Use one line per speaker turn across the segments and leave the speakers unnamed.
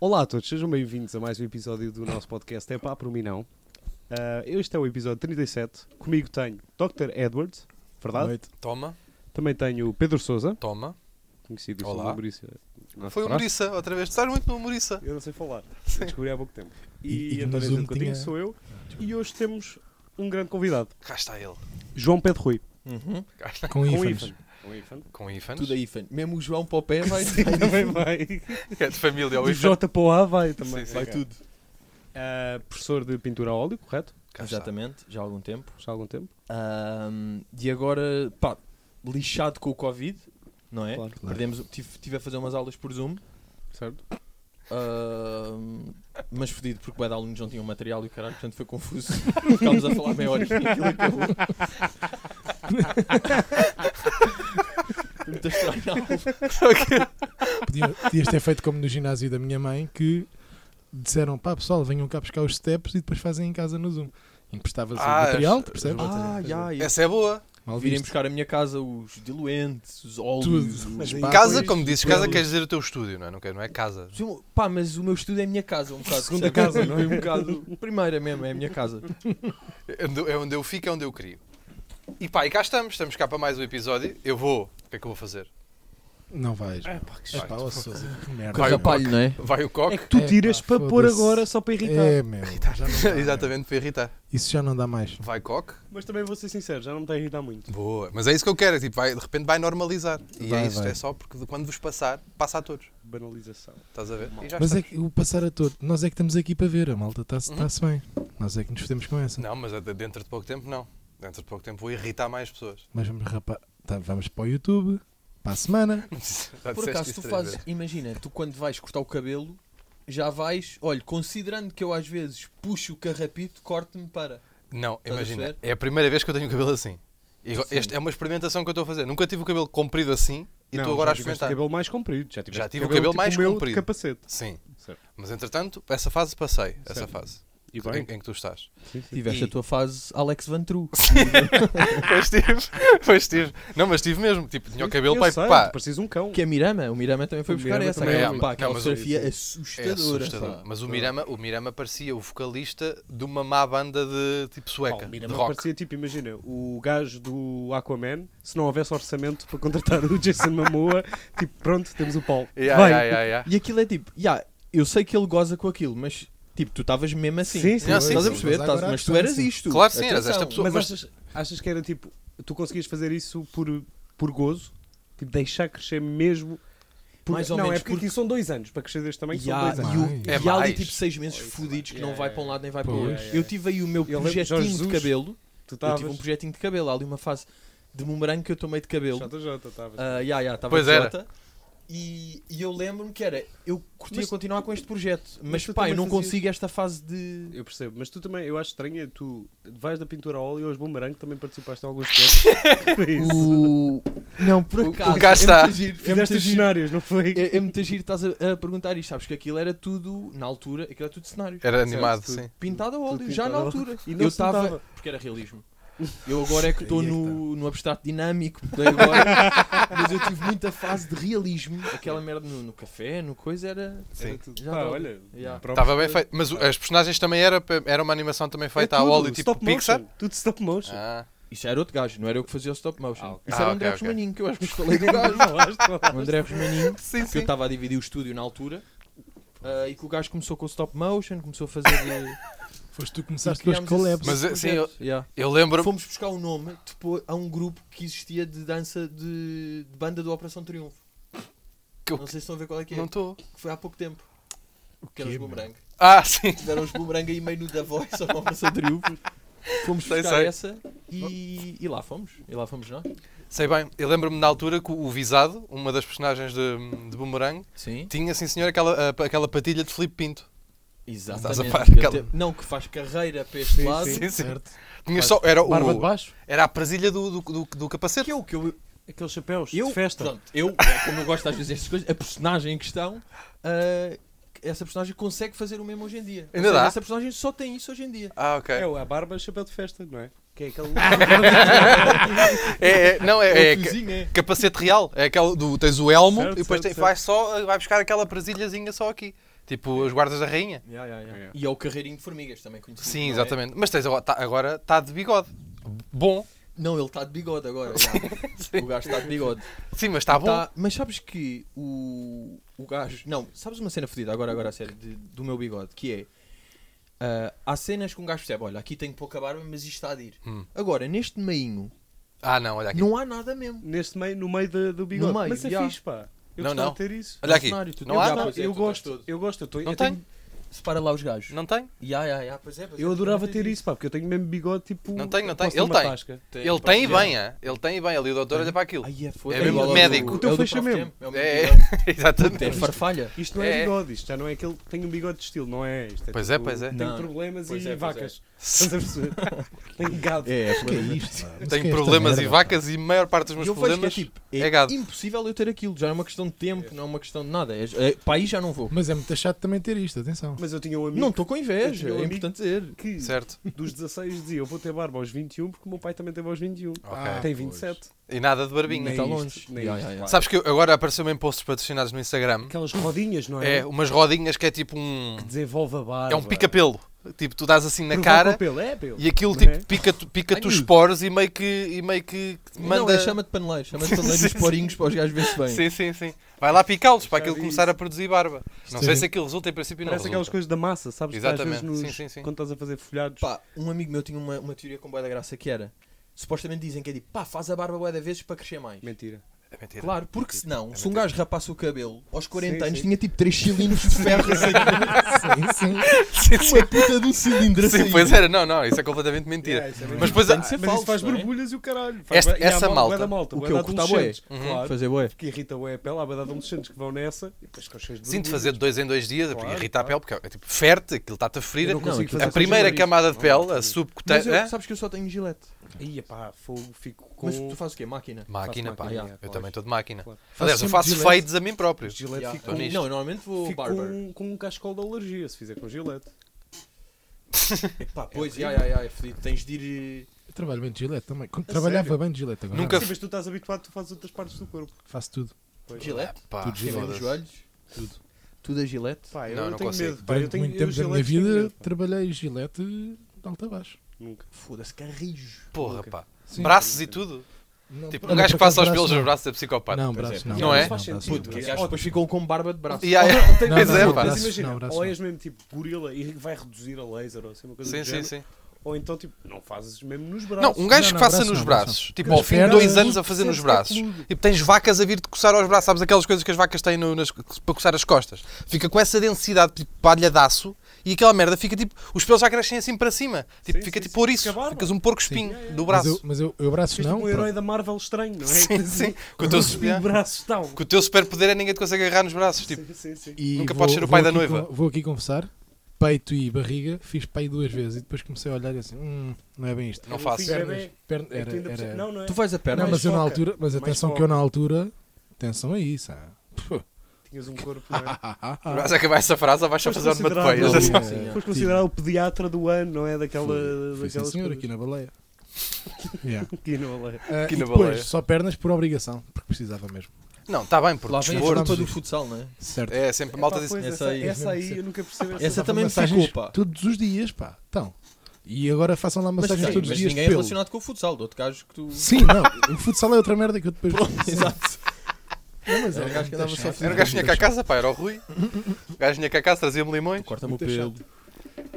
Olá a todos, sejam bem-vindos a mais um episódio do nosso podcast É Pá, por mim não. Ah, este é o episódio 37. Comigo tenho Dr. Edwards, verdade?
Noite.
Toma,
Também tenho o Pedro Souza,
toma.
conhecido
Olá.
como humorista. Não
Foi o
reparaste?
Moriça, outra vez. Tu Estás muito no Moriça.
Eu não sei falar.
Sim.
Descobri há pouco tempo.
E-
E,
e no
António
Zoom
Zé Coutinho
tinha-
sou eu.
é-
E hoje temos um grande convidado,
Cá está ele.
João Pedro Rui.
Cá está.
Com
Com
ífanos.
Ifan. Com Ifan.
Com hífans.
Tudo é hífen. Mesmo o João para o pé vai,
Sim, também vai.
É de família. O
Do
hífen.
J para o A vai também.
Sim, sim.
vai tudo.
Ah, professor de pintura a óleo, correto?
Cá está.
Exatamente, já há algum tempo.
Já há algum tempo.
Ahm, e agora, pá, lixado com o Covid, não é?
Claro.
Perdemos, tive, tive a fazer umas aulas por Zoom,
Certo?
ahm, mas fodido porque o de alunos não tinham material e o caralho, portanto foi confuso. Ficámos a falar meia hora e aquilo acabou. Muito estranho.
Podia- Podias ter feito como no ginásio da minha mãe que disseram pá pessoal, venham cá buscar os steps e depois fazem em casa no Zoom. Emprestavas
Ah,
o material,
as-
percebes?
as-
Ah, já, já.
Essa é boa.
Mal
Virem
visto.
buscar a minha casa os diluentes, os óleos,
Tudo.
os
Mas aí-
pá,
Casa,
Ah, pois,
como dizes,
pois.
casa queres dizer o teu estúdio, não é? Não, quer, não é casa.
Sim, Pá, mas o meu estudo é a minha casa, um bocado.
Segunda casa,
percebes?
não é?
Um bocado. Primeira mesmo, é a minha casa.
É onde, eu- é onde eu fico, é onde eu crio. E pá, e cá estamos. Estamos cá para mais um episódio. Eu vou. O que é que eu vou fazer?
Não vais.
Ah, pá, que
É pá, ó Sousa, que merda.
Vai,
Rapalho, não é?
Vai o
É
coque.
que tu
É,
tiras
pá,
para pôr
foda-se.
agora só para irritar.
É, meu. já não dá, meu.
Exatamente, para irritar.
Isso já não dá mais.
Vai coque.
Mas também vou ser sincero, já não me está a irritar muito.
Boa. Mas é isso que eu quero. é Tipo, vai, de repente vai normalizar. E
Vai,
é isso.
vai.
É só porque quando vos passar, passa a todos.
Banalização.
Estás a ver? E já
Mas é
estamos.
que o passar a todo, nós é que estamos aqui para ver, a malta está-se está-se bem. Nós é que nos fodemos com essa.
Uhum. Não, mas de- dentro de pouco tempo não. Dentro de pouco tempo vou irritar mais pessoas.
Mas vamos rapar. tá, vamos para o YouTube, para a semana.
Já
Por
disseste
acaso,
isso
tu
três
fazes.
vezes.
Imagina, tu quando vais cortar o cabelo, já vais. Olha, considerando que eu às vezes puxo o carrapito, corte-me para.
Não,
Estás a
imagina.
perceber?
É a primeira vez que eu tenho o cabelo assim. E agora-
Sim.
Este é uma experimentação que eu estou a fazer. Nunca tive o cabelo comprido assim e estou agora a
já tiveste
experimentar.
cabelo mais comprido. Já, tiveste
Já tive o cabelo
tipo
mais
o meu de
comprido.
capacete.
Sim.
Certo.
Mas entretanto, essa fase passei. Essa
Certo.
fase.
E
Em,
bem?
em que tu estás.
Tiveste
E-
a tua fase Alex Van True.
pois tive. Pois tive. Não, mas tive mesmo. Tipo, tinha o cabelo
Eu
para
sei,
pá.
Precisas um cão.
Que é Mirama. O Mirama também foi
O
buscar
Mirama
essa.
também
Aquela,
é,
pá,
mas-
aquela
não, mas
fotografia
isso- É
assustadora.
assustador.
pá.
Mas o Mirama, o Mirama parecia o vocalista de uma má banda de tipo
Pá,
sueca.
o
de
Mirama
rock.
parecia tipo, imagina, o gajo do Aquaman, se não houvesse orçamento para contratar o Jason Momoa, tipo, pronto, temos o Paulo.
Yeah,
Vai.
yeah, yeah, yeah.
E aquilo é tipo, já, eu sei que ele goza com aquilo, mas tipo, tu estavas mesmo assim.
Sim, sim.
Não, sim,
Estás a
sim.
perceber?
Mas
Estás-
agora
mas
a
tu
questão é
eras
assim.
isto.
Claro que sim, eras
Atenção.
esta pessoa.
Mas,
Mas-
achas, achas que era tipo, tu conseguias fazer isso por, por gozo? Tipo, deixar crescer mesmo? Por,
Mais ou
não,
menos,
é porque, aqui são dois anos, para crescer deste tamanho
E há,
são dois anos.
e o-
É
e há ali
mais.
tipo 6 meses
Pois,
fudidos que
yeah,
não vai
yeah,
para um lado nem vai para o
Pois.
outro.
Yeah,
Eu
yeah.
tive aí o meu
Eu lembro de
projetinho
Jorge
de
Jesus.
cabelo.
Tu
Eu
estavas...
tive um projetinho de cabelo, há ali uma fase de bumerangue que eu tomei de cabelo.
JJ, estavas...
Ah, yeah, yeah, estava
Pois
de
era.
Jota. E, e eu lembro-me que era, eu curtia
Mas-
continuar com este projeto, mas,
mas tu
pá, eu
também
não
fazias-
consigo esta fase de.
Eu percebo, mas tu também, eu acho estranho, é tu vais da pintura a óleo aos bumerangue, também participaste em alguns testes. Foi isso.
O... Não, por
O- o
acaso.
cá
é
está.
muito giro, é
Fizeste
muito
os
giro.
cenários, não foi?
É, é muito giro estás a, a perguntar isto, sabes que aquilo era tudo, na altura, aquilo era tudo cenário.
Era animado,
Certo,
sim.
Pintado a óleo,
Tudo
já na
pintado a óleo.
altura.
E não
eu
se
estava.
notava.
Porque era realismo. Eu agora é que estou
Aí é que
tá.
no, no abstrato dinâmico, daí agora, mas eu tive muita fase de realismo. Aquela merda no, no café, no coisa, era.
Sim.
Já
Pá,
estava-
olha,
Yeah.
próprio-
Estava bem feito. Mas o- as personagens também era, era uma animação também
É
feita a
tudo,
óleo tipo
stop motion,
Pixar.
Tudo stop motion.
Ah,
Isso era outro gajo, não era eu que fazia o stop motion.
Ah, ok.
Isso era
Ah,
o André
ok, ok.
Rosmaninho, que eu acho que vos falei do gajo. o André Rosmaninho,
sim,
que eu estava a dividir o estúdio na altura. ah, e que o gajo começou com o stop motion, começou a fazer. eh,
Foste tu que começaste com as
criámos
collabs.
Mas,
esse
sim,
projeto. Yeah.
Eu lembro.
Fomos buscar o nome depois a um grupo que existia de dança de, de banda do Operação Triunfo.
Que eu-
Não sei se estão a ver qual é que é.
Não estou.
Que foi há pouco tempo. Que eram os
quê,
boomerang.
Ah, sim.
Deram os boomerang aí meio no da voz ao Operação Triunfo. Fomos
Sei,
buscar
sei.
essa e, e lá fomos. E lá fomos nós.
Sei bem. Eu lembro-me na altura que o o Visado, uma das personagens de, de Boomerang,
Sim.
tinha, sim senhor, aquela, a- aquela patilha de Filipe Pinto. Estás a
Exatamente.
par,
Que
aquela-
até- Não, que faz carreira para este lado.
Sim, sim.
Certo.
Tinha só, era, o,
Barba de baixo?
era a presilha do, do, do, do capacete.
Que é o que eu.
Aqueles chapéus
eu
de festa.
Pronto, eu, é, como eu gosto às vezes destas coisas, a personagem em questão. ah, essa personagem consegue fazer o mesmo hoje em dia. Ou
Ainda
seja,
dá?
Essa personagem só tem isso hoje em dia.
Ah, ok.
É o- a barba chapéu de festa, não é? Que é aquele.
É, é- não,
É,
é, é
o
ca-
fiozinho, é.
capacete real. É aquele do, tens o elmo
Certo,
e depois
certo,
tem- vai, só, vai buscar aquela presilhazinha só aqui. Tipo os guardas da rainha.
Ya, ya, ya.
Ya.
E é o carreirinho de formigas também conhecido.
Sim,
não é?
exatamente. Mas tens agora- tá- agora está de bigode. Bom.
Não, ele está de bigode agora. ya. O gajo está de bigode.
Sim, mas está bom.
Tá, mas sabes que o, o gajo. Não, sabes uma cena fodida, agora, agora a sério, de- do meu bigode, que é. ah, há cenas que um gajo percebe, olha, aqui tenho pouca barba, mas isto está a ir.
Hum.
Agora, neste meinho,
Ah, não, olha aqui.
não há nada mesmo.
Neste meio, no meio do, do bigode.
No meio,
Mas é
já.
fixe, pá. Eu
Não,
gostava
não.
de ter isso.
Olha aqui.
cenário, tu
Não
tens-
há?
Ah,
Não,
pois é,
eu,
tu estás
gosto,
todo.
eu gosto, eu tô-
Não
eu tenho-
tenho.
Separa lá os gajos.
Não tem?
Ya, ya, ya, pois é, pois é,
Eu
tu
adorava
não
ter
tens
isso, pá, porque eu tenho mesmo bigode tipo.
Não tenho, não
posso
tenho.
ter
Ele
uma
tem.
tasca.
Ele tem e bem, é. Ele tem e bem. Ali o doutor olha para aquilo.
Ai, é foda.
É mesmo
igual ao
médico.
do-
O teu
é o do
fecha
Prof.
mesmo.
Jam, É, o
É,
bigode.
exatamente.
é farfalha.
Isto não é,
É.
bigode, isto já não é aquele que tem um bigode de estilo, não é? Isto
Pois
tipo,
é, pois é.
Tenho
Não.
problemas
Pois
e
é, pois
vacas. Estás a perceber? tenho gado.
É,
Que é isto? pá? Mas o que
Tenho
é esta
problemas e
merda?
vacas e a maior parte dos meus
E eu vejo que é
problemas.
tipo,
é
é,
gado.
impossível eu ter aquilo, já é uma questão de tempo, não é uma questão de nada. É, é, para aí já não vou.
Mas é muito chato também ter isto, atenção.
Mas eu tinha um amigo
Não estou com inveja,
Eu tinha um
é
amigo-
importante dizer.
que
Certo.
dos 16 dizia eu vou ter barba aos 21 porque o meu pai também teve aos 21.
Ah,
Tem
pois.
27.
E nada de barbinha.
Nem
tá
isto,
longe.
nem
Ya,
isto,
ya, ya.
pá.
Sabes que eu- agora apareceu-me em posts patrocinados no Instagram.
Aquelas rodinhas, não é?
É umas rodinhas que é tipo um.
Desenvolve a barba.
É um pica-pelo. Tipo, tu dás assim na
Provoca o
cara
pelo, É, pelo.
e aquilo
Não é?
tipo pica-te pica
Ai,
os poros e meio que, e meio que te
Manda... Não,
manda.
é chama de paneleiro, chama de paneleiro os
Sim,
porinhos para os gajos ver-se bem.
Sim, sim, sim. Vai lá picá-los para
Já
aquilo
vi
começar a produzir barba.
Isto
Não
é-
sei se aquilo resulta, em princípio não É
Parece aquelas
resulta.
coisas da massa, sabes? que Às vezes
Exatamente,
nos,
sim, sim, sim.
Quando estás a fazer folhados.
Pá, um amigo meu tinha uma, uma teoria com boa da graça que era: supostamente dizem que é tipo, pá, faz a barba boa da vezes para crescer mais.
Mentira.
É mentira.
Claro, porque senão, se um gajo rapasse o cabelo aos 40
Sim,
anos,
sim.
tinha tipo 3 cilindros de ferro a sair.
Sim, sim.
Sim, sim.
uma puta de um cilindro a
Sim,
sair.
pois era, não, não, isso é completamente mentira.
Yeah, isso é bem-
Mas depois
Tem
há-
de ser
mas isso
falso,
faz
não é?
borbulhas e o caralho. Faz
Esta-
bué- e há
essa
mal-
malta-
bué da malta.
O
bué
que
da
eu cortava é-
adolescentes,
Uhum.
Claro.
Fazer boé.
Que irrita o pele, há bué de adolescentes que vão nessa e depois ficam cheios de
Sim, de
borbulhas.
fazer de dois em dois dias,
Claro,
irrita a
claro.
pele, porque é tipo, ferte, aquilo está-te a ferir.
Eu não consigo fazer
a
essas
primeira
coisas.
camada de pele, a
Mas eu,
subcutânea.
sabes que eu só tenho gilete.
Ia pá, fogo, fico com.
Mas tu fazes o quê? Máquina? é,
Máquina, pá. é.
máquina,
Eu
yeah, claro.
também estou de máquina.
Claro. Faço
Aliás, eu
sempre
faço
Gillette.
fades a mim próprio.
Gillette
Yeah.
fico
Tô
com-
nisto.
Não, eu normalmente vou
fico
barber.
com, com um cascol de alergia se fizer com gilete.
Pá, pois, ai, ai, ai, é fedido. Tens de ir. eh,
Eu trabalho bem de gilete também. Quando trabalhava
sério?
bem de gilete agora.
Nunca-
Nunca
Sim, mas tu estás habituado, tu fazes outras partes do corpo.
faço tudo.
Pois.
Gilete?
é, Pá,
Tudo
Sim,
foda-se.
os joelhos?
Tudo.
Tudo a gilete?
Pá, eu
Não,
não,
não
tenho
consigo.
medo. Pá, eu
Durante
tenho é
muito tempo
eu
da minha
Gillette tenho
vida
medo, pá.
trabalhei gilete de alta a baixo.
Nunca.
Foda-se, carrijo.
Porra,
Nunca.
pá.
Sim.
braços e tudo.
Não,
Tipo,
olha,
um gajo
por
que passa
acaso,
os pelos
braço
nos braços é psicopata.
Não, braço não.
Não é?
Faz
braço
sentido.
não.
Puto, que gajo depois ficou com barba de braço.
E aí-
Tem-
Não,
Pois
não,
é,
não,
pá.
braços
imagina,
não, braços
ou
não.
és mesmo tipo gorila e vai reduzir a laser ou assim, uma coisa
Sim,
do
sim,
género,
sim.
ou então tipo, não fazes mesmo nos
Não,
braços.
um gajo
Não,
que
não,
faça
braço
nos
não,
braços.
braço
Tipo,
Mas
ao fim de
pernas,
dois anos a fazer
sentes
nos
que é
braços.
peludo.
Tipo, tens vacas a vir-te coçar aos braços. Sabes aquelas coisas que as vacas têm no- nas- para coçar as costas? Fica com essa densidade, tipo, palhadaço. E aquela merda fica tipo. Os pelos já crescem assim para cima. Tipo,
Sim,
fica
sim,
tipo
sim.
ouriço.
Fica barba. É,
Ficas um porco espinho do
Mas
braço.
eu, mas eu, eu braços
Fez
não.
tipo um herói
pronto.
da Marvel estranho, não é?
Sim, sim. Com o teu
Os
super-
braços tal.
com o teu superpoder é ninguém te consegue agarrar nos braços. Tipo,
Sim, sim, sim.
E
Nunca podes ser o pai da
aqui
noiva.
con- vou aqui confessar. Peito e barriga, fiz pai duas vezes e depois comecei a olhar e assim, hum, não é bem isto.
Não faço.
Fiz bebê,
Pernas, perna-
é que tu ainda
era,
percebes-
era,
Não, não é?
Tu vais a perna.
Não, mas eu na
foca.
altura, mas
Mais
atenção
foca.
que eu na altura, atenção a isso. ah.
Tinhas um corpo, não é?
vais acabar essa frase ou vais só
Mas
fazer um
considerado-
onomatopeias.
Ali,
Sim,
eh,
sim.
Foste considerado o pediatra do ano, não é? Daquela.
Fui, fui, sim,
daquelas
senhor,
coisas.
aqui na baleia. Yeah.
Aqui não é?
Ah,
Aqui
e
na
depois,
baleia.
só pernas por obrigação, porque precisava mesmo.
um-
Não, está bem, porque
Lá vem a
desporto.
culpa do futsal, não é?
Certo.
É sempre malta
Epá,
disse.
pois,
Essa
essa,
aí.
essa aí eu nunca percebi.
Essa
Dava
também me
massagens
ficou, pá.
Todos os dias, pá. Então. E agora façam lá
Mas,
massagens
sim,
todos os
mas
dias. de
ninguém é
pelo.
relacionado com o futsal, do outro gajo que tu.
Sim, não. O futsal é outra merda que eu depois.
Exato.
Não, mas é
Era um gajo que
muito
andava só
chato.
a
Era o gajo que vinha cá a
Muito
casa, pá, era o Rui. O gajo vinha cá a casa, trazia-me limões.
Corta-me o
Muito
pelo.
chato.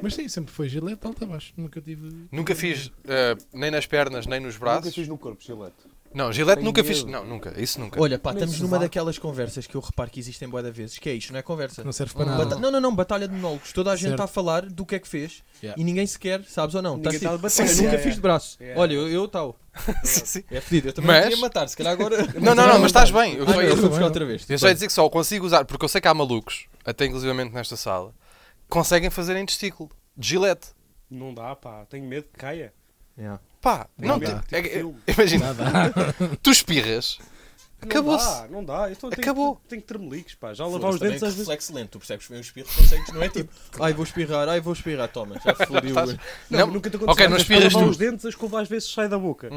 Mas sim, sempre foi gilete alta baixo. Nunca tive.
Nunca fiz, eh, nem nas pernas, nem nos braços.
no corpo, Gilete.
Não, Gillette
Tenho
nunca fiz.
medo.
Não, nunca, isso nunca.
Olha, pá,
Mas
estamos
isso
numa
vale.
daquelas conversas que eu reparo que existem boa da vezes, que é isto, não é conversa.
Não serve para
Bata-
nada.
não, não, não, batalha de monólogos. Toda a gente
Certo.
está a falar do que é que fez
Yeah.
e ninguém sequer, sabes ou não?
Ninguém
Estás
está a
tipo,
bater.
"Olha,
Sim,
nunca
é.
sim.
É.
fiz de braço.
Yeah.
Olha, eu- eu tal.
Sim, sim.
É fedido, eu também
Mas-
queria matar, se calhar agora.
Não, não, não, mas estás bem. Eu
Ah,
só,
não,
ia,
eu
Tudo
vou
bem,
buscar outra vez.
eu só ia dizer que só consigo usar, porque eu sei que há malucos, até inclusivamente nesta sala, que conseguem fazer em testículo, de Gillette.
Não dá, pá. Tenho medo que caia.
Yeah.
Pá, não,
Não dá.
tipo, é que-
Tipo
imagina, tu espirras, Acabou-se.
Não dá, não dá. Eu estou- tenho-
Acabou.
Tenho tremeliques, pá. Já lavar
Foda-se,
os
também
dentes
que
às vezes.
reflexo lento, tu percebes bem o espirro, consegues, não é tipo, ai vou espirrar, ai vou espirrar, toma, já fodiu.
Não, ok, não
Mas
espirras
lavar
tu.
os dentes, a escova às vezes sai da boca.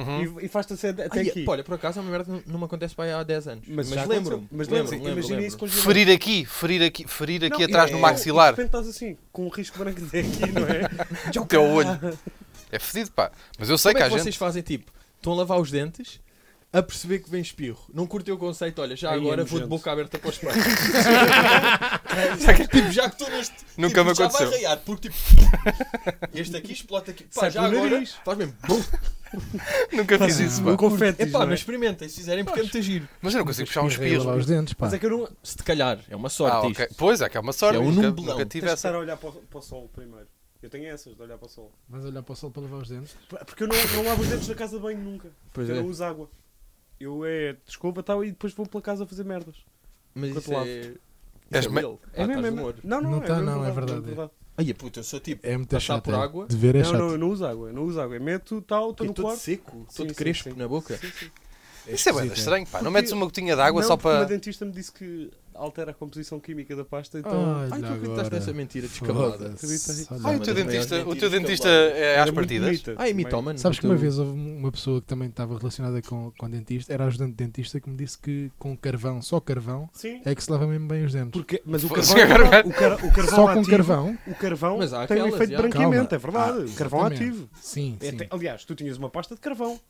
E, e faz-te assim até até
Ai,
aqui.
Olha, por acaso é uma merda que não- não me acontece para aí há 10 anos. Mas,
já
lembro-me,
aconteceu. Mas
lembro-me,
lembro-me,
lembro-me,
imagina
lembro-me.
isso congelado.
Ferir aqui, ferir aqui, ferir aqui
Não, é,
atrás
e-
no
e-
maxilar.
E de repente estás assim, com um risco branco daqui, não é?
O teu olho. É fedido, pá. Mas eu sei
Como
que
é
há
que vocês
gente.
fazem tipo, estão a lavar os dentes, a perceber que vem espirro, não curtem o conceito, olha, já
Aí é
agora vou de
nojento.
boca aberta para o espelho. tipo, já que estou neste.
Nunca
tipo,
me
já
aconteceu.
vai raiar, porque tipo. Este aqui explota aqui. Pá,
Sai
já
pelo
agora.
nariz.
Faz mesmo. bum.
Nunca fiz isso,
Um
pá.
confete.
Epá, mas experimentem, se fizerem, porque é muito giro.
Mas eu não consigo puxar um
Espirrei a
espirro.
lavar os dentes, pá.
Mas é que eu não. Se te calhar, é uma
Ah,
sorte.
ok.
isto.
Pois é, que é uma sorte.
É um
nunca,
nublão.
nunca
Tens de
tive essa.
estar a olhar para o, para o sol primeiro. Eu tenho essas de olhar para o sol.
Vais olhar para o sol para lavar os dentes?
Porque eu não, não lavo os dentes na casa de banho nunca.
Pois
eu
é.
uso água. Eu é desculpa tal e depois vou pela casa fazer merdas.
Mas
Enquanto
isso
lavo.
é. isso
És
é
me-
real. Ah,
É mesmo,
estás
é
no
mesmo.
olho.
Não, não,
Não tá,
mesmo
não, é
é
verdade.
verdade.
Ai, puta, eu sou tipo.
É muito
Passar
chato.
por
é.
água?
De ver é
não, não, eu
chato.
não uso água, eu não uso água. Eu meto tal, estou
Eu
no
estou
quarto.
É seco, estou
Sim,
de
sim,
crespo
sim.
na boca.
Sim, sim.
Isso é bem
Esquisito,
estranho, pá. Não
Porque-
metes uma gotinha de água
Não,
só
porque O
para.
meu dentista me disse que altera a composição química da pasta, então
Olha
Ai, tu acreditaste
agora.
nessa mentira descabada.
Foda-se,
Acreditei.
olha.
Ai, o
Uma
teu
das
dentista,
maiores
o teu
mentiras que eu
dentista é
leio.
às
era muito
partidas.
bonita.
Ai,
Também.
mitómano.
Sabes que
tu-
uma vez houve uma pessoa que também estava relacionada com, com dentista, era ajudante de dentista, que me disse que com carvão, só carvão,
Sim.
é que se lava mesmo bem os dentes.
Porque, mas o
Foda-se,
carvão,
agora-
o, car- o carvão
Só com
ativo,
carvão?
o carvão
Mas há
tem um
aquelas,
efeito de
já.
branqueamento,
Calma.
é verdade.
Ah,
carvão
exatamente.
ativo.
Sim,
É,
sim.
te- aliás, tu tinhas uma pasta de carvão.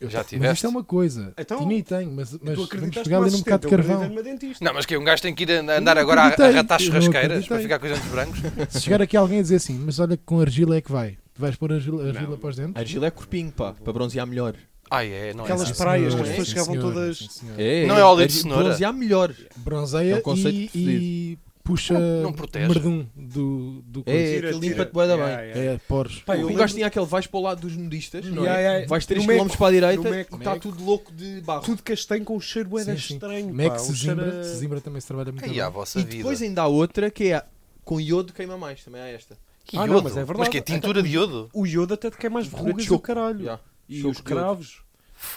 Eu
Já
Mas
tiveste?
isto é uma coisa.
Então,
Tinha e tenho, mas, mas
tu
vamos
acreditaste
pegar ali num
assistente,
bocado de
eu acreditei
carvão.
numa dentista.
Não, mas que um gajo tem que ir a- a
Eu
andar
não
agora a- a
acreditei.
ratar
Eu não
churrasqueiras para
acreditei.
ficar com os dentes brancos.
Se chegar aqui alguém a dizer assim, mas olha que com argila é que vai. Vais pôr argila, argila
Não.
para os dentes?
Argila é corpinho, pá, para bronzear melhor.
Ai, é, não é.
Aquelas
isso.
Sim,
praias que
senhor,
as pessoas
sim,
chegavam
senhor,
todas-
sim, senhor.
Não é óleo de
argila-
cenoura?
Bronzear melhor.
Bronzeia
É um conceito
e,
fedido.
e puxa
Não- não protege.
merdum do, do coisa.
É, aquilo limpa-te bué da bem.
Yeah, yeah.
É, poros.
Pá, eu
o
lembro-
gajo tinha aquele, vais para o lado dos nudistas, não
Yeah,
é?
yeah.
Vais
No
3
Meco,
km para a
no
direita,
Meco.
está tudo louco de barro.
Tudo castanho com um cheiro bué da
Sim, sim.
estranho.
Como é
pá,
que
um cheiro
Sesimbra,
a-
Sesimbra também se trabalha muito
Ai,
bem.
a vossa
E
vida.
depois ainda há outra que é com iodo queima mais, também há esta.
Que
Ah, não,
iodo?
mas é verdade.
que é tintura de iodo?
O iodo até te queima as
Pura
verrugas e o
choco.
caralho.
Yeah.
E
Choco
os
de iodo.
cravos.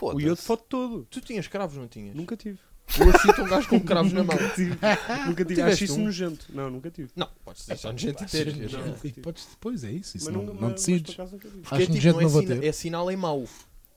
O iodo
Foda-se.
fode todo.
Tu tinhas cravos, não tinhas?
Nunca tive.
Eu aceito um gajo com cravos na mão.
Nunca tive. Nunca tive.
Tiveste
Acho isso
um?
nojento. Não, nunca tive.
Não, podes deixar nos gente ter.
não.
um E podes depois, é isso. isso
Mas
não,
nunca-
não
mas- mas
decides.
por acaso nunca tive.
Porque é
Acho
tipo,
nojento,
não é,
não vou
sina-
ter.
é sinal em mau.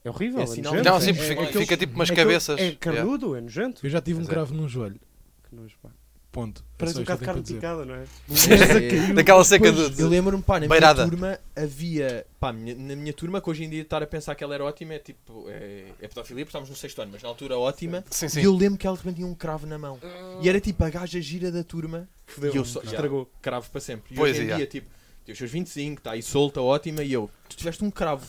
É horrível.
É
É,
sinal-
nojento.
Não,
É-
sim,
sempre
é-
fica,
é
fica tipo umas
aquele-
cabeças.
É carnudo, é nojento.
Eu já tive um
Pois é.
cravo num joelho.
Que nojo, pá.
Ponto. É
Parece
só
um
isto
bocado
que
de
eu
carne
tenho para dizer.
picada, não é?
Yeah. Daquela seca de.
Eu lembro-me, pá, na
Beirada.
minha turma havia. Pá, minha- na minha turma, que hoje em dia estar a pensar que ela era ótima é tipo. É, é pedofilia, porque estávamos no sexto ano, mas na altura ótima.
Sim, sim.
E eu lembro que ela de repente tinha um cravo na mão. E era tipo a gaja gira da turma.
Fudeu,
e eu só, já,
estragou.
Cravo para sempre. E
Pois
hoje em
é,
dia, tipo, tem os seus 25, está tá aí solta, ótima. E eu, tu tiveste um cravo.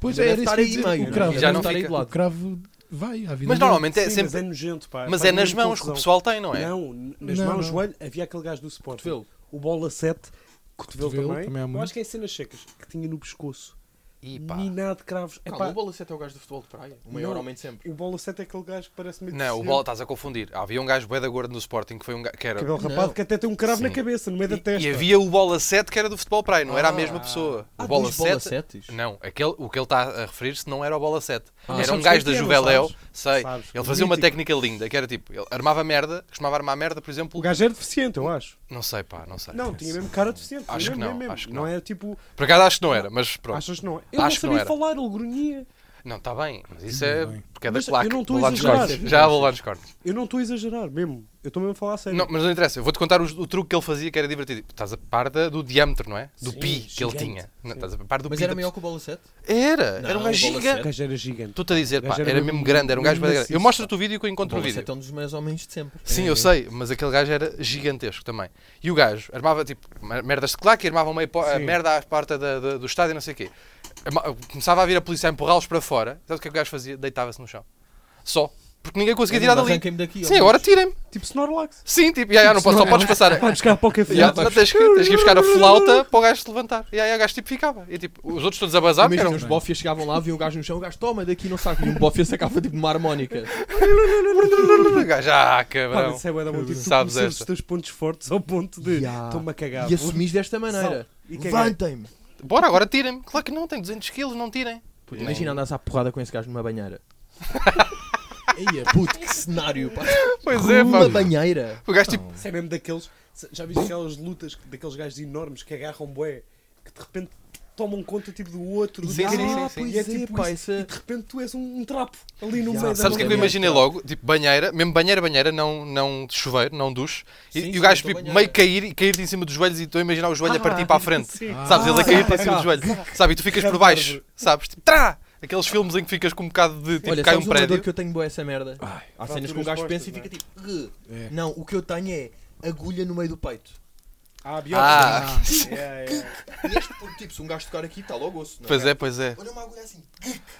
Pois
Deve
é, era isso
estar
que eu
aí
ia dizer.
meio,
O
né?
cravo,
e já não
o cravo-
fica.
O cravo vai à vida.
Mas
dele.
normalmente é
Sim, Mas é
sempre.
nojento, pá.
Mas
Faz
é nas
mesmo
mãos que o
confusão.
pessoal tem, não é?
Não, n- nas
Não,
mãos,
não.
joelho, havia aquele gajo do Sporting.
Cotovelo.
O bola 7, cotovelo,
Cotovelo,
também.
também há
Eu
muito.
acho que é em cenas secas, que tinha no pescoço.
E pá.
Ninado de cravos.
Calma,
Epá,
o Balacete é o gajo do futebol de praia. O maior
Não.
homem de sempre.
o bola 7 é aquele gajo que parece meio
Não, o
deficiente,
bola estás a confundir. Havia um gajo bué da gordo no Sporting que foi um gajo, que era.
Cabelo rapado que até tem um cravo
Sim.
na cabeça, no meio da
E,
testa.
e havia o bola 7 que era do futebol praia, não era a mesma pessoa.
Ah,
o bola
dois Bola
7.
Setes?
Não, aquele, o que ele está a referir-se não era o bola 7.
Ah.
era um
Sabes
gajo da
quem é, não
Juveléu,
sabes?
sei.
Sabes.
Ele fazia uma
Mítico.
técnica linda, que era tipo, ele armava merda, costumava armar merda, por exemplo.
O gajo era deficiente, eu acho.
Não sei, pá, não sei.
Não, tinha mesmo cara deficiente.
Acho
mesmo,
que não,
mesmo, mesmo.
acho que
não.
não.
é tipo,
Por acaso acho que não era, mas pronto.
achas que não é? Ele
Acho que
não
não
sabia
era.
falar, ele grunhia.
Não, está bem, mas isso
Tudo
é
bem.
porque é da
Mas eu
claque.
não estou
Vou
a
lá nos
exagerar.
cortes. Já vou lá nos cortes.
Eu não estou a exagerar, mesmo. Eu estou mesmo a falar a sério.
Não, mas não interessa, eu vou-te contar os- o, truque que ele fazia que era divertido. Tipo, Estás a par da- do diâmetro, não é? Do
Sim,
pi que ele
gigante.
tinha. Não, estás a par do
Mas
pi.
era
da
maior que o Balacete?
pessoa. Era, era um
Não,
gajo
o bola
O
gigante.
sete.
gajo era gigante.
Estou-te a dizer,
O gajo
pá,
era
era,
mesmo-
mesmo grande, era um gajo
mesmo
bem grande. Eu
maciço,
mostro-te o vídeo que eu
O
encontro o vídeo.
Balacete é um dos maiores homens de sempre.
Sim, eu sei, mas aquele gajo era gigantesco também. E o gajo armava tipo mer- merdas de claque, armava meio po- a
Sim.
merda à porta da- da- do estádio e não sei o quê. Ama- Começava a vir a polícia a empurrá-los para fora. Sabe o que é que o gajo fazia? Deitava-se no chão. Só. Porque ninguém conseguia tirar dali.
Arranquem-me daqui.
Sim,
ó.
agora tirem-me.
Tipo Snorlax.
Sim, tipo, já, já, não posso,
é?
só podes passar.
Vai buscar para o café.
Já, não, tens, que, tens que ir buscar a flauta para o gajo se levantar. E aí o gajo tipo ficava. E tipo, os outros todos a bazar, porque eram
Imagina, os bofias chegavam lá, viam o gajo no chão, o gajo toma daqui, não sabe. E um bofia sacava tipo de uma harmónica.
O gajo, ah,
Pá,
cabrão.
mas isso é bué da bom, tipo, tu
Sabes
conheces os
esta.
teus pontos fortes ao ponto de
Ya.
estou-me a cagar.
E assumis desta maneira.
E caguei.
Levantem-me.
Bora, agora tirem-me. Claro que não, tenho 200 quilos, não tirem.
Imagina andares à porrada com esse gajo numa banheira.
Eia, puto.
Que cenário, pá.
Pois é,
Uma
pá.
banheira.
O gajo tipo.
Isso é mesmo daqueles. Já viste aquelas lutas daqueles gajos enormes que agarram bué, que de repente tomam conta tipo do outro, do
Sim,
outro,
sim,
e
sim,
é
sim. Pois é,
tipo
pá,
isso,
isso é-
E de repente tu és um, um trapo ali no
Ya.
meio da
Sabes o que é que
mulher.
eu
banheira.
imaginei logo? Tipo, banheira, mesmo banheira, banheira, não, não de chuveiro, não duche. E,
Sim,
e
sim,
o gajo
estou
tipo,
banheira.
meio cair e cair-te em cima dos joelhos e estou a imaginar o joelho a partir para a frente.
Sim.
Sabes, ele a cair-te em
Ah,
cima dos
cá.
joelhos. Sabe, e tu ficas por
Que
baixo.
merda.
Sabes, tipo, trá! Aqueles filmes em que ficas com um bocado de tipo,
Olha,
cai
sabes
um
uma dor
prédio.
que eu tenho boa essa merda? Há cenas que um
fraturas
gajo pensa e
postas,
fica tipo. "Ugh".
É.
Não, o que eu tenho é agulha no meio do peito.
Ah,
Ah,
biópsia. Yeah, yeah.
E este, porque, tipo, se um gajo tocar aqui, está logo osso, não é?
pois é, pois é.
Olha uma agulha assim.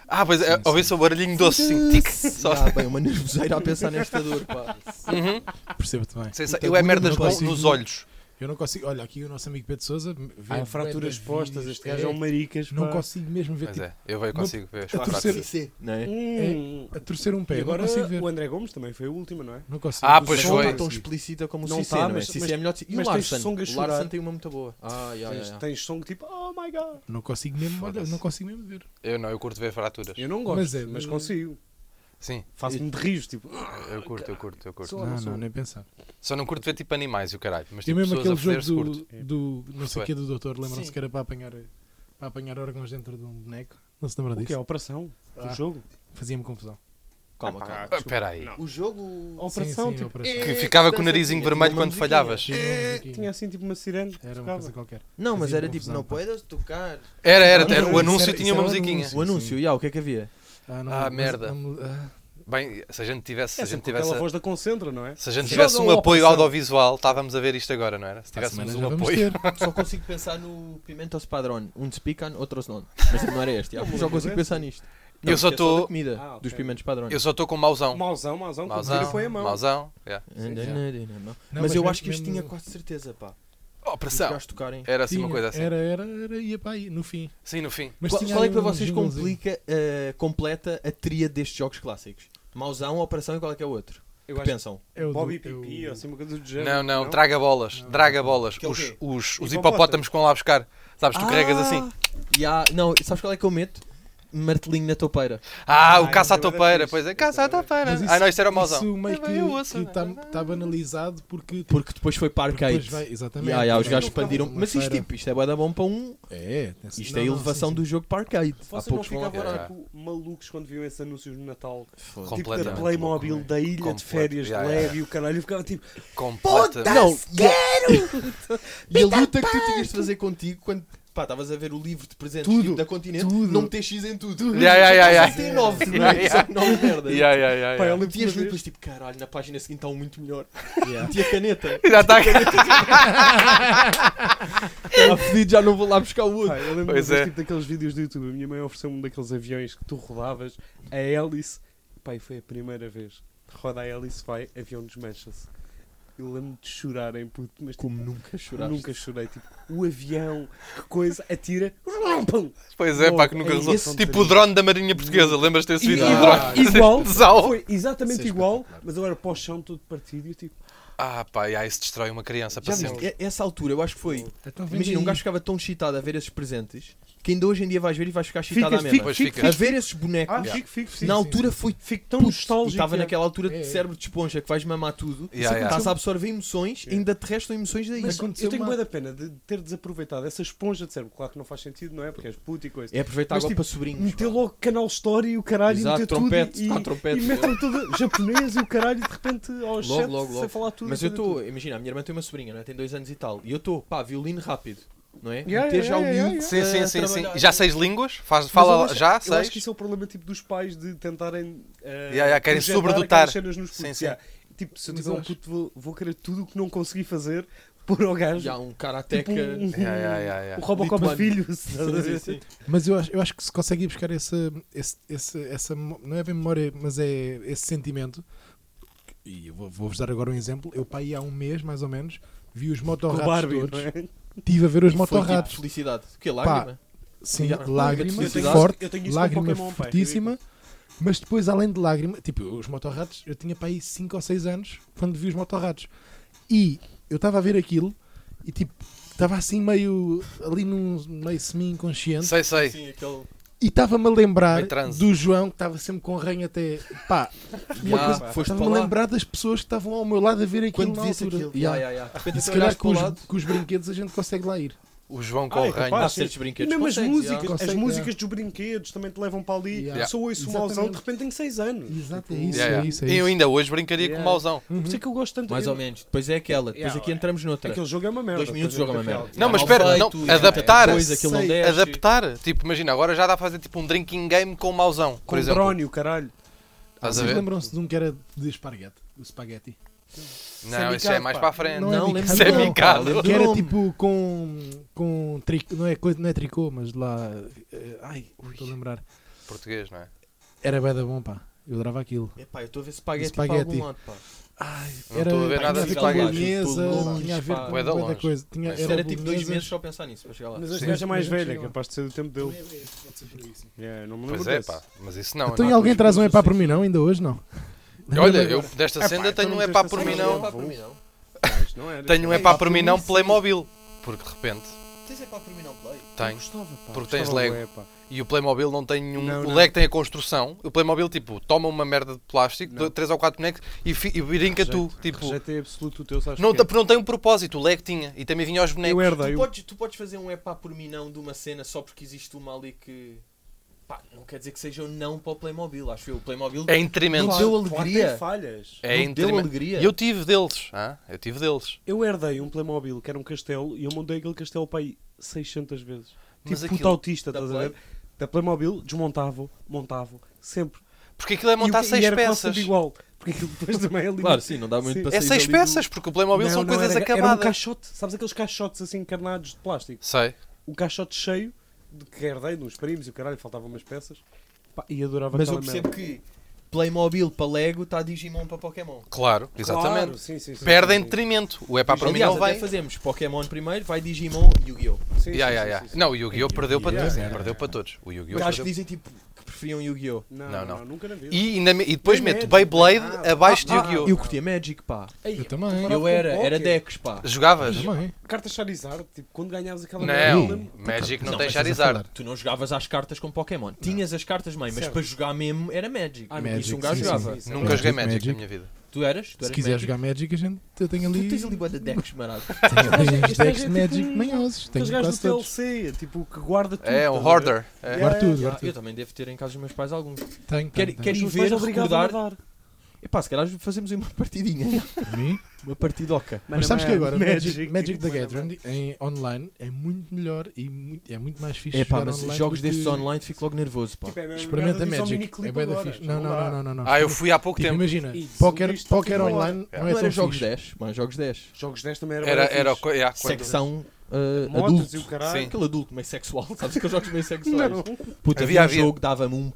Ah, pois é, ouvi-se o barulhinho doce, sim. Tic, só.
Ah, bem, uma nervoseira a pensar nesta dor, pá.
Uhum.
Ah, Percebo-te bem.
Sei, sei,
Puta,
eu é
agulha,
merdas
não
bom
consigo-
nos olhos.
Eu não consigo. Olha, aqui o nosso amigo Pedro Souza.
Há fraturas postas, este gajo é um maricas.
Não
pá.
consigo mesmo ver.
Pois
Tipo,
é, eu vejo,
Uma-
consigo ver. as
a
fotos.
torcer-
Não é?
Hum.
A torcer um pé.
E
Agora
agora
não consigo ver.
o André Gomes também foi o último, não é?
Não consigo.
Ah,
Do
pois
som
não
foi.
está
não
tão
consigo.
explícita como
Não
o Cissé,
tá,
não é?
mas-
Cissé
mas-
é melhor... de- E o
mas tens
Larsen?
songas
O
chorar.
Larsen tem uma muito boa. Ah, já,
Tens,
já, já.
tens som que tipo, oh my god.
Não consigo mesmo. Olha,
Foda-se.
não consigo mesmo ver.
Eu não, eu curto ver fraturas.
Eu não gosto,
Mas
mas,
é-
consigo.
Sim,
Faço-me de rios, tipo.
eu curto, eu curto, eu curto.
Só- não
Não,
sou.
não, nem pensar.
Só não curto ver tipo animais e o caralho. Mas
E
tipo,
é mesmo
pessoas a
aquele jogo
foder-se
do,
curto. É.
do não sei
Percebi.
o que do doutor, lembram-se
Sim.
que era para apanhar, para apanhar órgãos dentro de um boneco? Não se lembram
O que é?
disso?
A operação?
Ah.
O jogo?
Fazia-me confusão.
Calma,
Ah, pá,
calma.
Espera aí.
Não.
O jogo...
A operação,
sim, sim,
tipo.
a operação.
Que ficava com o
Dança
narizinho
aqui,
vermelho
tinha uma
quando falhavas.
Tinha uma musiquinha.
Tinha assim tipo uma sirene. que
Era uma
tocava.
coisa qualquer.
Não, mas
Fazia
era tipo,
confusão,
não
pá.
podes tocar.
Era,
Ah,
era,
não,
era.
isso
O anúncio
era-
tinha
isso
uma
era o
musiquinha.
anúncio.
O anúncio, já, o que é que havia?
Ah, não,
Ah,
mas-
merda.
não- ah,
Bem, se a gente tivesse, se
É
a gente
sempre com aquela
tivesse,
voz da Concentra, não é?
se a gente
Joga
tivesse um
uma
apoio
opção.
audiovisual, estávamos a ver isto agora, não era? Se
para a semana
tivéssemos
já
um
vamos
apoio.
ter.
Só consigo pensar no Pimentos Padrón. Um de pican, outros não. Mas tipo, não era este. já.
Não,
Só
mas
consigo
é
pensar nisto.
Eu
Não,
só
isto é
tô-
da comida,
Ah, ok.
dos Pimentos Padrón.
Eu só estou com mauzão.
Mauzão, mauzão, que
Mauzão,
tira foi a mão.
mauzão. é. yeah.
Não,
mas
mas
eu
mesmo-
acho que este
mesmo-
tinha quase certeza, pá. Os
Operação.
gajos tocarem.
Era assim
tinha,
uma coisa assim.
Era, era, era, ia para aí, no fim.
Sim, no fim.
Mas
Qual
tinha
qual é
ali
que para
um
vocês
jinglezinho.
complica, eh, completa a tria destes jogos clássicos? Mauzão, Operação e qualquer outro.
Eu
Que
acho
pensam?
É o
que
do-
Bobby
é o-
Pipi, ou assim uma coisa do género.
Não, não, traga bolas,
Não.
draga bolas.
Que é o
os,
quê?
os, os
Hipopótamos.
hipopótamos que vão lá buscar. Sabes, tu
Ah!
carregas assim.
E há- Não, sabes qual é que eu meto? Martelinho na toupeira.
Ah,
Ah,
o caça à
isso é bué da
topeira,
fixe.
pois é,
Isso é
caça à
bué da
topeira.
Mas isso-
Ah, não, isto era o mauzão.
Isso meio
É bem, eu
que
ouço.
está banalizado porque.
Porque depois foi para
porque depois
arcade.
vai- é um Exatamente.
Ya, ya, ah, os gajos
Uma
expandiram.
feira-
Mas isto, tipo, isto é bué da bom para um.
É,
Isto é a elevação do jogo para arcade. Há
Vocês não
poucos vão lá
ficavam
ver.
agora com- malucos quando viam esses anúncios no Natal?
ver.
Tipo da
Completamente
Playmobil,
louco,
da ilha de
Completo.
férias, de
Ya,
leve
ya,
e o caralho. Eu ficava tipo,
Completa.
Não, quero! E a luta que tu tinhas de fazer contigo quando. Pá, estavas a ver o livro de presentes
Tudo,
tipo, da Continente,
tudo.
não meter X em tudo.
Ya, ya, ya, ya.
Só tem nove, não
Ya,
é?
ya.
Só nove merdas.
Yeah, yeah, yeah,
pá, eu
yeah.
lembro
Metias
de
livros, tipo, caralho, na página seguinte está um muito melhor. Meti a caneta.
Já tá está
Estava fedido, já não vou lá buscar o outro.
Pá, eu lembro
Pois
de
é.
tipo, daqueles vídeos do YouTube. A minha mãe ofereceu-me um daqueles aviões que tu rodavas a hélice. Pai, foi a primeira vez. Roda a hélice, vai, avião desmancha-se. Eu lembro de chorar em puto, mas tipo,
Como nunca choraste.
nunca chorei. Tipo, o avião, que coisa, atira. Pum!
Pois é, pá, que
Logo,
nunca
é
resultou.
esse
Tipo
tonteria.
o drone da Marinha Portuguesa, lembras-te desse
E-
vídeo do
igual,
um drone?
igual,
Desal.
foi exatamente
Isso é
igual, mas agora para o chão todo partido. e Eu tipo,
Ah, pá, e aí se destrói uma criança para
Já
sempre.
viste? E- Essa altura, eu acho que foi.
Então vem
Imagina, um
daí.
gajo ficava tão excitado a ver esses presentes que ainda hoje em dia vais ver e vais ficar excitado à
ficas,
mesma.
fico,
Pois
fico,
fica.
A
fico,
ver esses bonecos,
Ah,
Yeah.
fico, fico,
na
fico.
sim,
altura foi
Fico tão
Puto, e
nostálgico.
estava
já.
naquela altura de
É, é.
cérebro de esponja que vais mamar tudo.
Ya, ya.
Estás a absorver emoções,
Yeah.
ainda te restam emoções daí.
Mas
aconteceu
eu tenho
uma-
bué da pena de ter desaproveitado essa esponja de cérebro. Claro que não faz sentido, não é? Porque és puto e coisa.
é aproveitar
Mas,
agora
tipo,
para sobrinhos.
Meter
pá.
logo canal Story e o caralho
Exato,
e meter
trompete,
tudo.
tocar
e,
trompete,
E metem tudo japonês e o caralho e de repente aos
Logo,
sete
logo,
sem
logo.
falar tudo.
Mas eu
fazer
estou,
tudo.
imagina, a minha irmã tem uma sobrinha, não é? tem dois anos e tal. E eu estou, pá, violino rápido, não é?
Yeah,
Meter
yeah,
já o
yeah,
miúdo.
yeah,
Sim, sim,
a
sim, sim.
trabalhar.
Já seis línguas?
É,
Faz,
Mas
fala
eu acho-
já,
Eu acho que
seis?
isso é o problema tipo, dos pais de tentarem. Uh,
Ya, ya, querem
projetar
sobredotar.
aquelas cenas nos
Sim,
putos,
sim.
ya. Tipo, se eu
Mas
tiver
eu
um
acho-
puto, vou, vou querer tudo o que não consegui fazer por ao gajo.
E há um
Tipo,
karateca.
um, um,
Yeah, yeah, yeah,
um
yeah.
Robocop
Lituano.
filho.
Sim, sim, sim.
Mas eu acho, eu acho que se consegue ir buscar essa, esse, esse- essa. mo- Não é bem memória, mas é esse sentimento. E eu vou- vou-vos dar agora um exemplo. Eu, pá, aí há um mês, mais ou menos, vi os
Com o
motorratos
Barbie, não
todos.
é?
né?
Estive a ver os
E foi tipo de
motorratos.
felicidade. O quê? Lágrima?
Sim,
Yeah.
lágrima
Eu tenho-
forte,
eu tenho isso com
lágrima
Pokémon, pá, é
fortíssima. Mas depois, além de lágrima, tipo, os motorratos, eu tinha para aí 5 ou 6 anos quando vi os motorratos. E eu estava a ver aquilo e tipo, estava assim meio ali num meio semi-inconsciente.
um
Sei, sei.
Sim, aquele.
E estava-me a lembrar
Meio transe.
do João que estava sempre com ranho até. Pá, uma
Ya,
coisa-
foste
estava-me
para
a
lá.
lembrar das pessoas que estavam ao meu lado a ver aquilo
Quando
na
visse
altura.
aquilo.
Ya.
Ya, ya, ya. De repente
E se
tu
calhar
olhaste
com
para o
os,
lado.
com os brinquedos a gente consegue lá ir.
O João com
Ah,
o
é
ranho.
capaz.
Há certos brinquedos.
E mesmo as
consegues,
músicas,
já.
as
Consegue,
músicas dos brinquedos também te levam para ali.
Yeah.
Só ouço o
Exatamente.
mauzão, de repente tenho 6 anos.
Exato, é
Tipo,
isso,
Yeah, yeah.
é isso. É
Eu
isso.
ainda hoje brincaria
Yeah.
com o mauzão.
Por isso é que eu gosto tanto
Mais ou menos. Depois é aquela. Depois
Yeah,
aqui entramos noutra.
Aquele jogo é uma merda.
Dois minutos
depois
joga uma
é
merda.
aquela.
Não,
Dá
mas
mal
espera, não,
feito, e
adaptar.
Coisa, aquilo não
Sei,
desce.
Adaptar. Tipo, imagina, agora já dá a fazer tipo um drinking game com o mauzão, por
Com o
exemplo.
Drónio, caralho.
Estás a
Vocês
ver?
lembram-se de um que era de esparguete? O spaghetti.
Não, isso
Semi-caro,
é mais
pá.
para a frente.
Não é
Não,
bicado.
lembro
Isso é
do nome, pá,
bicado.
lembro do
Que era
nome.
tipo com. com tricô, não, é, coisa- não é tricô, mas lá. eh, Ai, estou a lembrar.
Português, não é?
Era bué da bom, pá. Eu adorava aquilo.
Epá, eu estou a ver
é
espaguete
tipo
para
Espaguete.
algum lado, pá.
Ai,
Não estou a ver nada de
tinha a ver com
espaguete.
bolonhesa,
Tudo longe,
tinha a ver
pá.
com
Bué da
bué da
longe.
coisa. Tinha,
Mas
Isto
era
era tipo dois
bolonhesas.
meses só a pensar nisso para chegar lá.
né? Mas este
Sim.
gajo é mais
Sim.
velho, é
Sim.
capaz de ser do tempo dele. É, não me lembro
Pois é,
desse.
pá. Mas isso não.
Então
não.
e alguém traz um epá por mim, não? Ainda hoje não.
Olha, eu desta
Epá,
senda
então
tenho um
não
epá
tens
por
essa
mim
cena.
não.
Epá,
para mim não.
Não, isto não era.
Tenho um
Isto
epá por mim não Playmobil. Porque de repente
Tens é para por mim não play?
não
tem.
Gostava, pá.
Porque tens
Gostava
Lego.
bué, pá.
E o Playmobil não tem nenhum.
Não,
o
não.
Lego tem a construção. O Playmobil, tipo, toma uma merda de plástico,
Não.
dois- três ou quatro bonecos e, fi- e brinca tu. Tipo,
Rejeito é absoluto o teu, sabes
não,
porquê?
te- não tem um propósito. O Lego tinha. E também vinha aos
Eu
bonecos.
herdei.
Tu
o-
podes, tu podes fazer um é pá por mim não de uma cena só porque existe uma ali que. Pá, não quer dizer que seja um não para o Playmobil. Acho eu. O Playmobil.
É em detrimento.
Não deu
Claro que
alegria.
tem falhas.
É em
Não deu
detrimento.
alegria.
E eu tive deles. Ah, eu tive deles.
Eu herdei um Playmobil que era um castelo e eu montei aquele castelo para aí 600 vezes.
Mas
tipo puto
aquilo-
autista,
Da
estás a
Play?
ver? Da Playmobil, desmontava, montava, sempre.
Porque aquilo é montar
e, o-
seis
e era quase
peças.
sempre igual. Porque aquilo depois também é lindo.
Claro, sim, não dá muito
Sim.
para
É
sair
seis
dali do-
peças, porque o Playmobil
Não,
são
não,
coisas
era, Era um
acabadas.
caixote, sabes aqueles caixotes assim encarnados de plástico?
Sei.
Um caixote cheio de que herdei nos primos e o caralho, faltavam umas peças. Pá, e adorava
Mas eu
aquela
percebo
merda.
que Playmobil para Lego está Digimon para Pokémon.
Claro,
Claro,
exatamente.
sim, sim, sim,
Perde
sim,
em
sim.
detrimento. O epá Ah, para mim
Aliás,
não
até
vai.
fazemos Pokémon primeiro, vai Digimon e Yu-Gi-Oh!
Sim, sim,
Yeah,
sim,
yeah, yeah.
sim, sim.
Não, o Yu-Gi-oh! perdeu para
Yeah,
todos.
yeah.
Perdeu para todos. O Yu-Gi-Oh!
Mas acho que
perdeu.
dizem tipo que preferiam Yu-Gi-Oh!
Não,
Não,
não,
não.
nunca na vida.
E, ainda me- e depois
Nem
mete
Magic, nem
Beyblade
nada.
abaixo de
Ah,
Yu-Gi-Oh!
Eu curtia Magic, pá.
Eu também.
Morava
Eu era,
É, com
era
Poké.
Decks, pá.
Jogavas?
Também.
Carta Charizard, tipo, quando ganhavas aquela
Não,
merda,
Magic não
Não,
tem
mas
Charizard.
Tu não jogavas às cartas com Pokémon. Tinhas as cartas mãe, mas
Certo.
para jogar mesmo era Magic.
Ah,
Magic,
Isso um gajo
sim,
jogava.
sim, sim.
Nunca joguei
Magic,
Magic na
Magic.
minha vida.
Tu eras? Tu
Se
eras
quiser
Magic?
jogar Magic, a gente eu tenho
Tu
ali.
tens ali bué de decks, marado.
tenho ali
Este
uns
gajo é
decks de
tipo
Magic
um- Aqueles
manhosos. Tenho
gajos
quase
do
todos.
TLC, tipo, que guarda tudo.
É,
estás
um
a ver?
hoarder. É.
Yeah.
Guardo tudo,
Ah,
guardo
Eu
tudo.
também devo ter em casa dos meus pais alguns.
Tenho,
Quero-
tenho, tenho.
quero ir
Os meus
ver,
pais obrigavam
recordar.
a dar.
Epá, se calhar fazemos aí uma partidinha.
Por mim?
Uma partidoca.
Mas sabes que
é
agora Magic, Magic the
Mano, é
Gathering em online é muito melhor e muito- é muito mais fixe.
Epá,
jogar
mas
online
jogos
do que-
destes online fico logo nervoso, pá.
Tipo, é mesmo
Experimenta
merda, diz ao
Magic.
miniclip
É bem da
agora,
fixe. Não,
já
não,
dá.
não, não, não, não.
Ah, eu fui há pouco
Tipo,
tempo.
imagina,
Isso,
póquer
isto
póquer
não é
online
bom.
não
Não
é
era
tão
jogos
fixe.
10, mas jogos 10.
Jogos desta também
Era, era, o co- yeah, quando-
Secção ah,
Motos
adulto.
e o caralho.
Sim.
Aquele adulto meio sexual, sabes que os jogos meio sexuais.
Não.
Puta,
Havia-
havia,
havia.
um jogo que dava-me um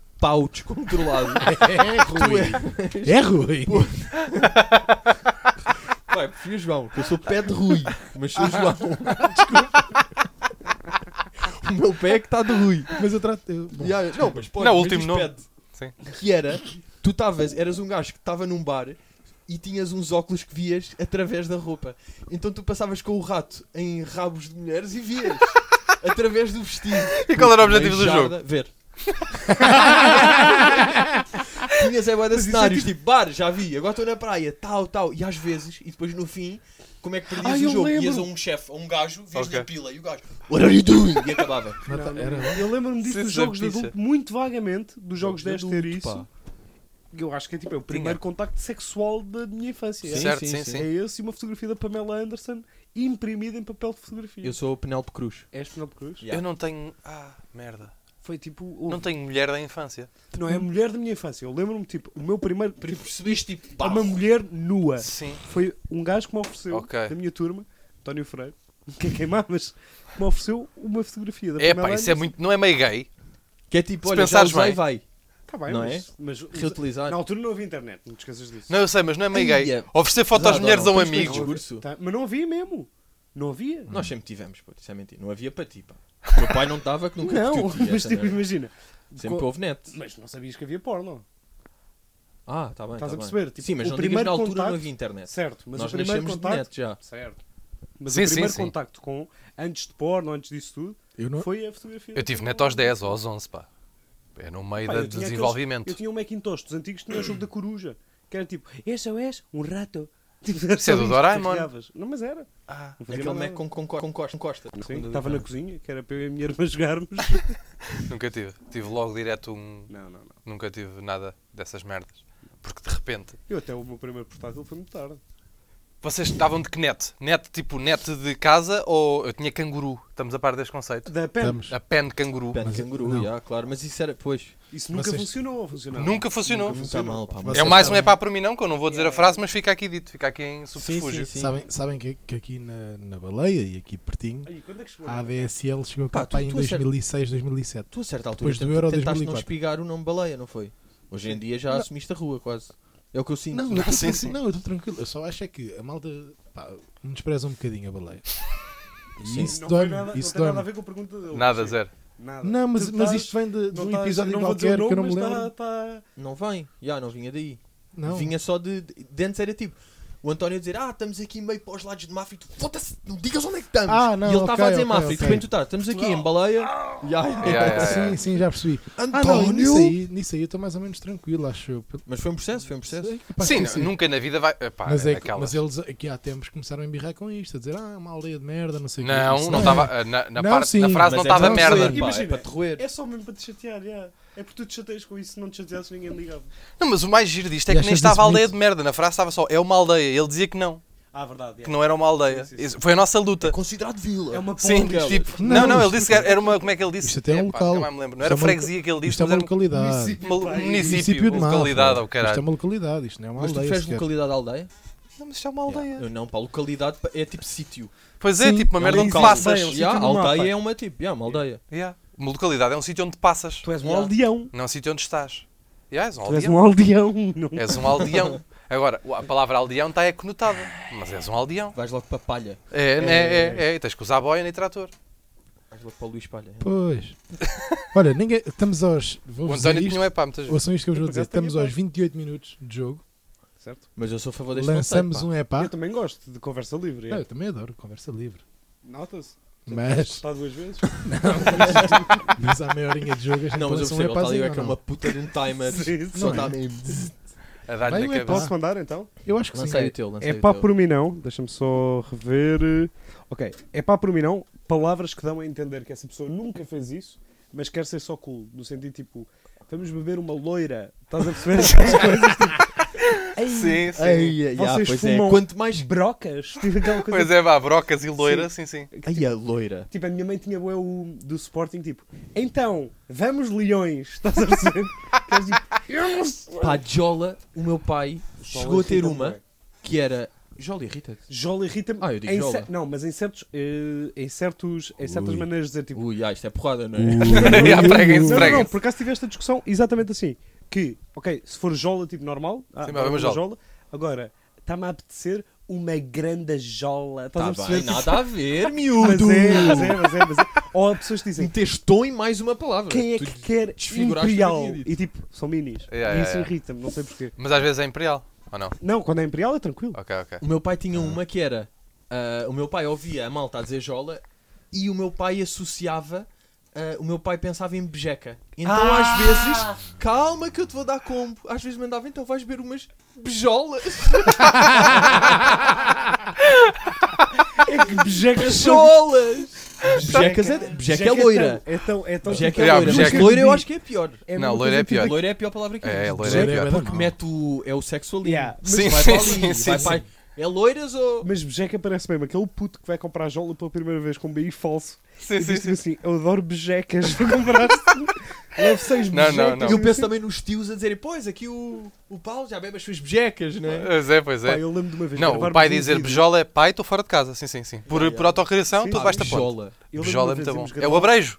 pau descontrolado.
É ruim. É ruim.
Pai, prefiro João, que eu sou pé de Rui, mas sou João. Desculpa. O meu pé é que está de Rui.
Mas eu trato. eu- bom,
E aí, não, mas pode,
Não, o
mas
último
diz
nome.
pé de-
Sim.
Que era, tu estavas, eras um gajo que estava num bar e tinhas uns óculos que vias através da roupa. Então tu passavas com o rato em rabos de mulheres e vias. Através do vestido.
E qual era o objetivo do
Meio
jogo?
jarda, Ver. Tinhas é bué de cenários, tipo, bar, já vi, agora estou na praia, tal, tal. E às vezes, e depois no fim, como é que perdias
Ah,
o
eu
jogo?
lembro.
Ias a um chefe, a um gajo, vias
Ok.
na pila e o gajo, What are you doing? E acabava.
não tá- era-
Eu lembro-me disso
Sim,
dos
sim,
jogos de
pizza.
adulto, muito vagamente, dos jogos
de
10 ter
adulto,
isso.
pá.
Eu acho que é tipo é o primeiro contacto sexual da minha infância.
Sim,
Certo, sim,
sim,
É
sim.
esse e uma fotografia da Pamela Anderson imprimida em papel de fotografia.
Eu sou o Penelope Cruz.
És Penelope Cruz?
Yeah.
Eu não tenho. Ah, merda.
Foi tipo.
Não
Não,
tenho mulher da infância.
não é a mulher da minha infância. Eu lembro-me, tipo, o meu primeiro. Tipo,
Percebeste, tipo,
uma mulher nua.
Sim.
Foi um gajo que me ofereceu,
Ok.
da minha turma, António Freire, que é queimar, mas que me ofereceu uma fotografia da
É
Pamela
pá, isso é
Anderson.
muito. Não é meio gay.
Que é tipo,
Se
olha, já
pensares
usei,
bem.
vai.
Tá bem,
não
mas, mas
Reutilizar.
na altura não havia internet, não te esqueças disso.
Não, eu sei, mas não é meio
Ai,
gay.
é.
Oferecer foto às
Exato,
mulheres a um
não, temos
amigo.
Discurso.
Tá, mas não havia mesmo. Não havia.
Nós sempre tivemos, pô, isso é mentira. Não havia para ti, pá. O teu pai não estava, que nunca
Não,
curtiu ti,
mas
essa
tipo,
merda.
imagina.
Sempre
Co-
houve net.
Mas não sabias que havia porno.
Ah, tá bem.
Estás
tá
a
bem.
perceber? Tipo,
Sim, mas
o
não digas
primeiro
na altura
contacto-
não havia internet.
Certo, mas
Nós
o primeiro
nascemos de
contacto.
net já.
Certo. Mas
Sim,
o
sim,
primeiro
sim.
contacto com, antes de porno, antes disso tudo,
Eu não.
foi a fotografia.
Eu tive neto aos 10 ou aos 11, pá. É no meio
Pá,
do
eu tinha
desenvolvimento.
aqueles- eu tinha um Macintosh dos antigos que tinha o jogo da coruja. Que era tipo, este é o és, um rato. Tipo, era
Isso é
só
do
isto que
Doraemon.
carregavas. Não, mas era.
Ah,
Não fazia
aquele
mal
Mac
nada.
com, com, co- com costa. costa.
Sim, estava na cozinha, que era para eu e a minha irmã jogarmos.
Nunca tive. Tive logo direto um.
não, não, não.
Nunca tive nada dessas merdas. Porque de repente.
Eu até o meu primeiro portátil foi muito tarde.
Vocês estavam de que net? Net tipo net de casa ou. Eu tinha canguru. Estamos a par deste conceito.
Da pen.
Estamos.
A pen de canguru.
Pé de
Mas-
canguru,
não.
já, claro. Mas isso era, pois,
Isso nunca
Vocês-
funcionou ou funcionava?
Nunca funcionou.
Nunca
está mal, pá. mas-
É
Vocês
mais um
sabem-
é para mim não, que eu não vou dizer a frase, mas fica aqui dito, fica aqui em subterfúgio.
sim.
Sabem, sabem que, que aqui na, na Baleia e aqui pertinho,
Ai, quando é que chegou?
a ADSL chegou
Pá,
cá
tu-
pá, em
tu a sério-
2006, 2007.
Tu a certa altura
Depois do
tent-
Euro
tentaste
2004.
não espigar o nome baleia, não foi? Hoje em dia já assumiste a rua, quase. É o que eu sinto.
Não, não, sim, sim.
Não, eu estou tranquilo. Eu só acho é que a malta pá, me despreza um bocadinho a baleia. E
Sim.
isso
não foi
dói-me.
nada, não
Isso
tem nada a
dói-me.
ver com a pergunta dele.
Nada,
Sim,
zero.
Nada.
Não, mas,
Tu
mas
estás-
isto vem de, de
não
um
estás-
episódio
não vou dizer tá? o
qualquer que eu não me
nome, mas
lembro.
está- está-
Não vem. Já, não vinha daí.
Não,
Vinha só de. de- de antes era tipo. O António a dizer, ah, estamos aqui meio para os lados de Mafra e tu, foda-se, não digas onde é que estamos.
Ah, não,
e ele estava
ok,
a dizer
ok,
Mafra e de
ok.
repente tu tá, estamos aqui em baleia. Ya, ya,
Yeah, yeah,
sim,
yeah.
sim, já percebi. Ah, não,
António!
nisso aí, nisso aí eu estou mais ou menos tranquilo, acho eu. Pelo-
Mas foi um processo, foi um processo.
É capaz
Sim,
que
não- nunca na vida vai. Epá,
Mas, é que-
naquelas-
mas eles aqui há tempos começaram a embirrar com isto, a dizer, ah, uma aldeia de merda, não sei o quê.
Não,
Isso
não
é.
estava. Na, na
Não,
parte, na
sim,
frase não
Mas é
estava
para te
merda.
roer, pá,
Imagina.
É para te roer.
É só mesmo para te chatear, yeah. é porque tu te chateias com isso, se não te chateasses ninguém ligava.
Não, mas o mais giro disto é
E
que nem
achas
estava
isso
aldeia
bonito?
de merda. Na frase estava só, é uma aldeia. Ele dizia que não,
Ah, verdade,
que
yeah.
não era uma aldeia.
Sim, sim, sim.
Isso Foi a nossa luta.
Considerado vila.
é uma
Sim,
ponga.
tipo.
Não,
Não, não, ele
isto-
disse que era uma. Como é que ele disse?
Isto até é um
Epá,
local.
nunca mais me lembro. Não
Isto
era
é uma-
freguesia que ele disse,
Isto é
mas
uma
era um
localidade.
Município,
uma-
pá,
um
e-
município, uma localidade
Mafra.
ao caralho.
Isto é uma localidade, isto não é uma
Mas tu
aldeia.
preferes
sequer.
localidade à aldeia?
Não, mas isto é uma aldeia.
Eu não, pá, localidade é tipo sítio.
Pois é,
Sim,
tipo uma
É um
merda onde
local.
passas.
Sim, um
Já,
sítio no
aldeia
mapa.
é uma tipo, já, uma aldeia.
Yeah. Uma localidade é um sítio onde passas,
Tu és um
Yeah.
aldeão.
não é um sítio onde estás. Yeah, és um
Tu és
aldeão.
um aldeão. Não.
És um aldeão. Agora, a palavra aldeão está é conotada, mas és um aldeão.
Vais logo para palha.
É, é, é, é, E Tens que usar boia nem trator.
Vais logo para o Luís Palha.
Pois. Olha, ninguém. Estamos aos. Vou
O
dizer
António
isto.
tinha um epá muitas vezes.
Ouçam isto que eu vos
Eu,
vou
por
dizer.
acaso, tenho
Estamos
epá.
aos 28 minutos de jogo.
Certo?
Mas eu sou a favor deste
Lançamos
conceito,
um
Eu
epá.
também gosto de conversa livre.
Ah,
yeah.
Eu também adoro conversa livre.
Nota-se.
Mas,
Está duas vezes.
mas à meia horinha de jogo a
pá.
gente
Não, mas eu
lança um
percebo,
epá.
a Palio é que é
não.
uma puta de um timer.
Sim,
Só
não
dá
é.
mesmo.
A dar-lhe
Vai,
na
vai,
cabeça.
Posso mandar então?
Eu acho que sim.
Lancei o teu, lancei
É
o
pá
teu.
por mim não. Deixa-me só rever. Ok. É pá por mim não. Palavras que dão a entender que essa pessoa nunca fez isso, mas quer ser só cool. No sentido tipo, vamos beber uma loira. Estás a perceber? Aquelas coisas
Sim, sim.
Ai, ai,
Vocês
ai, pois é.
fumam-
Quanto mais.
brocas. Tipo aquela coisa
Pois é, vá, brocas e loira, sim, sim.
Ai, a loira.
Tipo, a minha mãe tinha bué o do Sporting, tipo, então, vamos leões, estás a perceber? Que eles, tipo, eu não sei.
Pá, Jola, o meu pai chegou a ter
é?
uma que era. Jola irrita-te.
Jola irrita-me.
Ah, eu digo
em
jola.
Não, mas em certos, eh, em certos, em certas
Ui.
maneiras de dizer, tipo...
Ui, ah, isto é porrada, não é?
Não,
Já preguem-se,
não, não,
preguem-se.
por acaso tive esta discussão exatamente assim, que, ok, se for jola, tipo, normal, ah,
Sim, mas
agora
vamos
uma
jola.
Agora, está-me a apetecer uma grande jola, estás
Tá
a perceber?
bem,
Tipo,
nada a ver,
mas
miúdo.
é, mas é, mas é, mas é. Ou há pessoas que dizem,
Meteste tom em mais uma palavra.
quem é
Então, Tu-
que quer
desfiguraste o
Imperial?
que eu tinha dito.
E tipo, são minis. e
Yeah, yeah,
isso
yeah.
irrita-me, não sei porquê.
Mas às vezes é imperial, ou não?
Não, quando é Imperial é tranquilo.
Ok, ok.
O meu pai tinha uma que era. ah, o meu pai ouvia a malta a dizer jola e o meu pai associava. ah, o meu pai pensava em bejeca. Então
Ah!
às vezes. Calma que eu te vou dar combo. Às vezes mandava então vais ver umas bejolas.
É que bejecas
Bejolas! Bejecas é. Bejeca é loira.
É tão, é tão
Bejeca é
Yeah,
loira. Mas
bejeca.
loira eu acho que é pior.
É
Não,
uma
loira
coisa
é
tipo-
pior.
Loira é a pior palavra que
É,
existe.
é loira é
Zero é
pior.
bué da
Que
mal.
mete o. É o sexo ali.
Yeah.
Mas
Sim,
vai
sim,
para ali,
sim,
vai
sim,
para- É loiras ou.
Mas bejeca parece mesmo aquele puto que vai comprar jola pela primeira vez com um BI falso.
Sim,
e
sim,
diz-me
sim.
assim: Eu adoro bejecas. Vou comprar-te. Leve seis
Não, não,
bejecas.
não.
E eu penso também nos tios a dizerem, pois, aqui o, o Paulo já bebe as suas bejecas, não é?
Pois é, pois
Pá,
é.
eu lembro de uma vez.
Não, o
gravarmos
pai
um
dizer
vídeo.
bejola é pai, estou fora de casa, sim, sim, sim. Por,
Yeah,
por
yeah.
autorrecrição,
Sim.
tu
Pá,
vais-te a ponte.
Bejola.
Eu lembro de
Bejola
uma
é
vez
muito bom.
irmos
É o
gravar- um
abrejo.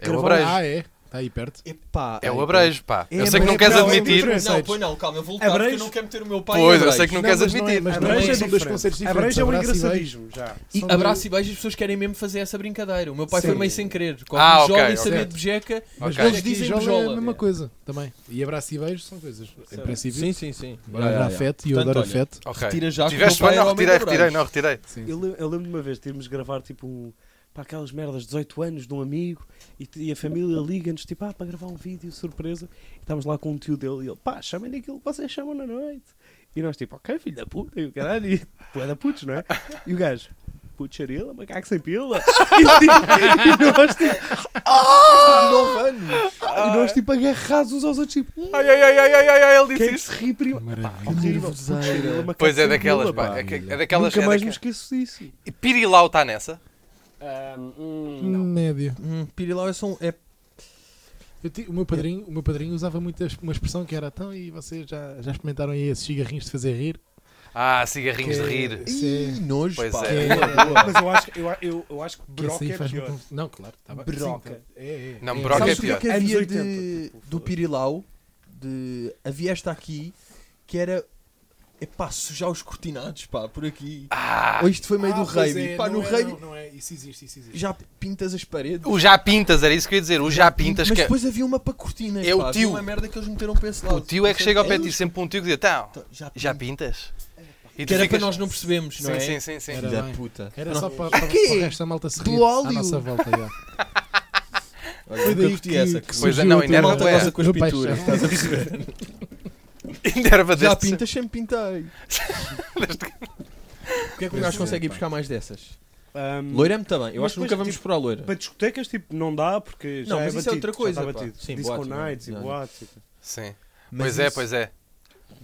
É o
Gravou-
abrejo.
Ah, é? Está aí perto.
Epá,
É o
ai,
abrejo, pá.
É,
Eu sei
mas
que não
é
queres
para além
admitir.
dos
pá.
conceitos.
Não, pois não, calma, eu vou lutar porque
Abrejo?
eu não quero meter o meu pai
Pois,
em
eu sei que não
abrejo.
queres
mas não é-
admitir.
mas não
Abrejo
é-
é
são dois
diferente.
conceitos diferentes.
Abrejo é um
abraço e beijo.
engraçadismo. Já.
E
São
abraço e beijo, as pessoas querem mesmo fazer essa brincadeira. O meu pai
Sim.
foi meio sem querer. Com
Ah,
bejola
ok,
e
ok.
saber de bejeca,
Ok.
mas eles
Eles
dizem
dizem é a
bejola.
mesma coisa também. E abraço e beijo são coisas. Em princípio,
Sim, sim, sim.
eu adoro afeto e eu
Portanto,
adoro
olha,
afeto.
Ok.
Retira já que o
Tiveste
meu
bem?
pai
Não,
era homem
retirei,
do
retirei,
Brás.
não, retirei.
Eu, le- eu lembro de uma vez termos de gravar tipo um, para aquelas merdas, 18 anos de um amigo, e, t- e a família liga-nos, tipo, ah, para gravar um vídeo, surpresa. E estávamos lá com um tio dele e ele, pá, chamem-lhe aquilo que vocês chamam na noite. E nós, tipo, ok, filho da puta, e o caralho, e tu é da putos, não é? E o gajo, putxarila, macaco sem pila. E, tipo, e nós, tipo, "Ah!"
Nove anos.
e nós, tipo, agarrados uns aos outros, tipo, "Hum,
Ai, ai, ai, ai, ai, ai, ai, ele
quem é
disse
que
isso.
se ri primeiro?
Maravilha.
Horrível,
nervoseira.
putxarila, macaco
Pois é,
sem
daquelas,
pila,
pá. É, que- é daquelas.
Nunca
é
mais me
daquelas-
esqueço disso.
E Pirilau está nessa?
Média.
Hum, Pirilau é só um. É,
Eu ti- o, meu padrinho, o meu padrinho usava muito a ex- uma expressão que era tão e vocês já, já experimentaram aí esses cigarrinhos de fazer rir?
Ah, cigarrinhos
Que-
de rir.
Isso é-
Ih, nojo,
Pois
pá.
é.
que
Boa,
é-
boa.
Mas eu acho, que- eu, eu, eu acho que
que esse
broca
aí
é
faz
pior.
muito- Não, claro. Tá bem.
Broca.
Sim, tá- é, é.
Não,
É,
broca
sabe-
é
Sabes o que
pior.
é que
Anos
havia
80,
de-
tipo,
do
foda-se.
Pirilau? De, havia esta aqui que era. Epá, sujar os cortinados, pá, por aqui.
Ah,
Ou isto foi meio
Ah,
do
pois
rei.
é,
pá,
não
no
é,
rei
Não, não é. Isso existe, isso existe.
já pintas as paredes.
o Já Pintas, era isso que eu ia dizer. O Já Pintas,
é? Mas
que
depois havia uma para cortinas,
É o
pá, havia
tio.
uma merda que eles meteram para esse lado.
o tio é que chega ao pé de ti,
Eles-
sempre um tio que diz: Então,
Já,
já pintas? E tu
Que era
ficas-
para nós não percebermos, não
Sim,
é?
sim, sim, sim.
Era
Filha da
bem.
puta.
Era
Não.
só para, para, para
quê?
o resto da malta se
Do
rir
óleo.
à nossa volta. já.
Olha,
Foi
nunca
daí
curti
que-
essa.
que
Pois é,
surgiu
não,
a
ainda era
tua-
Malta goza com as
tua paixão.
pinturas, estás a perceber?
Ainda era para
Já
deste-
pintas, sempre pintei. O que é que um gajo consegue ir buscar mais dessas?
Ahm,
Loira é muito bem. Eu
Mas
acho que nunca
depois,
vamos
tipo,
por a loira.
Para discotecas, tipo, não dá porque já
Não,
é
mas isso é
batido,
outra
já
coisa,
está
pá.
batido.
Sim,
Disco
boate, não é?
nights
Não,
e
não.
boates. e-
Sim.
Mas
Pois é,
isso-
pois é.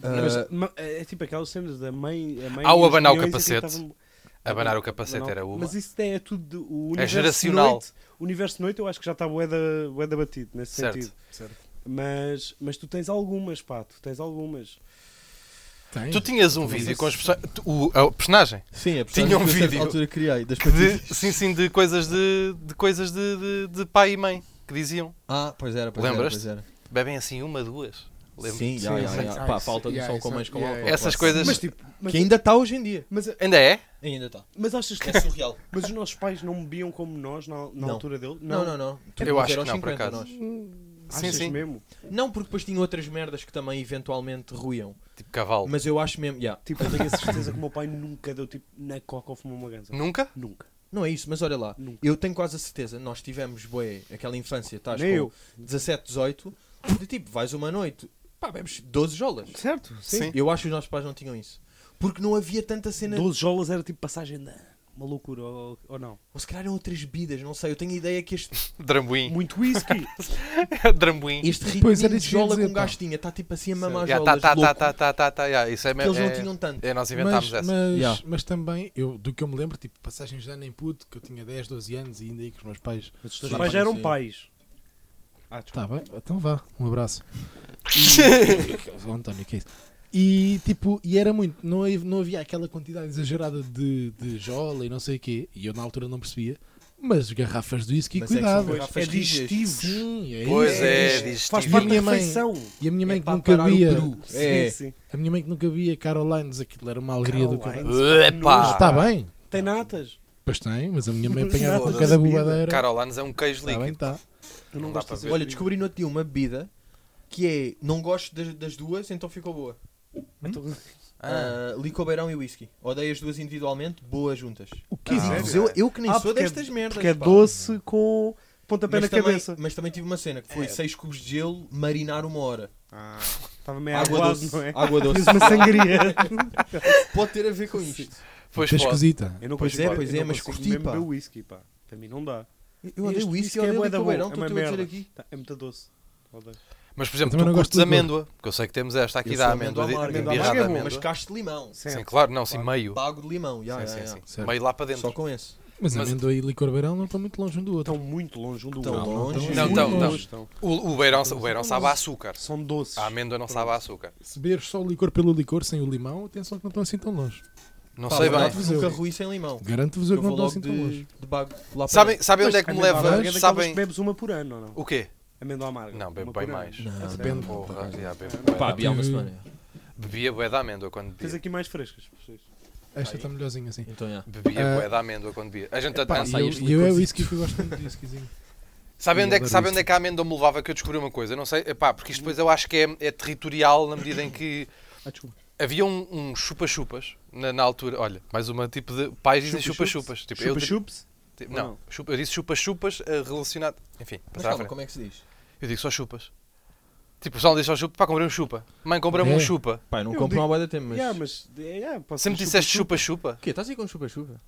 Mas
Ah,
ma- é tipo aquelas cenas da mãe. A mãe
Ah, o
e os
abanar o
milhões,
capacete.
assim, estavam-
Abanar o capacete
Abanar-
era uma.
Mas isso é tudo. de- O universo de
geracional.
Noite, o universo de noite eu acho que já está bué da, bué da batido nesse
Certo.
sentido. Mas, mas tu tens algumas, pá, tu tens algumas.
Tem.
Tu tinhas um vídeo com as pessoas. tu- O, a- o personagem.
Sim, é
Tinha um
que eu, a certa
vídeo
altura criei das
Que de,
patinhas.
sim, sim, de coisas de, de coisas de, de- de pai e mãe que diziam.
Ah, pois era, pois
Lembras-te?
era. Pois
Bebem assim uma, duas.
era.
Lembro.
Sim, já,
Sim,
já,
sim,
já.
sim.
Pá,
Sim,
falta
sim,
noção
sim,
com mais com
sim,
álcool.
sim.
Essas
claro.
coisas.
Mas tipo, mas,
Que ainda está hoje em dia.
mas,
Ainda é?
Ainda está.
mas achas que
É surreal.
mas os nossos pais não bebiam como nós na, na
Não.
altura dele?
Não, não, não. Tu
Eu
não
acho
era
que
aos
não, por
50
acaso.
nós.
Achas
Sim, sim.
mesmo?
Não, porque depois tinha outras merdas que também eventualmente ruíam.
Tipo cavalo.
Mas eu acho mesmo. yeah.
Tipo, eu tenho a certeza que o meu pai nunca deu tipo na coca ou fumou uma ganza.
Nunca?
Nunca.
Não é isso, mas olha lá.
Nunca.
Eu tenho quase a certeza. Nós tivemos, boé, aquela infância. Estás
Nem
com 17, 18. De tipo, vais uma noite. Pá, bebes 12 jolas.
Certo?
Sim.
Eu acho que os nossos pais não tinham isso. Porque não havia tanta cena.
12 jolas era tipo passagem da. Uma loucura, ou, ou não?
Ou "Oh, se calhar eram outras bebidas, não sei. Eu tenho a ideia que este,
Drambuim.
Muito whisky!
Drambuim.
este ritmo
Pois
de
era isso que eu ia
jola que
dizer,
um
pá.
gajo tinha está tipo assim a mamar
Já, tá,
jolas.
tá, tá,
louco,
tá, tá, tá, tá, já, Isso é
que eles não
mesmo.
tinham tanto.
É, nós
Mas,
inventámos essa.
mas,
Yeah.
mas também, eu, do que eu me lembro, tipo, passagens de ano em puto, que eu tinha 10, 12 anos e ainda aí com os meus pais.
Mas os teus
Sim,
pais
um
sim,
já eram
sim.
pais. Ah,
Tá
desculpa.
bem, então vá, um abraço. E, Oh, António, que é isso? E tipo, e era muito, não, hav- não havia aquela quantidade exagerada de, de jola e não sei o quê, e eu na altura não percebia, mas garrafas de whisky,
Mas é que são
cuidado.
garrafas
Pois, é digestivo.
Sim, é
Pois
isso.
é,
É,
diz
Faz
E
tipo-
a
parte da
minha mãe-
refeição.
E a minha mãe
É
que
pá,
nunca
parar o
via,
Peru.
Sim,
É.
sim.
a minha mãe que nunca via Carolines, aquilo era uma alegria do caralho.
Carolines.
Epá!
Está bem,
é Tem natas?
pois tem, mas a minha mãe
Mas
apanhava com
foda-se,
cada
bebida.
bobadeira.
Carolanos é um queijo
Está bem,
líquido.
está.
Eu não
Não dá
gosto
para
dessa
ver.
Olha,
bebida.
descobri no outro dia uma bebida que é não gosto das, das duas, então ficou boa.
Então-
Ah, licobeirão e whisky. Odeio as duas individualmente, boas juntas.
O que
Ah,
Digo-vos,
sério?
eu, eu que nem
Ah,
sou
porque é-
destas merdas.
Porque é
pá.
doce com pontapé
Mas
na
também,
cabeça.
mas também tive uma cena
É.
que foi seis cubos de gelo, marinar uma hora.
Ah. Estava meio
água
aguado,
doce.
não é?
Água doce.
Fiz uma sangria.
Pode ter a ver com isto.
Pois
Tá
pode.
esquisita.
Eu não
Pois
consigo-
é, pois
eu
é,
não
mas
consigo
curti,
mesmo
pá.
beber whisky, pá. Para mim não dá.
Eu odeio
Este
whisky,
é
eu
bué
odeio
da
licobeirão,
bom,
estou
é
a
uma
dizer
merda.
aqui.
Tá, É muito doce. Odeio.
Mas, por exemplo,
também
tu
não gosto
curtes
de licor.
amêndoa, que eu sei que temos esta aqui
Eu
da
sou
amêndoa, de-
amarga.
amêndoa
embirrada
amarga é bom,
amêndoa.
Mas cacho de limão.
Sim,
Certo.
claro, não, sim, meio.
Bago de limão,
Sim,
já, já,
sim,
já.
sim.
Certo.
Meio lá para dentro.
Só com esse.
Mas,
Mas-
amêndoa e licor beirão não estão muito longe um do outro.
Estão muito longe um do
Tão
outro.
longe.
Muito
Não, tão, tão.
longe estão.
O, o beirão, o beirão sabe a açúcar.
São doces.
A amêndoa não sabe a açúcar.
Se beberes só o licor pelo licor, sem o limão, atenção que não estão assim tão longe.
Não
Pá,
sei
mas
bem.
verdade.
Nunca ruí sem limão.
Garanto-vos eu
Eu
que não
vou
estão
logo
assim tão
de,
longe.
de bago lá para
Sabem, sabem onde é que me
Amêndoa amarga é
leva?
daquelas que
Sabem.
bebes uma por ano ou não?
O quê?
Amêndoa amarga.
Não, bebo
Uma
bem
por ano.
mais.
Não,
Depende.
Porra, já bebo.
Pá,
bué.
havia uma
Tive-
semana.
Bebia bué da amêndoa quando
Tens
bebia.
aqui mais frescas. por isso.
Esta está melhorzinha assim.
Então, já.
Bebia
Ah.
bué da amêndoa quando bebia. A gente
Pá,
até
e
sai
eu,
este
e eu é o
licorzinho.
whisky que eu gosto muito de whiskyzinho.
Sabem
Eu
onde, é que,
adoro
sabem
isso.
onde é que a amêndoa me levava que eu descobri uma coisa? Eu não sei, epá, porque isto depois eu acho que é, é territorial na medida em que
Ah, desculpa.
havia um, um chupa-chupas na, na altura. Olha, mais uma tipo de. Pais dizem chupa-chupas. Tipo, eu-
Chupa-chups?
Tipo,
Ou
não,
não?
chupa- eu disse chupas-chupas eh, relacionado. Enfim,
Mas
passar à
calma,
frente.
como é que se diz?
Eu digo só chupas. Tipo, o pessoal diz só chupa, pá, comprei um chupa. Mãe, comprei-me um
É.
chupa.
Pá, eu não
Eu
compro
digo-
uma boia de tempo, mas.
Yeah, mas yeah, pode
Sempre
ser
disseste chupa-chupa.
O quê? Estás aí com chupa-chupa?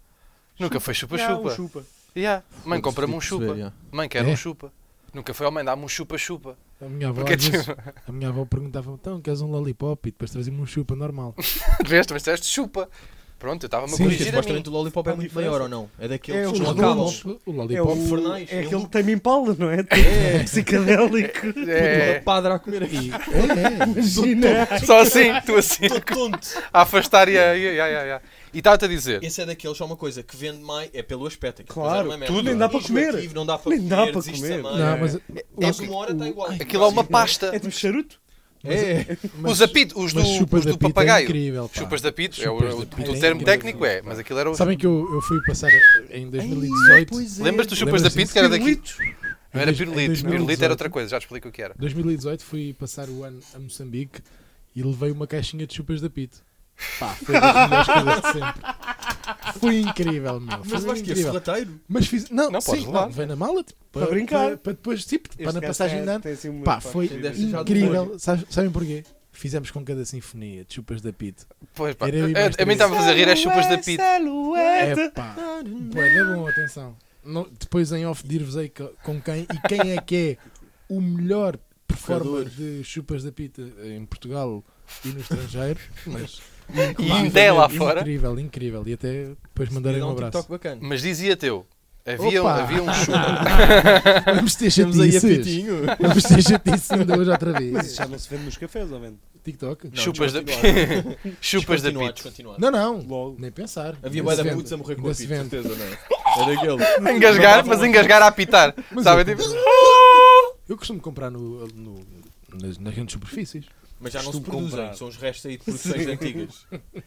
Nunca foi
Yeah, um
chupa-chupa.
chupa.
Yeah. Mãe,
Foda-se,
compra-me
tive
um
de
chupa.
perceber, yeah.
Mãe, quero
É?
um chupa. Nunca foi ao mãe, dá-me um chupa-chupa.
A minha avó,
Porque
às vezes,
tipo,
a minha avó perguntava então, queres um lollipop? E depois trazia-me um chupa normal.
veste, mas disseste chupa. Pronto, eu estava-me a
Porque
Sim,
corrigir a mim.
supostamente o Lollipop é
Qual a
muito
diferença?
maior ou não? É daqueles
É,
um
os
que deslocavam.
redondos.
O
É,
lollipop.
o,
Fornais,
é
é
aquele
um-
que tem impala, não é?
É.
Psicadélico.
É.
É.
padre a comer aqui.
é,
Imagina.
Só assim, tu assim,
Estou tonto.
a afastar e a. e a- e a- e a- E estava-te a dizer.
Esse é daqueles, só uma coisa, que vende mais, é pelo aspecto. aquilo
Claro,
é uma
tudo,
merda.
nem dá para comer.
Enjoativo, Não dá para
Nem dá
comer,
para
desiste-se
comer.
a meio.
Não, mas
Mas uma hora está igual.
Aquilo é uma pasta.
É tipo charuto?
É.
mas-
Os apitos, os do,
mas chupa
os
de
do
apito é
papagaio.
incrível, pá.
Chupas de apito, é o,
Chupas de
o- o
apito é
termo
incrível,
técnico é, mas aquilo era o.
Sabem que eu, eu fui passar em
É,
2018.
Lembras-te dos chupas de
Lembras-te
apito que era daqui?
Pirulito.
Não
Em
era
dois- em
pirulito,
2018.
pirulito era outra coisa, já te explico o que era.
2018 fui passar o ano a Moçambique e levei uma caixinha de chupas de apito. Pá, foi das melhores coisas de sempre. Foi incrível, meu. Foi
Mas vais que é
incrível.
ferrateiro?
Mas fiz. Não,
Não, podes
sim,
levar.
não, levei na mala tipo,
Para Tá brincar.
Para, para depois, tipo,
Este
para na
gajo
passagem
tem-
de ano.
tem assim uma
Pá,
parte
foi
gira.
Sim, já
incrível. Sabes- Sabem porquê? Fizemos com cada sinfonia de chupas de apito.
Pois pá,
Era aí
a-
mais
a mim estava a fazer rir as chupas de apito.
É
Silhueta.
pá. Boa, bom, atenção. Não- depois em off dir-vos-ei co- com quem e quem é que é o melhor performer de chupas da pita em Portugal e no estrangeiro. Mas
E ainda é lá fora.
incrível, incrível. E até depois
Dá
mandarem um
um
abraço.
TikTok bacana.
Mas dizia teu. Havia, um-
Opa!
havia um chupa.
Vamos ter
Temos aí a
chatices.
pitinho.
Vamos ter chatices ainda hoje outra
Mas
vez.
isso já não se vende nos cafés, ou vende?
Tiktok?
Não,
chupas de chupas de
Descontinuar,
apito.
descontinuar.
Não, não.
Logo.
Nem pensar.
Havia
Ainda
bué
se
de
vende.
putos a morrer com
Ainda
o
se
apito,
vende.
certeza, não é? Era aquele.
Engasgar, mas engasgar a apitar.
Mas
Sabe?
eu-
Tipo.
Eu costumo comprar no, no- nas, nas grandes superfícies.
Mas já não se
Costumo
produzem,
comprar.
são os restos aí de produções antigas.
Tipo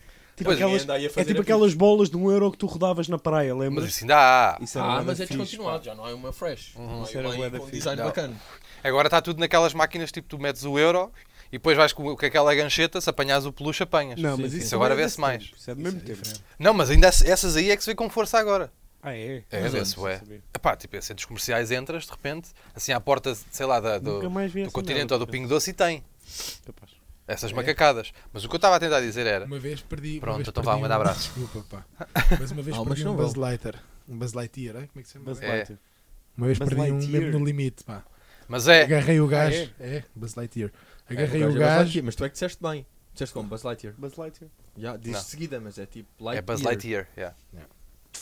Pois,
aquelas,
Ninguém anda aí a
é
fazer
tipo
apito.
aquelas bolas de um euro que tu rodavas na praia,
Mas
lembras?
assim dá.
Isso era
Ah,
bué da
mas é
fixe,
descontinuado,
pá.
já não é uma fresh. Não
Isso era
é uma
bué
aí
da
com
fixe.
design
Não.
bacana.
Agora está tudo naquelas máquinas tipo tu metes o euro e depois vais com, com aquela gancheta, se apanhares o peluche, apanhas.
Não, mas
Sim,
isso
sim.
não
Agora
é
vê-se
desse
mais.
tempo, Isso é do mesmo tempo.
Não, mas ainda ess- essas aí é que se vê com força agora.
Ah, é?
É,
Mas
vê-se,
olha,
ué.
sabia.
Epá, tipo, em centros comerciais entras, de repente, assim à porta, sei lá, da- do,
Nunca mais vi
do
essa
continente
merda,
ou do
por
Pingo Doce e tem.
Capaz.
É?
Essas macacadas. Mas o que eu estava a tentar dizer era.
Uma vez perdi.
Pronto,
uma vez
então
perdi
vá, um grande abraço.
Desculpa, pá. Mas uma vez
Ah, mas
perdi
não
um
vale.
Buzz Lighter. Um Buzz Lightyear, é? Como é que se chama?
Buzz
É.
Lightyear.
Uma vez
Buzz
perdi um
Lightyear.
mesmo no limite, pá.
Mas é.
Agarrei o gajo.
Ah,
é? Buzz Lightyear. Agarrei
É,
o
é Buzz
gajo.
Lightyear, Mas tu é que disseste bem. Disseste como? Buzz Lightyear.
Buzz Lightyear.
Já, diz
Não.
de seguida, mas é tipo
É
Lightyear.
Buzz Lightyear. yeah,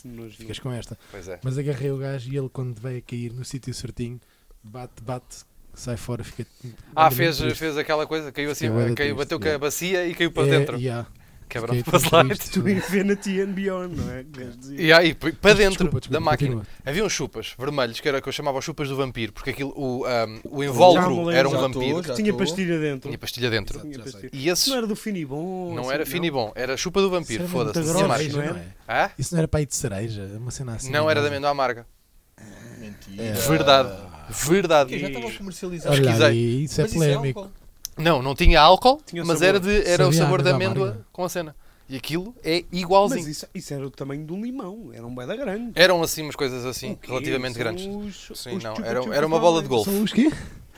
Nojo,
Ficas com esta.
Pois é.
Mas agarrei o gajo e ele, quando veio a cair no sítio certinho, bate, bate, sai fora, fica.
Ah,
Olha,
fez,
muito triste.
fez aquela coisa, caiu assim,
Fiquei bué de
caiu,
triste,
bateu com a
yeah.
bacia e caiu para
É,
dentro.
yeah.
Quebrou o
Fiquei tão
Buzz Light.
triste,
Tu
pá.
Infinity and Beyond, não é? Queres dizer?
E aí, p- para dentro
Desculpa, desculpa,
da máquina.
continua.
Havia uns chupas vermelhos, que era o que eu chamava os chupas do vampiro, porque aquilo, o, ahm, o
Já me
invólucro
lembro,
era um
já
vampiro.
estou, já
Tinha
estou.
pastilha dentro.
Tinha pastilha dentro.
Tinha
Exato, já sei.
pastilha.
E esses
Não era do fino e bom.
não
assim,
era fino e bom, era chupa do vampiro,
Isso era
foda-se. assim
muito
tinha mais.
cereja,
mais.
não é?
Hã?
Isso não era para ir de cereja, é uma cena assim.
Não era da amêndoa amarga.
Mentira.
Verdade. Verdade.
Ok, já estava comercializado.
Olha
Pesquisei.
aí, isso é
um
Mas
polémico.
álcool.
Não, não tinha álcool,
Tinha
mas
sabor.
era, de, era o
Sabia
sabor da
amêndoa
amêndoa
amarga.
com a cena. E aquilo é
Mas
igualzinho.
isso, isso era o tamanho de um limão. Era um da grande.
Eram assim umas coisas assim,
O quê?
relativamente
São
grandes.
os-
Sim,
os
não,
chupa
era-
chupa
era uma bola de
fala.
golfe.
São os quê?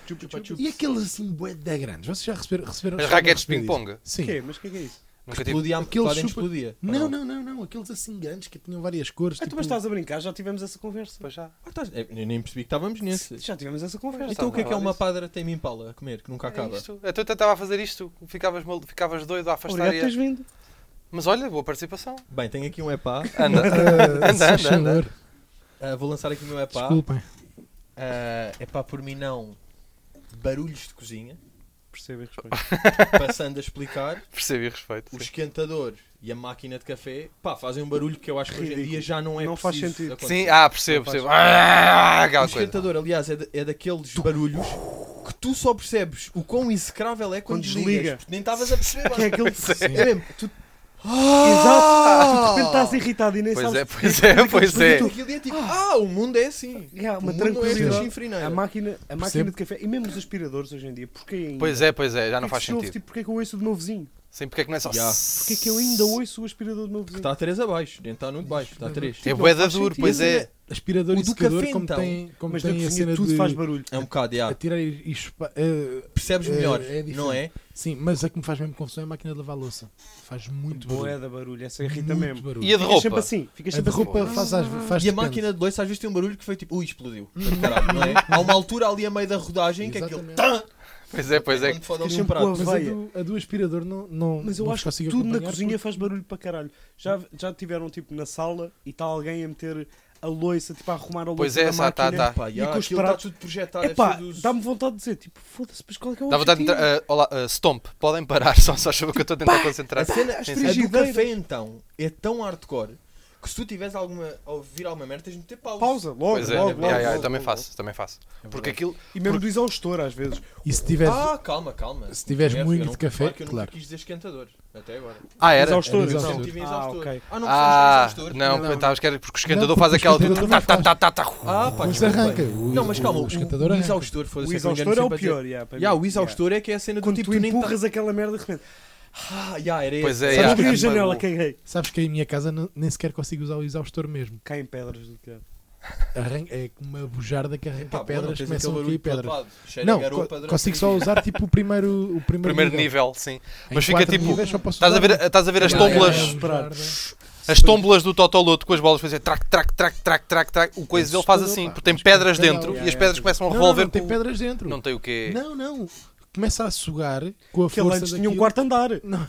Chupa chupa.
E aqueles assim, bué da grandes? Vocês já receberam? receberam
As
chegaram a
raquetes de
receber isso?
ping-pong.
O quê?
Sim.
Mas o que é que é isso?
Nunca tive.
Explodia,
Aquele
lá dentro
chupa-
explodia.
Não, não, não, não. Aqueles assim grandes que tinham várias cores.
Ah, tu
tipo-
mas estás a brincar, já tivemos essa conversa.
Pois já.
Ah, estás- é, Eu nem percebi que estávamos nesse.
Já tivemos essa conversa.
Então o que é que é
estava
uma
disso.
padra tem impala a comer, que nunca
Era
acaba?
isto. Então eu tentava fazer isto, ficavas, mal- ficavas doido a afastar.
Obrigado por
E...
teres vindo.
Mas olha, boa participação.
Bem, tenho aqui um epá.
Anda,
Ah,
anda,
se faz
anda, anda.
favor.
Ah, vou lançar aqui o meu epá.
Desculpem.
Ah, epá, por mim não. Barulhos de cozinha.
Percebo e respeito.
Passando a explicar,
Percebo e respeito.
o
sim.
esquentador e a máquina de café, pá, fazem um barulho que eu acho que hoje em
Ridículo.
dia já não é
Não faz
preciso
sentido.
acontecer.
Sim, ah, percebo,
Não
percebo.
faz-
Ah,
O
aquela coisa.
esquentador, aliás, é, da- é daqueles barulhos que tu só percebes o quão execrável é
Quando
quando, desligas,
desliga.
porque nem estavas a perceber.
Que é
mano.
aquele.
É mesmo, tu-
Exato! Tu de repente estás irritado e nem
Ah. Pois
sabes.
é, pois é, pois é.
tu aquilo e é tipo, ah, o mundo é assim.
Yeah,
o
uma
mundo não é
tranquilidade.
chifrineira.
A máquina, a máquina
assim. Percebo.
de café e mesmo os aspiradores hoje em dia, porquê ainda?
Pois é, pois é, já não
Porquê que
faz
se ouve,
sentido.
Tipo, porquê que eu ouço do meu vizinho?
Sim, porque é que não é só.
Ya.
tipo- Porque é que eu ainda ouço o aspirador do meu vizinho?
Está a 3 abaixo, nem está muito baixo, está Tipo, a 3.
É
Não
bué da
faz
duro,
sentido.
pois é.
Aspirador
O
e
do
secador,
café,
como
então.
tem, como
Mas na
tem a
cozinha
cena
tudo
de
faz barulho.
É um bocado, ya.
atirar e, e espa- eh,
Percebes
É-
melhor,
é diferente.
não é?
Sim, mas a que me faz mesmo confusão é a máquina de lavar louça. Faz muito barulho.
Boé da barulho, essa é irrita
muito
mesmo.
barulho.
E a É de
Ficas sempre
roupa?
assim, ficas
A de
sempre assim.
roupa faz, às- faz
E a
depende.
máquina de dois às vezes tem um barulho que foi tipo, ui, explodiu. Caralho, não é? Há uma altura ali a meio da rodagem que é aquilo.
Exatamente.
Tã!
Pois é, pois é.
Quando fode ali
Deixa-me
um prato.
com
Mas a
Veia.
do, a do aspirador não, não
Mas eu
não
acho que
consigo
tudo na
acompanhar
cozinha faz barulho para caralho. Já, já tiveram tipo na sala e está alguém a meter a loiça, tipo a arrumar a loiça.
Pois é,
da
essa, tá,
máquina.
tá.
Pá,
E
ya,
com os
aquilo está
pratos-
tudo projetado.
Epá,
deve ser dos-
dá-me vontade de dizer, tipo, foda-se, mas qual é que é o
Dá vontade de.
objetivo?
entrar- ah, olá, ah, Stomp, podem parar, só só achava que eu estou a tentar concentrar.
A
Sim,
cena,
sim.
a do
Frigideiras.
café então é tão hardcore que se tu tiveres alguma a ouvir alguma merda tens de meter pausa.
Pausa, logo,
Pois é,
logo,
é,
logo,
é, é, eu
logo,
também
logo.
faço, também faço. Porque aquilo. ah,
E mesmo do exaustor às vezes.
E se tiveres.
Ah, calma, calma.
Se tiveres
Merda,
muito
eu não-
de café,
claro que eu
claro.
nunca quis dizer esquentador, até agora.
Ah, era?
Exaustor,
Era
então.
exaustor.
Sempre tive
Ah,
exaustor.
ok.
Ah, não
Ah,
precisamos de exaustor.
não,
Não,
eu estava a esquecer, porque o esquentador
Não,
faz
porque o
aquela.
esquentador
tá,
também
tá,
faz.
tá, tá, tá.
Ah, pá,
Mas
tudo bem.
arranca. O-
Não, mas calma,
o
o,
esquentador
o
arranca.
exaustor, foda-se,
O
é que eu engano
exaustor é o
sempre a dizer.
pior, yeah, para mim.
Yeah, o exaustor é que é a cena do
Quando
tipo
tu
nem tá-
empurras aquela merda de repente.
Ah, yeah, era
Pois
esse.
é,
Sabes
yeah.
que abri a
é,
janela,
é,
caguei.
Sabes que em minha casa não- nem sequer consigo usar o exaustor mesmo.
Caem pedras do é? teatro.
Arran- é como uma bujarda que arranca
Pá, bom, não
pedras,
tens
começam
aquele
a
barulho
cair
para
pedras.
todo lado. Cheira a
Não,
garopa
co-
durante
consigo
o
só
dia.
usar tipo o primeiro, o primeiro,
Primeiro nível, sim.
Em
Mas fica
quatro
tipo-
níveis só posso
Estás a ver,
usar
estás a ver as
uma.
tómbolas.
É, bujarda.
As tómbolas do Totoloto com as bolas fazer trac, trac, trac, trac, trac, trac. O coisa dele faz assim, porque tem pedras dentro e as pedras começam a
Não, não,
revolver.
não tem
com-
pedras dentro.
Não tem o quê?
Não, não. Começa a sugar com a
Aquele
força
antes tinha um
daquilo.
quarto andar.
Não.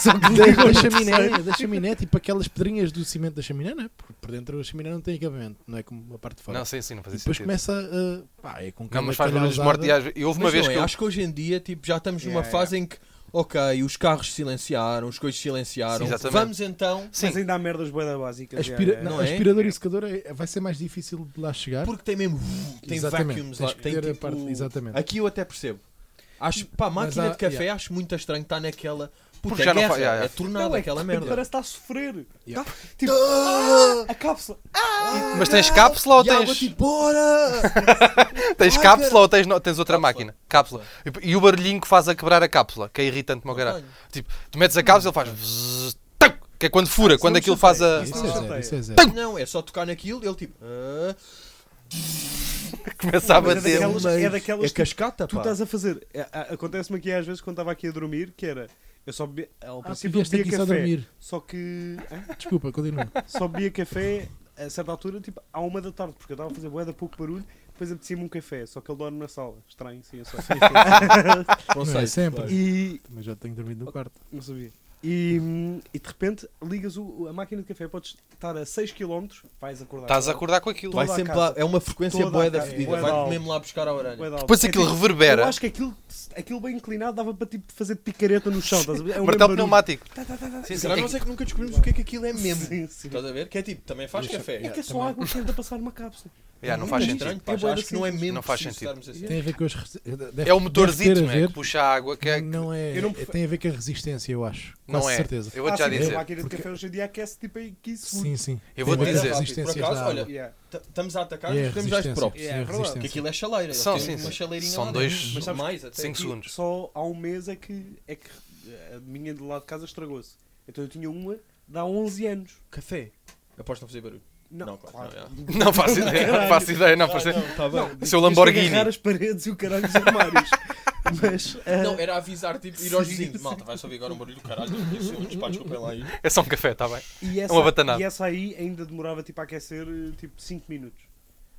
Só
um
que
da, da
ligam-me,
chaminé, da chaminé, tipo aquelas pedrinhas do cimento da chaminé, não é? Porque por dentro a chaminé não tem acabamento, não é como a parte de fora.
Não, sim, sim, não
e
fazia
depois
sentido.
começa a. Pá, é com
Não,
cada
mas faz barulhos de
calhauzada.
morte e às vezes- e houve uma
Mas
vez
não é,
que eu.
acho que hoje em dia tipo, já estamos numa
Yeah,
fase em que, ok, os carros silenciaram, os coisas silenciaram,
Sim, exatamente.
vamos então,
Mas é ainda há merdas boeda básicas.
Aspira-
yeah,
não,
yeah.
Não é?
Aspirador e secador é- vai ser mais difícil de lá chegar.
porque tem mesmo, tem
Exatamente,
vacuums
tens
lá,
que
tem
ter a
tipo,
parte- exatamente.
aqui eu até percebo. Acho, pá, máquina
há-
de café
yeah.
acho muito estranho estar naquela,
Porque
puta,
já
é
não fa-
guerra,
yeah, yeah.
é tornado
Não, é que de
aquela
repente
merda.
Parece que está a sofrer.
Yeah.
Tá? Tipo, ah, a cápsula.
Mas tens cápsula ou
tipo
tens.
bora!
Tens
Ai,
cápsula ou tens, no- tens outra
Cápsula.
máquina? Cápsula. E, e o barulhinho que faz a quebrar a cápsula, que é irritante como caralho. Tipo, tu metes a cápsula, ele faz. vzz, tau, Que é quando fura, quando
não
aquilo
chatei.
faz a.
Isso
Isso
não
é zero,
chateia.
isso é zero.
Não, é só tocar naquilo, ele tipo, ah,
Começa a
Mas é
bater.
daquelas- é daquelas
é
que
cascata,
Tu
pá.
estás a fazer. é, a- Acontece-me aqui às vezes quando estava aqui a dormir, que era. Eu só bebia. Ao
Ah,
princípio eu
vieste aqui
bebia
só
tipo, café.
dormir.
Só que. hã?
Desculpa, continua. é
Só bebia café a certa altura, tipo, à uma da tarde, porque eu estava a fazer boeda pouco barulho, depois apetecia-me um café, só que ele dorme na sala. Estranho, sim, eu só.
Não
Não
sei,
é sempre.
e.
Mas já tenho dormido no quarto.
Não sabia. E, hum, e de repente ligas o- a máquina de café, podes estar a 6 km, vais acordar.
Estás a acordar com aquilo.
Toda
Vai
a
sempre
casa.
lá, é uma frequência
Toda a
boeda
casa.
fedida,
Bué de
vai
alto.
mesmo lá buscar a orelha.
Bué de alto.
Depois
É
aquilo
tipo- Eu
reverbera.
acho que aquilo, aquilo bem inclinado dava para tipo, fazer picareta no chão. Estás a ver? É um
Martelo
mesmo barulho.
pneumático. Sim,
Se
sim.
calhar
É
nós é que nunca descobrimos o que é que aquilo é mesmo.
Sim, sim.
Estás a ver? Que é tipo, também faz
É
café.
que é só água que anda a passar uma cápsula.
que- Yeah, não faz
Muito
sentido.
estranho, pá,
É
já
bué
acho
de
que não é
simples.
mesmo
Não faz
preciso
sentido.
estarmos assim.
Tem a ver com as. resi- deve-
É o
deve
motorzito,
ter a
né,
ver-
que puxa a água, que é-
Hum,
Não é,
Eu não-
Tem a ver com a resistência, eu acho. Com
não é.
certeza.
Eu vou-te já
Ah, sim, mas
dizer.
A máquina de café hoje em dia aquece tipo aí 15 segundos.
Sim, sim.
Eu
Tem a
vou-te
ver com a
dizer.
resistência
Por acaso,
da água.
olha,
Yeah.
t- Estamos a atacar
É
e
a
escolhemos já as
resistência.
próprios.
próprios.
É
É a
verdade.
Porque
resistência.
aquilo é chaleira.
São,
São,
sim,
tem uma
sim.
chaleirinha
São
lá
dois-
dentro. Mas sabes mais até.
cinco
aqui.
segundos.
Só há um mês é que, é que a minha de lá de casa estragou-se. Então eu tinha uma de há 11 anos.
Café. Aposto não fazer barulho.
Não,
Não, claro,
claro.
Não faço ideia, não faço ideia, não faço ideia.
Está
Seu
bem.
Tive Ah, que agarrar
Lamborghini.
as paredes e o caralho dos armários. Mas. ah,
é
Não, era avisar, tipo, ir aos
Sim,
vizinhos.
sim.
Malta, vai só ouvir agora um barulho do caralho. Eu sei onde, pá, desculpem lá aí.
É só um café, está bem.
E essa,
uma batanada.
e essa aí ainda demorava tipo a aquecer eh, tipo 5 minutos.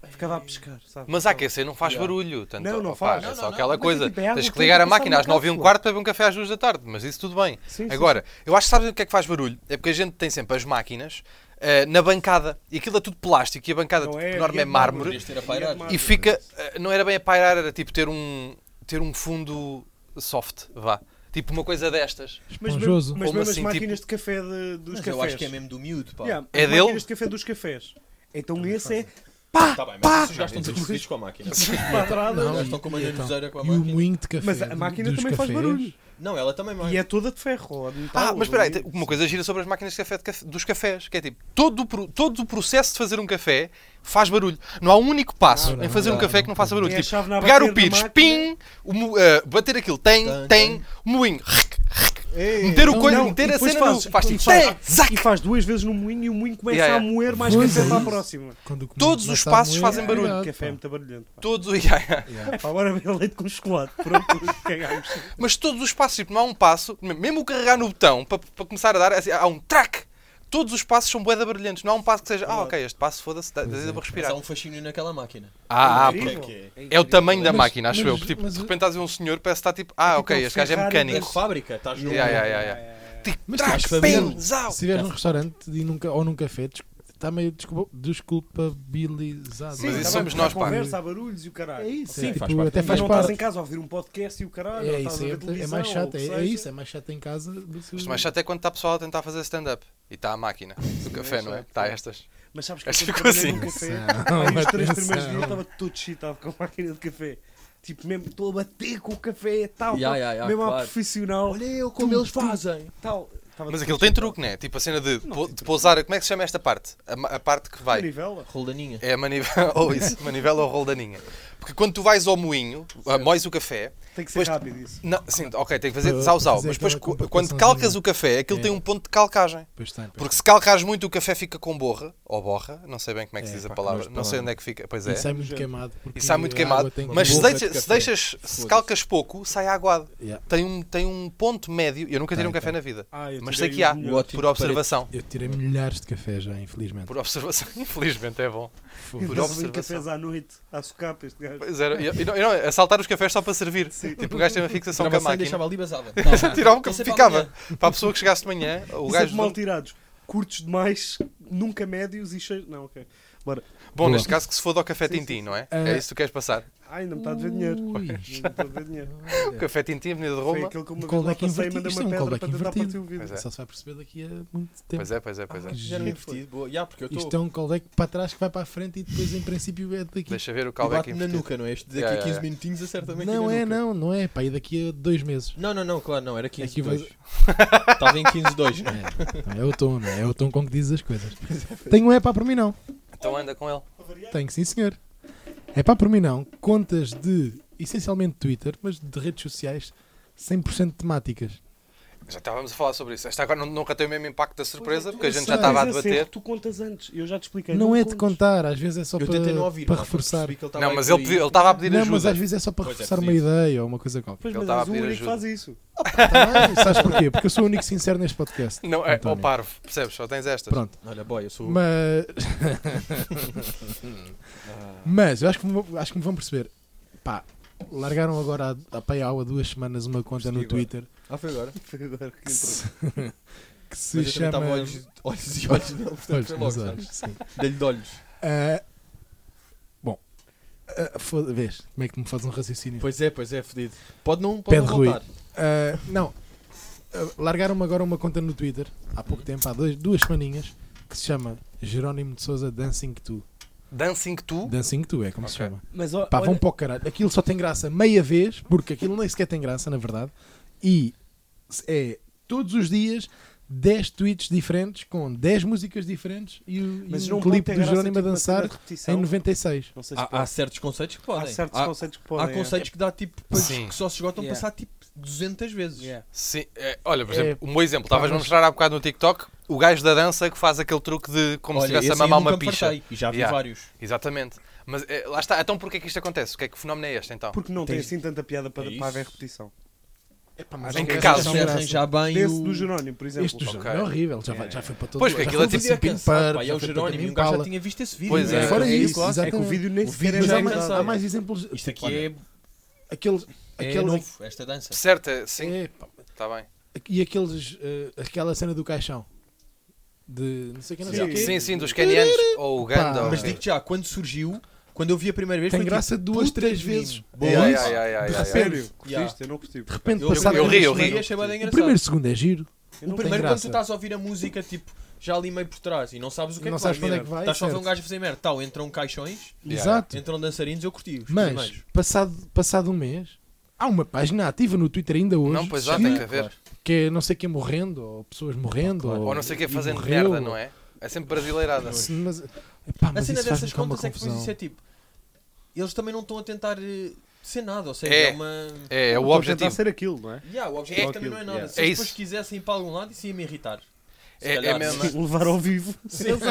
Ficava a pescar, sabe?
Mas a aquecer não faz
Yeah.
barulho. Tanto,
Não, não
opá,
faz.
É
Não,
só
não,
aquela
não.
coisa.
Mas é tipo, é água
Tens
que
que ligar a
tem que passar
máquina
na
às 9 h
cápsula.
quarto para beber um café às 2 da tarde, mas isso tudo bem.
Sim, sim,
Agora, eu acho que sabes o que é que faz barulho? É porque a gente tem sempre as máquinas ah, na bancada e aquilo é tudo plástico e a bancada
Não
tipo,
é,
enorme
e
é,
é de mármore.
mármore
Podias ter a pairar.
E
e fica. eh, Não era bem a pairar, era tipo ter um, ter um fundo soft, vá. Tipo uma coisa destas.
Mas, mesmo-
Esponjoso.
mas
Como
mesmo as
tipo?
assim,
máquinas de café de- dos
Mas
cafés.
eu acho que é mesmo do miúdo, pá.
Yeah,
É
as
dele?
máquinas de café dos cafés. Então esse é
Tá bem, mas vocês gastam todos os vídeos com a máquina.
É
quadrada.
Não,
Não,
eles
e-
estão com uma
e então?
nervoseira com a
E o
máquina.
moinho de café.
é Mas a
do-
máquina
dos
também faz
cafés,
barulho.
Não, ela também mais.
E é toda de ferro. ou de metal,
Ah, mas espera aí,
ou de-
tem- uma coisa gira sobre as máquinas de café, de café- dos cafés, que é tipo, todo o, pro- todo o processo de fazer um café faz barulho. Não há um único passo
Não, não,
em fazer
não,
um
não,
café que não faça barulho.
É a
tipo,
chave na
pegar o
bater da
pires,
máquina.
pim, o mo- ah, bater aquilo, tem,
Tan,
tem,
tan.
moinho, ric, ric,
É,
Meter o
Não,
coelho,
não, e
meter a
depois
cena
fazes-
no. Faz
e
tipo.
fazes-
tec, zac.
E faz duas vezes no moinho e o moinho começa
Yeah,
a
yeah.
moer mais
Pois
que
é
para a
isso.
próxima.
Quando o comigo
Todos os
começa a
passos
moer,
fazem
é
barulho.
O
verdade,
café é
pá.
muito barulhento. pá.
Todos. Yeah, yeah.
É pá, agora vem leite com chocolate. Pronto, cagámos.
Mas todos os passos, tipo, não há um passo, mesmo o carregar no botão para, para começar a dar, é assim, há um track. Todos os passos são boeda brilhantes, não há um passo que seja, ah, ok, este passo foda-se, dá, dá para
Mas
respirar.
há um fascínio naquela máquina.
Ah, ah,
É incrível.
porque é
é o tamanho da
Mas-
máquina, acho
mas-
eu. Tipo,
mas-
de repente estás a ver um senhor, parece que está tipo, ah,
Aquilo
ok,
que é um
este gajo é
Ferrari
É de
mecânico.
fábrica, estás num.
Yeah, yeah, yeah, yeah. Tipo,
Mas
track,
tens que fazer-
pim, zau.
Se estiveres num restaurante e nunca, ou num café, está meio desculpa, desculpabilizado.
Sim,
Mas
tá
isso
bem,
somos
porque há
nós, pá.
conversa, há barulhos e o caralho.
um É isso,
Sim,
é,
faz
tipo,
parte.
até
Mas
faz
não estás
parte.
em casa a ouvir um podcast e o caralho,
É
ou estás
isso,
a ver
é, é
televisão,
mais chato,
ou o
é,
que
é
seja.
isso, é mais chato em casa do que
Mas mais chato é quando está a pessoa a tentar fazer stand-up e está a máquina do café, não é?
chato,
Está
pá.
estas.
Mas sabes que
Acho
eu
que
quando
ficou
trabalhei num
assim.
café,
Atenção,
aí os três primeiros
atenção.
dias eu estava todo chitado com a máquina de café. Tipo, mesmo estou a bater com o café e tal.
Ya,
pá,
ya, ya,
mesmo a
claro.
profissional.
Olha eu como
Tu,
eles fazem.
Tal. Estava
Mas
todo
aquilo tem
chitado.
truque, não é? Tipo a cena de, pou- de pousar, como é que se chama esta parte? A, ma- a parte que vai.
Manivela.
Roldaninha.
É a manivela, ou isso, manivela ou roldaninha. Porque quando tu vais ao moinho, ah, mois o café,
Tem que ser
Pois-
rápido isso.
não, sim, ok, tem que fazer
Para-
zau
para
zau,
fazer
mas depois
aquela
cu-
compactação
quando calcas
de-
o café, aquilo
É.
tem um ponto de calcagem.
Pois tem, pois
Porque se calcares muito, o café fica com borra, ou borra, não sei bem como é que se
É,
diz a
pá,
palavra,
mas
não sei onde é que fica, pois
tem.
é.
E sai muito queimado. porque
E sai muito
a
queimado,
água tem que-
mas se,
borra de
deixa- se
café.
deixas, se
Foda-se.
calcas pouco, sai aguado.
Yeah.
Tem um, tem um ponto médio, eu nunca tirei
Tem,
um café
tem.
na vida,
Ah, eu
mas sei
tirei
que há,
o
melhor.
melhor.
por observação.
Eu tirei milhares de café já, infelizmente.
Por observação, infelizmente é bom.
Foda-se.
por
Ainda se vê
observação.
cafés à noite, à socapa, este gajo.
Pois era, e, e não, e não, assaltar os cafés só para servir. Tipo, o gajo tem uma fixação com a
Tirava sem,
máquina.
deixava ali basava.
Tirava o que
Então sempre
ficava.
amanhã.
Para a pessoa que chegasse de manhã, o
E
gajo.
sempre mal tirados. é Curtos demais, nunca médios e cheios. Não, ok. Bora.
Bom,
Boa.
neste caso que se foda ao café
Sim, sim,
Tintim,
sim.
não é?
Eh,
É isso que tu queres passar.
Ah, ainda me está a dever dinheiro.
Ui.
Ainda me está a dever dinheiro.
O café Tintim, Avenida de
Foi
Roma.
aquele que uma
Um
vez lá
callback
passei e
invertido.
mandei
Isto é
uma
um
pedra
callback
para tentar partir
invertido.
o vidro.
Pois é.
Só se vai perceber daqui a muito tempo.
Pois é, pois é, pois é.
Que
Já era
giro.
invertido, boa. Yeah, porque eu
Isto
estou.
é um callback para trás que vai para a frente e depois em princípio é daqui.
Deixa ver o
E
callback
bate na
invertido.
nuca, não é? Este daqui
Yeah,
a
yeah,
15
yeah.
minutinhos acerta-me aqui
Não
na
é,
nuca.
não, não é. Pá, e daqui a dois meses.
Não, não, não, claro,
É
não. Era 15
Aqui vai-
2. Estava em 15 2.
É, é o tom, não é? É o tom com que dizes as coisas. Tenho um é pá por mim não.
Então anda com ele.
Tenho, sim senhor. É pá por mim não. Contas de, essencialmente Twitter, mas de redes sociais 100% temáticas.
Já estávamos a falar sobre isso. Esta agora não- nunca tem o mesmo impacto da surpresa, porque a
eu
gente
sei.
já estava a
Mas esse erro
debater.
Tu contas antes, eu já te expliquei.
Não é de
contas.
contar, às vezes é só
Eu
para,
tentei não ouvir.
para
mas
reforçar.
percebi que
Tá
ele tava
Não,
a
mas
ir
ele
por
pediu-
aí.
ele estava a pedir
Não, mas
ajuda.
às vezes é só para
Pois é,
reforçar uma
preciso.
ideia ou uma coisa qualquer.
Pois, mas
Ele estava
és
a
o
pedir
único que
ajuda.
faz isso.
Tá bem, sabes porquê? Porque eu sou o único sincero neste podcast.
Não, é ao
António.
parvo, percebes? Só tens estas.
Pronto.
Olha, boy, eu sou.
Mas. Mas eu acho que, me vão- acho que me vão perceber. Pá, largaram agora a, a Payal há duas semanas uma conta no
Investiga.
Twitter
Ah, foi agora.
Foi agora que entrou.
que se, que
Mas
se
eu também
chama.
estava olhos, olhos e olhos nele, portanto
Olhos
foi
nos
logo,
olhos,
sabes?
sim.
Dei-lhe de olhos.
Ah, bom. Ah, foda- vês, como é que me faz um raciocínio?
Pois é, pois é, fedido. Pode não, pode
Pé
não
de Rui.
voltar.
Ah, não. Ah, largaram-me agora uma conta no Twitter, há pouco tempo, há dois, duas semaninhas, que se chama Jerónimo de Souza Dancing Tu.
Dancing tu.
Dancing Tu, é como se
Ok.
chama.
Mas ó,
Pá, vão
olha,
para o caralho. Aquilo só tem graça meia vez, porque aquilo nem sequer tem graça, na verdade. E é todos os dias 10 tweets diferentes, com 10 músicas diferentes e o,
mas
e um
não
clipe
pode ter
do
graça,
Jerónimo a
tipo, uma cena
dançar
de repetição.
em 96.
Não sei se
Há, há
pode.
certos conceitos que
Ah, Há
podem.
certos
Há-
conceitos que
Há
podem. é.
conceitos que dá tipo. pois,
Sim.
Que só se esgotam
Yeah.
para passar tipo 200 vezes.
Yeah.
Sim, é, olha, por
É,
exemplo, um bom exemplo, estavas a
mas-
mostrar há bocado no TikTok o gajo da dança que faz aquele truque de como se
Olha,
estivesse a
esse aí eu
mamar uma
nunca me
picha.
fartei, E já vi
Yeah.
vários.
Exatamente. Mas é, lá está, então porquê é que isto acontece? O que é que fenómeno é este então?
Porque não tem
Tens-
assim tanta piada para,
É
para haver
isso.
repetição.
mas
Em
não
que caso?
tem graça,
Se
não tem graça.
arranjar bem
Desse
o...
do Jerónimo, por exemplo.
Este do Jerónimo
Ok.
é horrível, já, vai- já foi para todo
Pois,
lado.
que aquilo
Já
é
foi
tipo
para Pim Pardo,
pá, é
já
o
foi para
Jerónimo,
Tim
e um gajo já
Impala.
tinha visto esse vídeo.
Pois
não
é.
Fora
É
isso,
isso, é que o
exatamente.
vídeo nem
O
sequer
vídeo,
é
mas
bem
há
bem
mais-
pensado.
há mais exemplos.
Isto aqui
Olha,
é,
Aqueles,
é
aquele-
novo, esta dança.
Certo, é, sim,
é, pá,
está bem.
e aqueles, eh, aquela cena do caixão de não sei quem, não sei o
Sim.
quê.
Sim, sim, dos canianos ou Uganda.
Pá,
ou-
Mas digo-te já, quando surgiu, quando eu vi a primeira vez,
Tem
foi
graça
tipo,
duas,
puta
três
de mim.
vezes.
Boa.
É,
Ya,
é,
ya, ya, ya, ya, ya.
Sério, curtiste?
Yeah.
Eu não curti.
De repente
Eu-
passado
eu ri, eu
três
ri.
semanas-
achei bem
O
É engraçado.
primeiro segundo é giro.
O
Não
primeiro
tem
quando
graça.
tu estás a ouvir a música, tipo, já ali meio por trás e não sabes o que é
Não
que
sabes
vai
para onde é que vai,
Estás só a ver um
certo.
gajo a fazer merda. Tal, entram caixões,
Yeah,
Exato.
entram dançarinos, eu curti. os
Mas
primeiros.
passado, passado um mês há uma página ativa no Twitter ainda hoje
Não, pois
que-
já tem que haver.
que é não sei quem morrendo ou pessoas morrendo ou,
Ou não sei o que é
e
fazendo
morreu,
merda, não é? É sempre brasileirada.
ou- se- Mas, epá,
A
mas
cena
isso faz-me
dessas
cá uma
contas é que depois
confusão.
isso é tipo. Eles também não estão a tentar eh,
ser nada, ou seja,
É.
é, uma.
É, é o
Estou a tentar
objetivo.
ser aquilo, não é?
Yeah, o objetivo
É
também não é
aquilo,
nada.
yeah.
Se
É
eles depois
isso.
quisessem ir para algum lado, isso ia me irritar. Se
É- é
calhar,
mesmo,
se-
Levar ao vivo.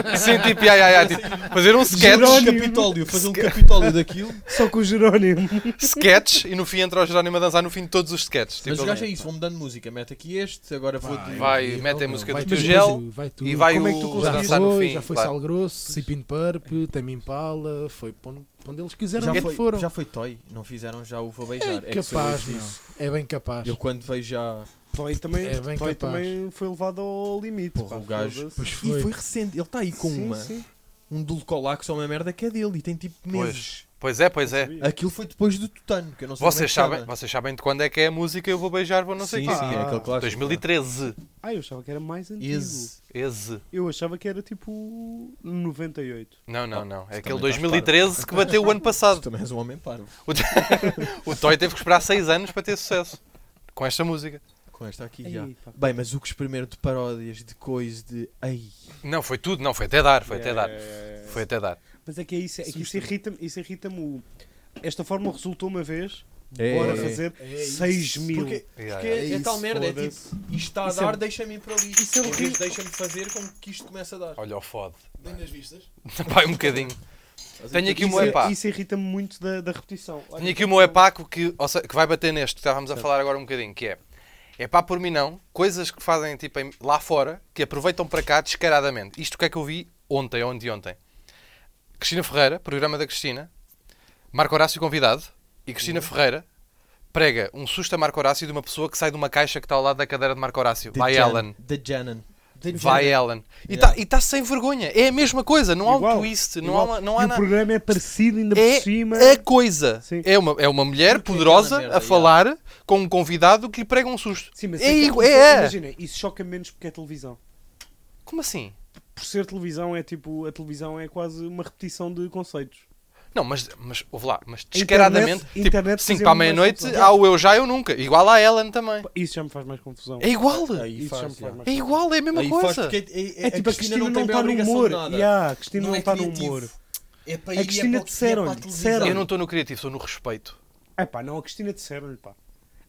Sim, tipo, ai, ai, ai, tipo, fazer um sketch,
Girar um
Jerónimo.
Capitólio, fazer um Capitólio daquilo.
Só com o Jerónimo.
sketch, e no fim entra o Jerónimo a dançar no fim de todos os sketches. Tipo,
Mas os
ele-
gajos é isso, vão mudando música. Mete aqui este, agora vou.
tipo,
de-
vai,
e-
é
mete a
oh,
música
vai
do
tu,
teu gel
depois vai tu.
e vai
Como é que tu
o
consegues
dançar
já
no
foi,
fim.
já foi
claro.
Sal Grosso, Sipin Purp, Tame Impala, foi para onde para onde eles quiseram,
Já
onde é
foi,
foram.
já foi Toy, não fizeram já o Vou Beijar.
é
que sou
capaz,
eu
meu.
disso.
É bem capaz.
Eu quando vejo já.
Toy também,
É bem
Toy
capaz.
também foi levado ao limite.
Porra, o gajo-
foda-se.
Pois foi.
E foi recente, ele está aí com
Sim,
uma.
sim.
Um Dulcolá que só é uma merda que é dele e tem tipo meses.
Pois, pois é, pois é.
Sabia.
Aquilo foi depois do Tutano, que eu não sei
Vocês
como é que
sabem,
chama.
vocês sabem de quando é que é a música Eu Vou Beijar, Vou Não Sei
sim,
Quem.
sim, é
Ah,
aquele clássico.
2013.
Ah, eu achava que era mais antigo.
Esse.
Eze.
Eu achava que era tipo 98.
Não, não, não. É aquele
também estás
2013 que bateu o ano
Tu
passado.
também és um homem parvo.
O Toy teve que esperar 6 anos para ter sucesso. Com esta música.
Com esta aqui já.
Ei, pá.
Bem, mas o que primeiro de paródias, de coisa, de. Ai.
Não, foi tudo, não, foi até dar, foi até
Yeah,
dar.
yeah, yeah, yeah.
Foi até dar.
Mas é que é isso, é que isso irrita-me. Isso irrita-me o- Esta fórmula resultou uma vez.
É,
Bora
é, é.
fazer
É isso.
6 mil.
Porque,
Yeah,
porque
yeah.
é, tal merda, é tipo,
foda-se.
isto está a
Isso é-
dar, deixa-me ir para
Isso
ali.
é
Em vez
horrível.
de deixa-me fazer com que isto comece a dar.
Olha o fode.
Bem nas vistas.
Vai um bocadinho. Tenho aqui o
isso,
meu epá.
é, isso irrita-me muito da, da repetição. Olha,
Tenho aqui um o meu epaco que, ou seja, que vai bater neste que estávamos a falar agora um bocadinho, que é é pá por mim não, coisas que fazem tipo em- lá fora, que aproveitam para cá descaradamente. Isto que é que eu vi ontem, ou anteontem. Cristina Ferreira, programa da Cristina, Marco Horácio convidado, e
Uhum.
Cristina Ferreira prega um susto a Marco Horácio de uma pessoa que sai de uma caixa que está ao lado da cadeira de Marco Horácio. Vai Ellen.
The Janan. The
Vai
Janan.
Ellen. E
Yeah.
está sem vergonha. É a mesma coisa. Não há
igual,
um twist. Não
igual.
há, uma- não
E
há
o
nada.
programa é parecido ainda
É
por cima.
a coisa.
Sim.
É uma, é uma mulher
Porque é
poderosa
aquela merda,
a falar com um convidado que lhe prega um susto.
Sim, mas
é,
que-
igual- é, é.
Imagina, isso choca menos porque é televisão.
Como assim?
Por ser televisão é tipo, a televisão é quase uma repetição de conceitos.
Não, mas, mas ouve lá, mas
internet-
descaradamente,
internet
tipo, 5
fazia
para a
muito
meia-noite,
mais confusão.
há o eu já, eu nunca. Igual à Ellen também.
Isso já me faz mais confusão.
É igual.
Aí
Isso um já me
faz,
faz
yeah.
mais
É igual, é a mesma
Aí faz
coisa.
porque é, é-
É tipo, a Cristina não,
tem
está no
bem obrigação
humor.
de nada.
Yeah, a Cristina
Não
não
é
está no
criativo.
humor.
É para
A
ir e é
Cristina
para o- e
disseram-lhe,
é para a televisão.
disseram-lhe.
Eu não estou no criativo, estou no respeito.
É pá, não, a Cristina disseram-lhe, pá.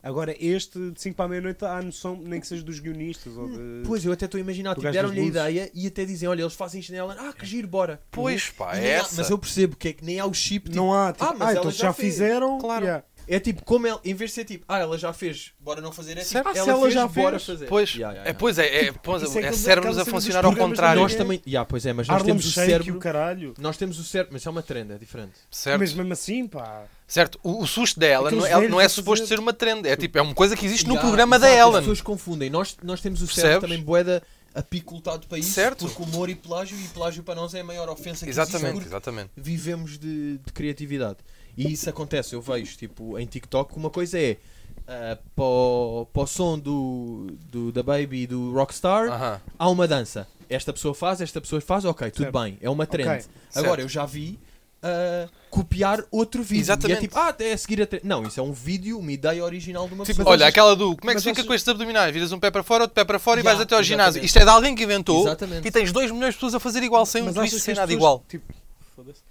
Agora, este de 5 para a meia-noite há a noção, nem que seja dos guionistas ou de.
Pois, eu até estou a imaginar,
Do
tipo,
gajo
deram-lhe
das
a
luzes.
ideia e até dizem, olha, eles fazem isto na Ellen, ah, que giro, bora.
É. Pois, pá,
E
é
nem há-
essa.
Mas eu percebo que é que nem há o chip, tipo,
não há, tipo,
ah,
ah,
mas ela
então
já
já,
fez."
fizeram.
Claro.
yeah.
É tipo, como ela, em vez de ser tipo, ah, ela já fez, bora não fazer, é tipo,
Será
ela,
que
se ela
fez,
já
bora
fez?
fazer.
Pois,
Yeah, yeah,
é,
yeah.
pois é, é, pois,
isso é
é,
aquele-
cérebros
aquela
a
cena dos
funcionar ao
programas da
contrário.
Nós
É.
também, yeah, pois é, mas nós
Harlem
temos o
Shake e
cérebro,
o caralho.
nós temos o cérebro, mas isso é uma trend, é diferente.
Certo?
Mas mesmo assim, pá.
Certo, o, o susto da Ellen
Aqueles
não, ela não é
velhos a
suposto
fazer-
ser uma trend, é tipo, é uma coisa que existe no
Yeah,
programa da
exato, As
Ellen.
pessoas confundem, nós, nós temos o
Percebes?
cérebro também boeda apicultado para isso,
Certo.
porque humor e plágio, e plágio para nós é a maior ofensa que existe,
Exatamente,
porque
exatamente.
vivemos de, de criatividade. E isso acontece, eu vejo, tipo, em TikTok, uma coisa é ah, para, o, para o som do, do- da Baby e do Rockstar,
Aham.
há uma dança. Esta pessoa faz, esta pessoa faz, ok, tudo
Certo.
bem, é uma trend.
Ok,
certo.
Agora, eu já vi ah, copiar outro vídeo. E é
Exatamente.
tipo, ah, até a seguir a trend. Não, isso é um vídeo, uma ideia original de uma
Tipo,
pessoa.
olha, aquela do como é que
mas
se fica
vocês-
com estes abdominais? Viras um pé para fora, outro pé para fora e
Yeah,
vais até ao ginásio.
exatamente.
Isto é de alguém que inventou
Exatamente.
e tens 2 milhões de pessoas a fazer igual, sem um
mas
twist,
achas que
sem
as
nada
pessoas,
igual.
Tipo, foda-se.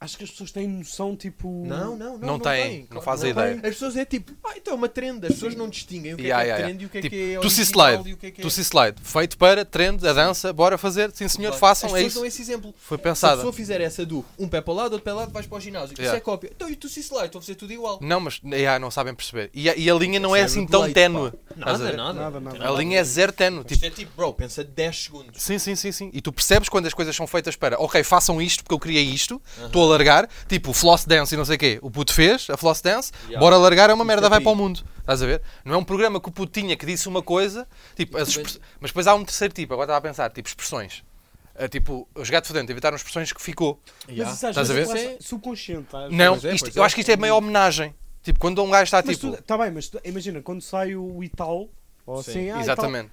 Acho que as pessoas têm noção, tipo.
Não, não, não.
Não tem, não faz
não
a ideia.
tem. As pessoas é tipo, ah, então é uma trend. As pessoas não distinguem o que
Yeah,
é que é
yeah,
trend e o que é que é
Tipo, tu se
original e o que é
slide,
que é.
tu se slide, feito para, trend, a dança, bora fazer, sim senhor,
Claro.
façam,
As
é
pessoas dão
isso.
esse exemplo.
Foi
Se a
pensada.
pessoa fizer essa do um pé para o lado, outro pé para o lado, vais para o ginásio. Isso
Yeah.
é cópia. Então e tu se slide, estão a fazer tudo igual.
Não, mas yeah, não sabem perceber. E a, e a linha não é
Isso
assim tão
leite,
ténue.
pá.
Estás a
Nada,
ver?
nada.
Nada, nada.
A linha é zero ténue. Tipo,
Isto é tipo, bro, pensa 10 segundos.
Sim, sim, sim, sim. E tu percebes quando as coisas são feitas para, ok, façam isto porque eu criei isto, estou a largar, tipo floss dance e não sei o quê. O puto fez a floss dance,
Yeah.
bora largar, é uma merda,
é
vai
pi.
para o mundo. Estás a ver? Não é um programa que o puto tinha que disse uma coisa, tipo, as express- mas depois há um terceiro tipo, agora estava a pensar, tipo expressões. Ah, tipo, os gatos fedentes inventaram expressões que ficou.
Yeah.
Mas isso às
Estás a
vezes
ver?
lá está, subconsciente. tá?
Não,
pois é,
isto-
pois
eu
é.
acho que isto é meio homenagem. Tipo, quando um gajo está
Mas
tipo.
tu, tá bem, mas tu- imagina, quando sai o Ital, ou
Sim,
assim, ah, e tal,
Exatamente.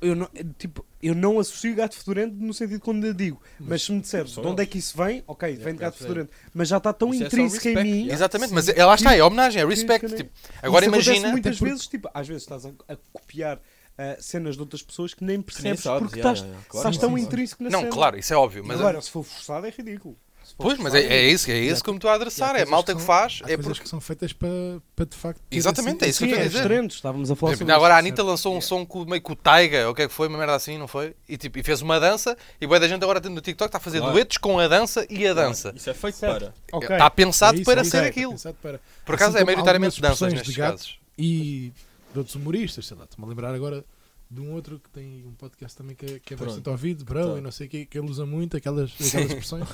eu não, é, tipo, eu não associo gato fedorento no sentido quando eu digo, mas se me disseres de onde é que isso vem, ok, vem de gato fedorento, mas já está tão
Isso é só
intrínseco em
respect,
mim.
yeah.
Exatamente, mas é- lá está, é homenagem, é
que-
respect.
que nem-
tipo, agora
isso acontece
imagina.
Muitas
Até porque-
vezes, tipo, às vezes estás a, a copiar ah, cenas de outras pessoas que nem percebes
sabes,
porque
yeah,
estás,
yeah, yeah, claro,
estás
sim,
tão
sim, sim.
intrínseco na
Não,
cena.
claro, isso é óbvio. Mas
Agora, se for forçado, é ridículo.
Pois, mas é, é isso, é isso que eu me estou a adressar.
há
É a malta que
coisas
faz.
Há
É
coisas
porque...
que são feitas para, para de facto. tipo assim. ter
Exatamente, é
esse-
isso que eu
Sim,
estou a
é
dizer.
os trendos, estávamos a falar
Exemplo,
sobre
é, agora a
isso,
Anitta lançou um som com, meio com o Taiga, ou o que é que foi, uma merda assim, não foi? E, tipo, e fez uma dança e boa da gente agora tem no TikTok está a fazer
Claro.
duetos com a dança e a dança.
Isso é feito
Certo.
para.
certo? Ok.
Está pensado
É isso,
para
é isso,
ser
é
aquilo.
pensado para-
Por acaso
Assim
é
como
maioritariamente
algumas
danças
expressões
nestes
de gato.
casos.
E de outros humoristas, sei lá, estou-me a lembrar agora de um outro que tem um podcast também que, é- que é
Pronto.
bastante ouvido, bro,
Tá.
Então.
e não sei o que, que ele usa muito aquelas, aquelas expressões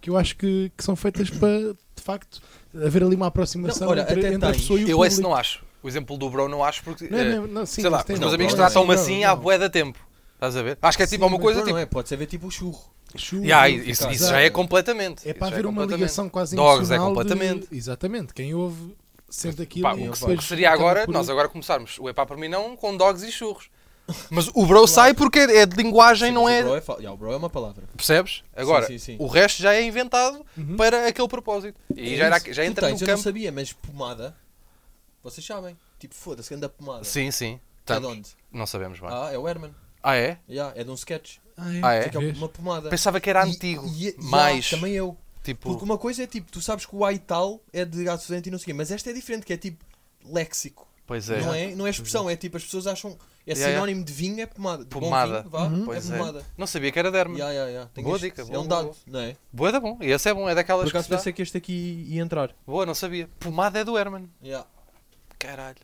que eu acho que, que são feitas para, de facto, haver ali uma aproximação
Não, olha,
entre,
até
entre a
tens.
pessoa e o
Eu
público.
esse não acho. O exemplo do Bro não acho porque.
Não, é
eh,
não, não, sim,
sei lá,
mas tem-
os
não,
meus amigos
Bro,
tratam-me
não,
assim há
não.
bué da tempo. Estás a ver? Acho que é tipo
Sim,
alguma
mas
coisa
Não, não
tipo.
é, pode ser ver tipo o churro.
Chuva,
Yeah, isso, isso
exato.
já é completamente.
um É
Isso já
para haver uma
completamente.
ligação quase
Dogs é
emocional. de-
completamente.
Exatamente, quem ouve sente aquilo.
Pá,
e
o que- o
depois
que seria
acaba
agora,
por-
nós agora começarmos o Epá por mim não com dogs e churros. Mas o bro sai porque é é de linguagem,
Sim,
não
mas
é.
O bro é, fa- yeah, o bro é uma palavra.
Percebes? Agora,
sim, sim.
o resto já é inventado
Uhum.
para aquele propósito. É E já, era,
É isso.
já
Tu
entra
tens,
no
Eu não
campo.
sabia, mas pomada. Vocês sabem. Tipo, foda-se, anda pomada.
Sim, sim.
É de
Tanto.
onde?
Não sabemos bem.
Ah, é o Herman.
Ah, é?
Yeah, é de um sketch.
Ah, é?
Ah,
Sei que é
Vês?
uma pomada.
Pensava que era
E-
antigo.
e- yeah,
mais.
Também eu. Porque
Tipo.
uma coisa é tipo, tu sabes que o Aital é de gato fedorento e não sei o quê, mas esta é diferente, que é tipo léxico.
Pois é.
Não, é, não é expressão, é tipo, as pessoas acham. É
Yeah, yeah.
sinónimo de vinho, é pomada. De bom
Pomada.
vinho, vá, é
Pois é.
pomada.
Não sabia que era derma.
Yeah, yeah, yeah. Tem
Boa
este-
dica,
É
boa,
um
boa,
dado, não é?
Boa da bom. E esse é bom. É daquelas
Por
que
acaso
se dá.
pensei que este aqui ia entrar.
Boa, não sabia. Pomada é do Herman.
Yeah,
Caralho.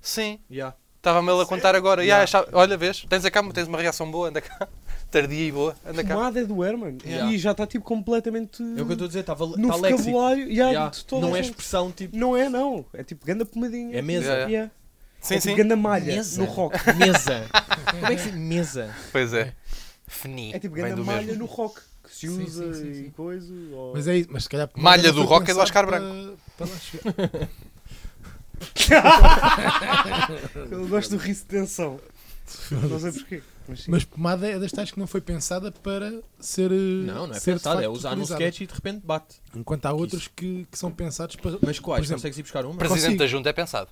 Sim.
yeah.
Estava-me ele a contar agora.
Yeah.
Yeah, achava- Olha, vês? Tens a cama, tens uma reação boa, anda cá. Tardia e boa, anda cá.
Tomada é do Herman.
Yeah.
E já está tipo completamente
É o que eu estou a dizer, estava
no
tá léxico.
vocabulário. Yeah,
Yeah.
de toda
Não
a
é
gente.
expressão tipo.
não é, não. É tipo ganda pomadinha.
É mesa.
Yeah,
Yeah.
Sim,
é tipo
sim.
ganda malha
Mesa.
no rock.
Mesa. Como é que se diz mesa?
Pois é. Fni.
É tipo
Vem
ganda
do
malha
mesmo.
no rock. Que se
Sim, sim,
usa
sim, sim.
e coisa. Ou...
Mas é isso, mas se calhar.
Malha
não
do
foi
rock é do
pensado
Oscar
para-
Branco.
para lá chegar. é-
Eu gosto do riso de tensão. Não sei porquê. Mas sim.
Mas pomada é das tais que não foi pensada para ser. eh,
Não, não é
ser de
pensado, é
facto
usar no
utilizada.
sketch e de repente bate.
Enquanto há outros que, que são pensados para.
Mas
Por
quais?
exemplo,
Consegues ir buscar uma?
Presidente
Consigo.
da Junta é pensado.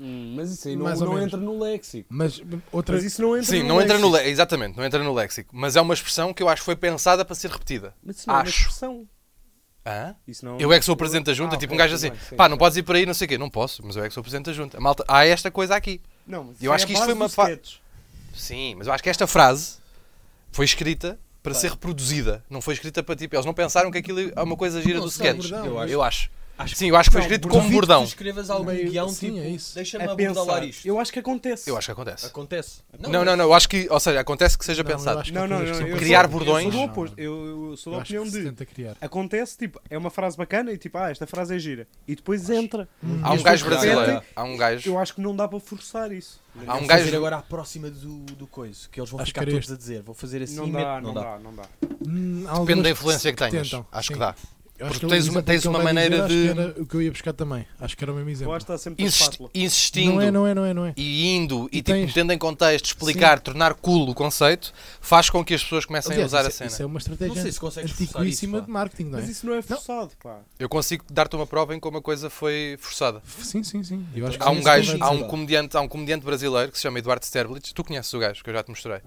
Hum, mas isso aí não,
Mais ou
não
menos.
entra no léxico.
Mas hum, outra.
Mas isso não entra
Sim,
no
não entra no
léxico.
léxico. Exatamente, não entra no léxico. Mas é uma expressão que eu acho que foi pensada para ser repetida.
Mas isso não é uma
Acho.
expressão.
Hã?
Isso não...
Eu é que sou o presidente da junta,
Ah,
tipo
ok,
um gajo
tudo
assim,
bem, sim,
pá, não
sim.
podes ir para aí, não sei o quê, não posso, mas eu é que sou o presidente da junta. A malta, há esta coisa aqui.
Não, mas isso
Eu
é
acho
a
que isto
base
foi uma
do
fa-
sketch.
Sim, mas eu acho que esta frase foi escrita para ser reproduzida, não foi escrita para tipo, eles não pensaram que aquilo é uma coisa gira
Não,
do
isso é um
sketch.
bordão,
Eu
mas-
acho. Eu acho. Sim, eu acho que foi
Não,
escrito
bordão.
como um bordão.
Tu escrevas algum
Meio-
guião
sim,
tipo,
é isso.
deixa-me
É
abordar
pensar.
isto.
Eu acho que acontece.
Eu acho que acontece.
Acontece.
Não, não, não, eu acho que, ou seja, acontece que seja
Não, eu
pensado.
acho que
Não,
há
não,
coisas
não.
que são
eu
pensadas.
criar
sou- Eu
bordões.
sou do oposto. Eu, eu
é
sou da
Eu acho que
opinião
se
de.
tenta criar.
Acontece, tipo, é uma frase bacana e tipo, ah, esta frase é gira. E depois entra.
Hum.
Ah,
Há um
Este
gajo
foi criado.
brasileiro, há um gajo.
Eu acho que não dá para forçar isso.
Há um
Vou
gajo-
fazer agora a próxima do, do coisa, que eles vão
Acho
ficar
que era
todos
este.
a dizer. Vou fazer assim
Não
e
dá,
meto-
não dá, não dá.
Hum, há algumas
Depende da
que
influência
se-
que tenhas.
tentam,
Acho que
sim. é
dá.
Eu acho
Porque
que
tens
o
uma-
exemplo
tens
que ele
uma
vai
maneira
dizer,
de-
Acho que era o que eu ia buscar também. Acho que era o mesmo
Eu
exemplo.
acho que está sempre a
Insisti-
espátula.
Insistindo.
Não é, não é, não é, não é.
e indo e,
E
tipo,
tens-
metendo em contexto, explicar, tornar cool o conceito, faz com que as pessoas comecem
Aliás,
a usar a
isso, é-
cena.
isso é uma estratégia
Não sei se consegues forçar
antiquíssima
isso, pá.
de marketing, não é?
Mas isso não é forçado, pá.
Eu consigo dar-te uma prova em como a coisa foi forçada.
Sim, sim, sim. Eu acho que
Há
sim,
um
isso
gajo,
também
há
dá.
um comediante, há um comediante brasileiro que se chama Eduardo Sterblitz, tu conheces o gajo, que eu já te mostrei,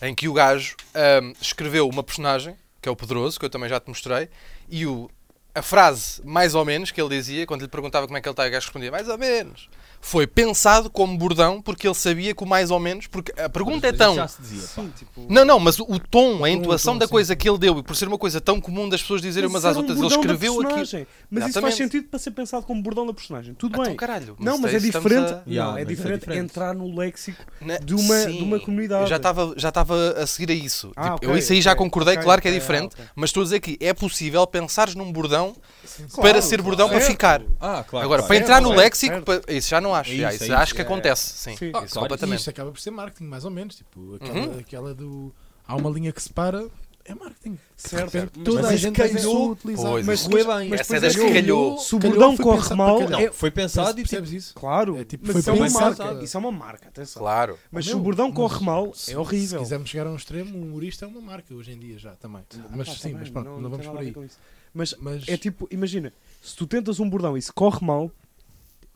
em que o gajo ahm, escreveu uma personagem, que é o Pedroso, que eu também já te mostrei, e o, a frase, mais ou menos, que ele dizia, quando lhe perguntava como é que ele está, o gajo respondia, mais ou menos, foi pensado como bordão, porque ele sabia que o mais ou menos, porque a pergunta é
Mas isso
tão...
Já se dizia.
Sim, tipo.
Não, não, mas o- o tom, a entoação
tom,
da
sim,
coisa que ele deu, e por ser uma coisa tão comum das pessoas dizerem umas às
era um
outras, ele
bordão da
escreveu aquilo.
personagem. Mas isso faz
Exatamente.
sentido para ser pensado como um bordão da personagem. Tudo
Ah, então,
bem.
caralho,
não, mas
daí
é
estamos
diferente.
a-
Não,
Yeah,
é,
mas é
diferente
diferente.
entrar no léxico
Na-
de uma-
né? Sim,
de uma comunidade.
Eu já estava já estava a seguir a isso.
Ah,
Tipo,
ok,
eu isso aí já
ok,
concordei,
ok,
claro que é
ok,
diferente,
ok.
mas estou a dizer que é possível pensares num bordão
Sim, sim.
para ser bordão para
certo.
ficar.
Ah, claro.
Agora,
claro.
para entrar no
certo,
léxico,
certo.
para- isso já não acho.
É
já,
isso,
isso
é
já
isso,
acho que
é, é.
acontece. Sim,
Sim.
isso
Ah,
E isto
completamente.
acaba por ser marketing, mais ou menos. Tipo, aquela, aquela do. Há uma linha que separa. É marketing.
Certo.
De repente,
Mas-
toda a
mas
gente
calhou-
começou a utilizar.
Pois,
Mas,
Foi
mas,
bem.
mas
Essa é
depois
das
é
que calhou.
Se o bordão
foi
corre
pensado
mal,
para calhar.
é-
Não, foi pensado e tipo,
percebes isso?
Claro,
É tipo,
mas
foi
isso é uma
pensado,
marca.
cara.
Isso é uma marca, atenção.
Claro.
Oh, Mas se
Meu,
o bordão
mas
corre mal,
se-
é horrível.
Se quisermos chegar a um extremo, um humorista é uma marca hoje em dia já também. Mas
Ah, tá
sim,
bem,
mas pronto, não,
tem
vamos
nada
por
a ver
aí.
com isso. Mas
Mas
é tipo, imagina, se tu tentas um bordão e se corre mal,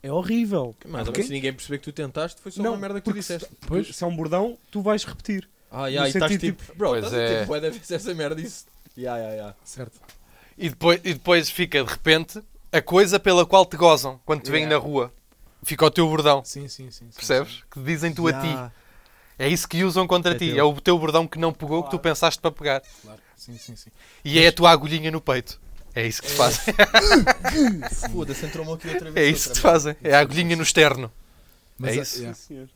é horrível.
Mais ou
Porque-
menos, se ninguém perceber que tu tentaste, foi só uma merda que tu
porque
disseste.
Se, porque
Pois.
se é um bordão, tu vais repetir.
Ah,
no
yeah, e estás
sentido
tipo. Bro,
Pois
estás
é.
a ter bué da vez essa merda e isso. Ya, ya, ya.
certo.
E depois, e depois fica de repente a coisa pela qual te gozam quando te veem na
Yeah.
rua. Fica o teu bordão,
Sim, sim, sim. sim,
percebes? Que dizem tu a ti.
Yeah.
É isso que usam contra
É
ti.
teu.
É o teu bordão que não pegou, que tu pensaste para pegar.
sim, claro. Sim, sim, sim.
E é a tua agulhinha no peito. É isso que te fazem.
Foda-se, entrou-me aqui outra
É
vez.
isso que te
outra
fazem. É a agulhinha no externo.
Mas,
É
ah,
isso.
yeah.
senhor.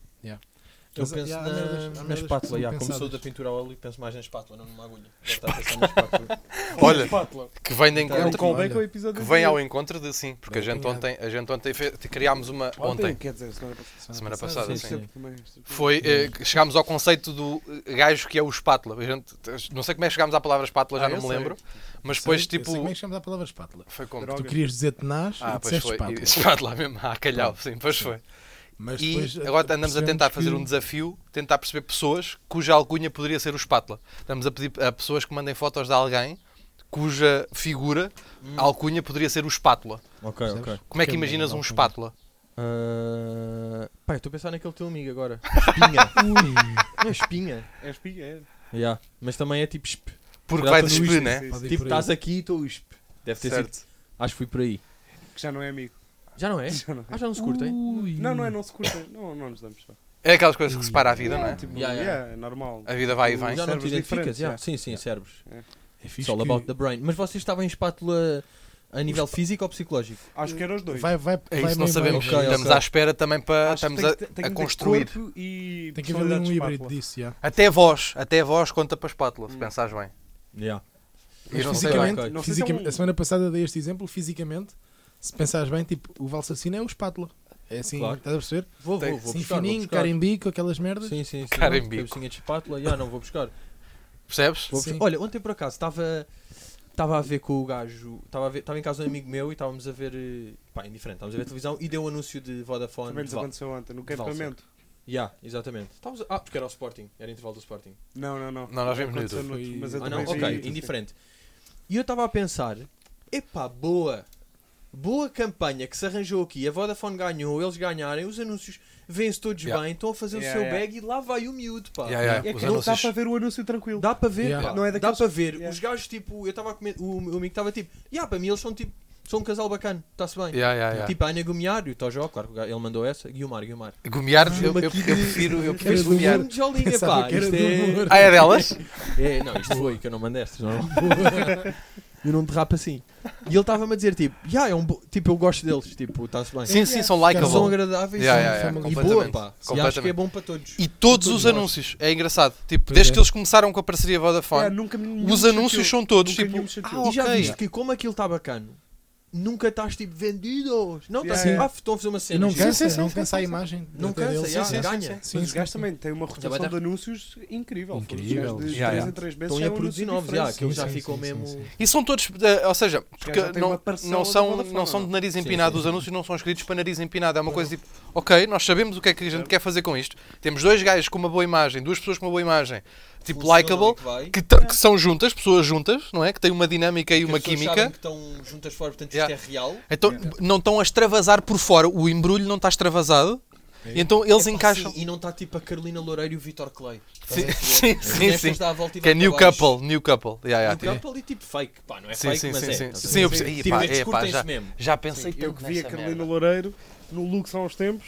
Eu
Mas,
penso
yeah, há
na,
merdas- há
na
merdas que
espátula.
são
Yeah, como sou
pensadas.
da pintura a óleo, penso mais na espátula, não numa agulha. Já está a pensar na espátula.
Olha,
Espátula.
que vem de
É um
encontro.
callback ao
Olha.
episódio
Que vem
anterior.
ao encontro de sim, porque a
Então, Bem
gente
apanhado.
ontem, a gente ontem fez- criámos uma ontem,
Quer dizer, semana passada.
é,
semana passada,
sim,
sim.
sim.
Também, tipo,
Foi, eh, que chegámos ao conceito do eh, gajo que é o espátula. A gente, não sei como é que chegámos à palavra espátula, já
Ah, eu
não me
sei.
lembro, mas depois
Sei- eu
tipo
sei como é que chamas a palavra espátula?
foi como
Droga.
Tu querias dizer tenaz
Ah,
e
pois
disseste
foi.
espátula.
E- Espátula mesmo. Ah, calhau. Sim, pois
Sim.
foi.
Mas
E
depois, eh,
agora andamos a
percebemos
tentar fazer
que-
um desafio, tentar perceber pessoas cuja alcunha poderia ser o espátula. Estamos a pedir a pessoas que mandem fotos de alguém cuja figura, a alcunha, poderia ser o espátula.
ok, ok.
Como é que
Quem manda
imaginas
uma
um
alcunha?
espátula?
Ah, Pá, eu estou a pensar naquele teu amigo agora. Espinha.
Ui,
Não é espinha.
É espiga, é.
Yeah. Mas também é tipo esp.
Porque
Já
vai
estou no
despir,
isto,
né?
pode ir
Tipo,
por aí.
estás aqui e estou esp. Deve ter
Certo.
sido. Acho que fui por aí.
Que já não é amigo.
Já não é?
Já não é.
Ah, já não se curtem?
Ui.
Não, não é, não se curta. Não, não nos damos. pá.
É aquelas coisas que separa a vida, não é?
Tipo,
Yeah, yeah.
yeah, é normal.
A vida vai e vem.
já não te
Cérebros
identificas?
diferentes,
já.
já.
Sim, sim, cérebros.
É fixe
It's all
que
about the brain. Mas vocês estavam em espátula a nível físico ou psicológico?
Acho que era os dois.
Vai, vai,
É
vai
isso, não
meio
sabemos.
baixo.
Ok,
Estamos
ok.
à espera também para.
Acho que
Estamos
tem
a,
que- tem
a
que ter
construir.
corpo e
Tem que haver um
personalidade de
híbrido
espátula.
disso, já.
Até vós, até vós conta para a espátula, se pensares bem.
Yeah.
Eu não sei bem.
fisicamente,
ok.
Não sei se é
fisicamente-
um-
a semana passada dei este exemplo, fisicamente, se pensares bem, tipo, o valsacino é o espátula. É assim,
Claro.
estás a perceber?
Vou, vou,
Tem-
vou
assim,
buscar, vou
fininho,
buscar.
carimbico, aquelas merdas.
Sim, sim, sim.
Cara em
não,
bico.
Cabecinha de espátula. Já, não vou buscar.
Percebes?
Vou
Sim.
buscar. Olha, ontem por acaso estava... Estava a ver com o gajo, estava a ver- estava em casa de um amigo meu e estávamos a ver, eh, pá, indiferente, estávamos a ver televisão e deu um anúncio de Vodafone.
Também nos
Val-
aconteceu ontem, no
de Valsa.
campamento.
Yeah, exatamente. Estávamos a- Ah, porque era o Sporting, era intervalo do Sporting.
Não, não, não.
Não, nós vimos no
Aconteceu
YouTube.
noutro, mas eu
Ah, não,
também
ok,
vi.
indiferente. E eu estava a pensar: epá, boa, boa campanha que se arranjou aqui. A Vodafone ganhou, eles ganharem, os anúncios vêm-se todos
Yeah.
bem, estão a fazer
Yeah,
o seu
yeah.
bag e lá vai o miúdo, pá.
Yeah, yeah,
É
os
que
Não dá
anúncios.
para ver o anúncio tranquilo.
Dá para ver,
Yeah.
pá.
Não é
dá
daqueles-
para ver.
Yeah.
Os gajos, tipo, eu estava a comer, o meu amigo estava tipo, yeah, para mim eles são tipo, são um casal bacana, está-se bem.
Yeah, yeah, yeah.
Tipo, a Ana Gomiar e o Tojó, claro que o gajo- ele mandou essa, Guilmar, Guilmar.
Gomear, eu, eu, eu
aqui de-
prefiro, eu
Era
prefiro
do
gomear.
Guilherme Jolinha,
Pensava
pá.
que era
Isto
do
é...
humor.
Ah, é delas?
É, não, isto foi, que eu não mando estas, não. E eu não derrapo assim. E ele estava-me a dizer, tipo, "Ya, é um bo- tipo, eu gosto deles, tipo, está-se bem.
Sim, sim, são
Eles são
likeable.
agradáveis
Yeah,
são
yeah, yeah,
family- e
completamente,
boa, pá. E acho que é
completamente.
bom para todos.
E todos os
nós.
anúncios, é engraçado. Tipo,
Pois
desde
é.
que eles começaram com a parceria
É,
Vodafone,
nunca me-
os anúncios
chateou.
são todos
Nunca
tipo.
nenhum chateou.
Ah,
E já
ok.
viste que como aquilo está bacana, nunca estás tipo vendidos. Não, estás
Sim.
tipo, ah, estão a fazer uma
E
cena.
não
gira.
cansa,
sim,
não
sim,
cansa a
sim,
imagem.
Não
até
cansa,
deles.
já,
Sim, sim,
ganha.
sim,
Mas
sim,
os gajos
sim.
também têm uma
vai
rotação
dar-
de anúncios incrível. Foram os
Incrível.
gajos De
Yeah,
3
yeah.
em 3 meses
Estão
já é
a
um
produzir
anúncio
novos, já,
diferente.
que eles já
Sim, sim,
ficam
sim,
mesmo.
sim,
E são todos, eh, ou seja, porque
já tem uma
não,
parcela
não,
da
são,
Vodafone,
não são
não? é?
de nariz
Sim,
empinado,
sim,
os
sim.
anúncios não são escritos para nariz empinado. É uma coisa tipo, ok, nós sabemos o que é que a gente quer fazer com isto. Temos dois gajos com uma boa imagem, duas pessoas com uma boa imagem, tipo
Funciona
likeable,
e que vai.
que, ta- que são juntas, pessoas juntas, não é? Que têm uma dinâmica e
que
uma
as pessoas sabem
química.
que estão juntas fora, portanto
Yeah.
isto é real.
Então não estão a extravasar por fora, o embrulho não está extravasado.
É.
Então eles
Epá,
encaixam.
sim, e não está tipo a Carolina Loureiro e o Vitor Clay.
Sim,
Estás a perceber?
sim,
Os
sim.
gajos
sim.
dão a volta e
Que é
vão
new
para baixo.
couple, new couple. Yeah, yeah,
No
tipo.
campo ali tipo fake, pá, não é
Sim,
fake,
sim,
mas
sim,
é.
sim.
estás a
Sim, eu
ver?
percebi.
Tipo,
Epá,
estes
epá,
curtem-se
já,
mesmo.
já pensei
Eu
tanto
que vi a
nessa
Carolina
merda.
Loureiro no Lux há uns tempos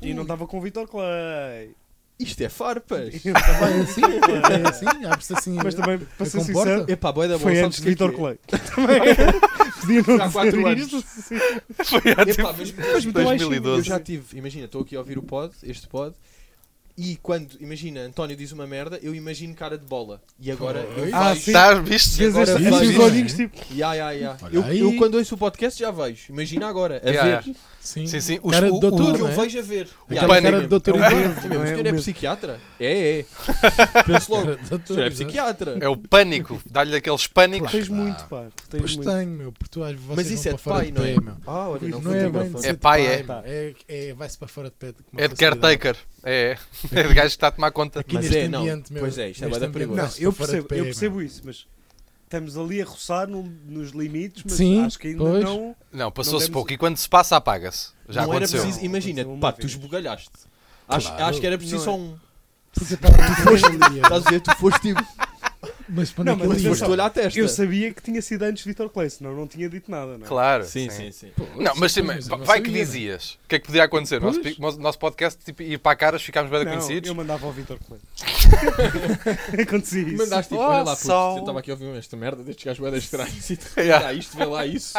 e não estava com o Vitor Clay. então
Isto é farpas.
Eu não tava
É
com o
assim,
Vítor Clay.
é assim, abre-se assim.
Mas também, para ser
comporta?
sincero,
Epá, boa da boa,
foi
sabes
antes
o
de
que é que
Vitor
é?
Clay. Também podia não
Há
dizer
quatro
isto. Sim.
Epá, mas, mas tu achas- eu
2012.
já tive, imagina, estou aqui a ouvir o pod, este pod, e quando, imagina, António diz uma merda, eu imagino cara de bola. E agora eu
Ah,
vejo-
sim.
Estás, tá, viste?
Vês
Agora
este-
vai.
estes olhinhos tipo.
Ya, ya, ya.
Olha
Eu,
aí.
eu quando ouço o podcast já vejo. Imagina agora, a
Ya,
ver.
ya.
Sim,
Sim, sim.
Cara de
o- o-
O
doutor.
que eu
Não é?
vejo a ver. Ya,
Aquela
ya,
cara
mesmo.
de doutor
É o
Ivan.
mesmo.
não
O
é
senhor
o
é
mesmo.
psiquiatra? É, é. Penso logo.
Cara
O
de doutor,
senhor é
exato.
psiquiatra.
É o pânico. Dá-lhe aqueles pânicos.
Tens
dá.
muito, pá. Tens
Pois
muito.
tenho, meu, porque tu às vezes
Mas
vocês
isso
vão
é de
para fora
pai,
de
não é?
pé, meu.
Ah, olha, não,
Não
foi
é
o
bem
microfone.
de ser
É pai, é.
pá. É, é- vai-se para fora de pé. com uma
É de
facilidade.
caretaker. É. É de gajo que está a tomar conta.
Aqui
Mas
neste
é, não.
ambiente, meu.
Pois é, isto é bué
neste
da
ambiente,
perigoso.
Não,
vai-se
eu
para fora
percebo,
de pé,
eu
meu.
percebo isso, mas estamos ali a roçar no- nos limites, mas
Sim,
acho que ainda
pois.
não.
Não, passou-se
temos-
pouco. E quando se passa, apaga-se. Já
não
aconteceu.
Era preciso, imagina,
Aconteceu uma
pá, tu
vez.
esbugalhaste. Acho,
Claro.
acho que era preciso
Não é.
só um.
Porque pá, tu foste ali,
Estás a ver? Tu foste tipo.
Mas para
Não,
onde é que
mas
ele
foste
ia?
olhar a testa.
Eu sabia que tinha sido antes Vitor Clay, senão não tinha dito nada, não é?
Claro.
Sim, sim, sim.
Pô, é
Não, mas
sim,
também,
eu não
vai que
sabia, né?
dizias. O que é que podia acontecer? O Nosso,
Pois.
pi- nosso podcast, tipo, ir para a caras, ficámos bem
Não,
conhecidos.
eu mandava ao Vitor Clay. Acontecia isso.
Mandaste tipo,
Oh,
olha lá, puto,
só.
eu estava aqui a ouvir esta merda destes gajos boedas estranhos e tu
Yeah.
ah, isto, vê lá isso.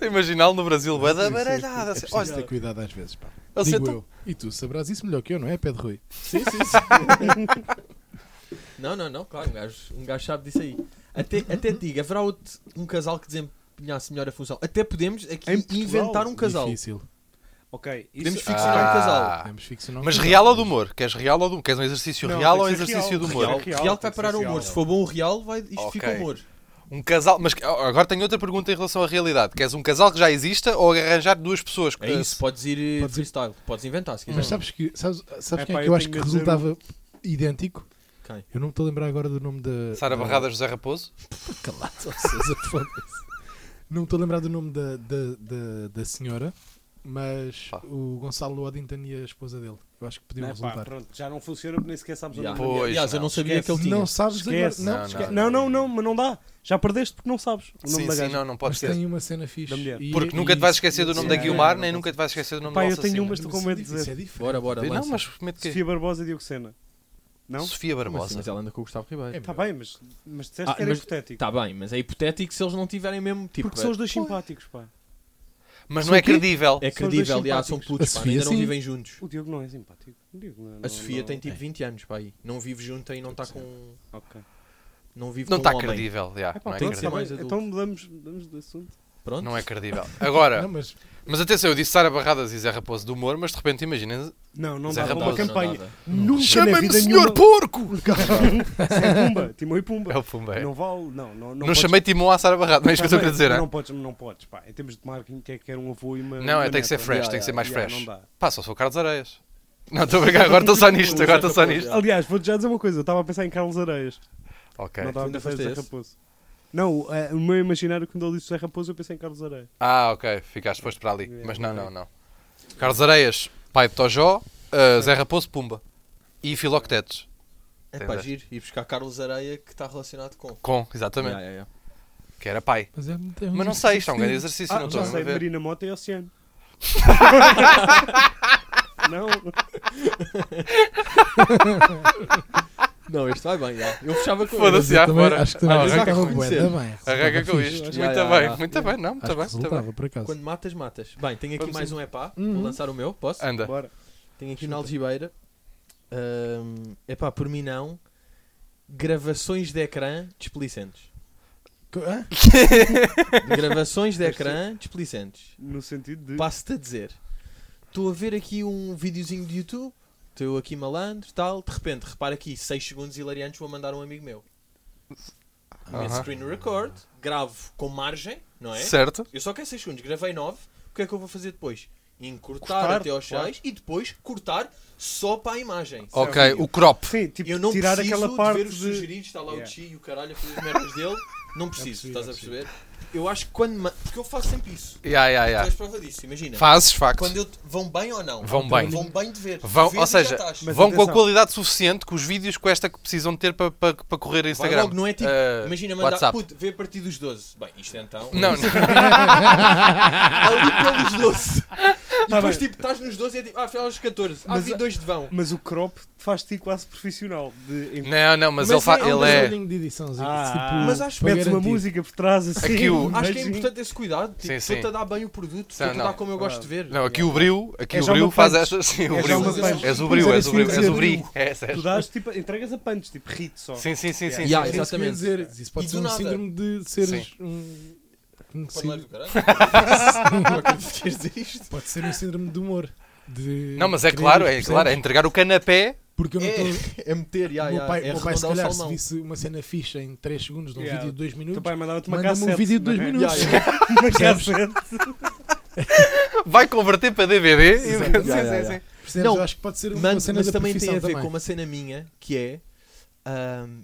Imaginá-lo no Brasil, bué da
É
baralhada.
preciso
Olha,
ter cuidado às vezes, pá.
ele
Digo
senta-
eu. E tu saberás isso melhor que eu, não é, Pedro Rui?
Sim, sim, sim. não, não, não, claro, um gajo, um gajo sabe disso aí. Até, até te digo, haverá outro, um casal que desempenhasse melhor a função. Até podemos aqui
Em Portugal?
inventar um casal.
Difícil.
Ok,
Podemos
isso... é- né,
ficcionar um casal.
Ah.
Temos ficcionar um
Mas
casal.
real ou do humor? Queres real ou do humor? Queres um exercício
Não,
real
tem
ou um
que ser
exercício
real,
do humor?
real.
Real, real que
tem
vai
que
parar
ser
o humor.
real.
Se for bom o real, vai, isto fica
Ok.
humor.
Um casal. Mas ah, agora tenho outra pergunta em relação à realidade. Queres um casal que já exista ou arranjar duas pessoas?
É isso, podes ir eh,
Podes ir-
freestyle, podes inventar se
Mas
quiseres.
sabes que sabes, sabes
É
quem
pá,
é que
eu
eu acho
tenho
que
medo de dizer
resultava idêntico?
Quem?
Eu não me estou a lembrar agora do nome da.
Sara
da-
Barradas José Raposo?
Calado, ó Sousa, foda-se. Não me estou a lembrar do nome da, da, da, da senhora, mas
Pá.
o Gonçalo Waddington e a esposa dele. Eu acho que podiam
Não, é pá,
resultar.
pronto, já não funciona porque nem sequer sabes onde é
Yeah.
yeah.
Pois,
Aliás, eu
não.
não sabia
Esquece.
que ele tinha.
Não sabes agora.
Esquece.
Não,
Não,
esquece.
Não, não, não, mas não dá. Já perdeste porque não sabes o nome
Sim,
da
sim,
gaja.
não, não pode
Mas
ser.
tem uma cena fixe.
Da mulher.
E- é
Porque
e-
nunca te vais esquecer do nome da
Sim,
Guilmar,
não,
nem
não.
nunca te vais esquecer do nome
Pá,
da
eu tenho
assassina.
umas- Estou com medo de
Isso é
dizer.
diferente.
Bora, bora, lança.
Não, mas medo que é
Sofia Barbosa e Diogo Sena. Não?
Sofia
mas,
Barbosa.
mas ela anda com o Gustavo Ribeiro.
É,
Está bem, mas, mas disseste
Ah,
que era
mas-
hipotético.
Tá bem, mas é hipotético se eles não tiverem mesmo tipo.
Porque são
é.
os dois simpáticos, pá.
Mas
São
não é
o quê?
credível.
é
são
credível,
os dois
aliás, são
simpáticos.
putos,
A
pá,
Sofia,
ainda não
sim.
vivem juntos.
O Diogo não é simpático. O Diogo não, não-
A Sofia
não-
tem tipo 20 anos, pá, aí. Não vive junto aí, não está com.
Ok.
Não vive
Não
com
está
um homem.
credível. já,
É pá,
Não é
pronto, tá
credível.
credível.
bem.
Mais adulto.
Então mudamos, mudamos de assunto.
Pronto?
Não é credível. Agora,
Não, mas
mas atenção, eu disse Sara Barradas e Zé Raposo do humor, mas de repente imagina.
Não, não
Zé
dá.
Raposo,
Uma
não
campanha.
dá.
Nunca na vida nenhuma.
Porco!
Sem Pumba. Timão e Pumba.
É o Pumba. é.
Não vale. Não, não, não,
Não
podes-
chamei Timon à Sara Barradas, não é isso que eu estou a
Tá
querer dizer,
bem,
é?
Não podes, não podes, pá. Em termos de marketing, quer que era um avô e uma.
Não,
uma
é, tem que ser
neta.
fresh,
Ya,
tem que ser
ya,
mais
ya,
fresh.
não dá.
Pá, só sou Carlos Areias. Não, estou a brincar, agora estou só nisto, agora estou só nisto.
Aliás, vou-te já dizer uma coisa. Eu estava a pensar em Carlos Areias.
Ok.
Não estava a
Ainda
pensar em
foste
Zé
esse?
Raposo. Não, o- é, o meu imaginário, quando ele disse Zé Raposo, eu pensei em Carlos Areias.
Ah, ok, ficaste depois para ali. Mas não, não, não. Carlos Areias, pai de Tojó, ah, Zé Raposo, Pumba. E Filoctetes.
É pá,
Entendeste?
giro. Ir buscar Carlos Areia que está relacionado com.
Com, exatamente.
Ya, ya, ya.
Que era pai.
mas é muito- é um
Mas não sei, isto é um grande
exercício.
exercício, não
Ah,
estou
já
mesmo a
sei,
ver.
Marina Mota e Oceano. não,
Não, este vai bem, já. Eu fechava com
Foda-se. Já,
ele.
Mas eu também
fora.
Acho que também
Ah, já
arrancava
reconhecer.
bué da bem.
Arranca
Resultava
com
fixe.
isto.
Já,
Muito
já,
bem,
já.
muito bem. Não, muito
Acho que
bem, muito bem.
resultava, por acaso.
Quando matas, matas. Bem, tenho aqui
Vamos
mais um epá.
Uhum.
Vou lançar o meu, posso?
Anda.
bora.
Tenho aqui na Algibeira. Ahm, Epá, por mim não. Gravações de ecrã desplicentes.
Hã?
Gravações de ecrã desplicentes.
No sentido de.
Passo-te a dizer. Estou a ver aqui um videozinho de YouTube. Estou aqui malandro, tal. De repente, repara aqui, 6 segundos hilariantes vou mandar a um amigo meu. Meto
Aham.
screen record, gravo com margem, não é?
Certo?
Eu só quero 6 segundos, gravei 9. O que é que eu vou fazer depois? Encurtar
Cortar,
até aos 6
claro.
e depois cortar só para a imagem.
é
Ok, o crop.
Sim, tipo,
Eu não
tirar
preciso
aquela
de
parte
ver os
de.
sugeridos, está lá
Yeah. É
o Chi e o caralho a fazer as merdas dele. Não preciso,
percebi,
estás
já
a perceber? Eu acho que quando. ma- Porque eu faço sempre isso.
Ya, ya,
Tu
ya.
és prova disso,
é?
imagina.
Fazes, facto.
Quando eu te- vão bem ou não?
Vão bem.
Vão bem de ver.
Vão-
Vês
ou
e já
seja,
estás.
Mas
Vão com a
atenção.
qualidade suficiente que os vídeos com esta que precisam ter para pa, pa correr
Vai
Instagram.
logo, não é tipo,
Ah,
imagina mandar,
WhatsApp.
puto, vê a partir dos 12. Bem, isto é então.
Não, não.
Ali pelos 12. E
Tá
depois,
bem.
tipo, estás nos 12 e é tipo, ah, foi aos 14. Ah,
Mas
vi
a-
dois de vão.
Mas o crop faz-te ti quase profissional. De...
Não, não, mas, ele, fa-
é um
ele é.
barulhinho de ediçãozinho,
Ah,
tipo,
mas acho-
para
Metes uma
garantir.
música por trás assim.
Aqui o-
Acho que é
imagino.
importante esse cuidado. Tipo,
Sim, sim.
estou-te a dar bem o produto,
Não,
estou-te a
não.
dar como eu gosto de ver.
Não, aqui o Bril, aqui
É
o
já
Bril
uma
faz
punch.
estas. Sim,
É
o
já
Bril.
uma punch.
És o Bril, és o Bril,
Mas
és
era
o Bri.
isso
É, certo.
Tu dás, tipo, entregas a punch, tipo, rite só.
Sim, sim, sim, sim.
Yeah,
sim, sim.
Isso que eu ia
exatamente.
dizer, isso pode
E
ser
do
um
nada.
síndrome de seres
Sim.
um...
Parleiro
conhecido.
do caralho. Não acredito que queres dizer isto.
Pode ser um síndrome de humor. de
Não, mas é
querer,
claro, é
percebes?
claro, é entregar o canapé.
Porque eu não estou...
É, é meter, ya,
O
ya,
meu pai,
é
o meu pai se
arredondar o
calhar, se
salmão.
visse uma cena fixa em 3 segundos de um
Yeah.
vídeo de 2
O teu
minutos,
pai mandava-te uma
manda-me
cassete.
um vídeo de 2
não é?
minutos.
Ya, ya.
Uma cassete.
Vai converter para DVD. e-
Exato.
Sim,
Yeah,
sim,
yeah,
sim.
yeah.
Percebes?
Não,
eu acho que pode ser uma
Mano,
cena
mas
da
também tem a
profissão
ver
também.
com uma cena minha que é ahm,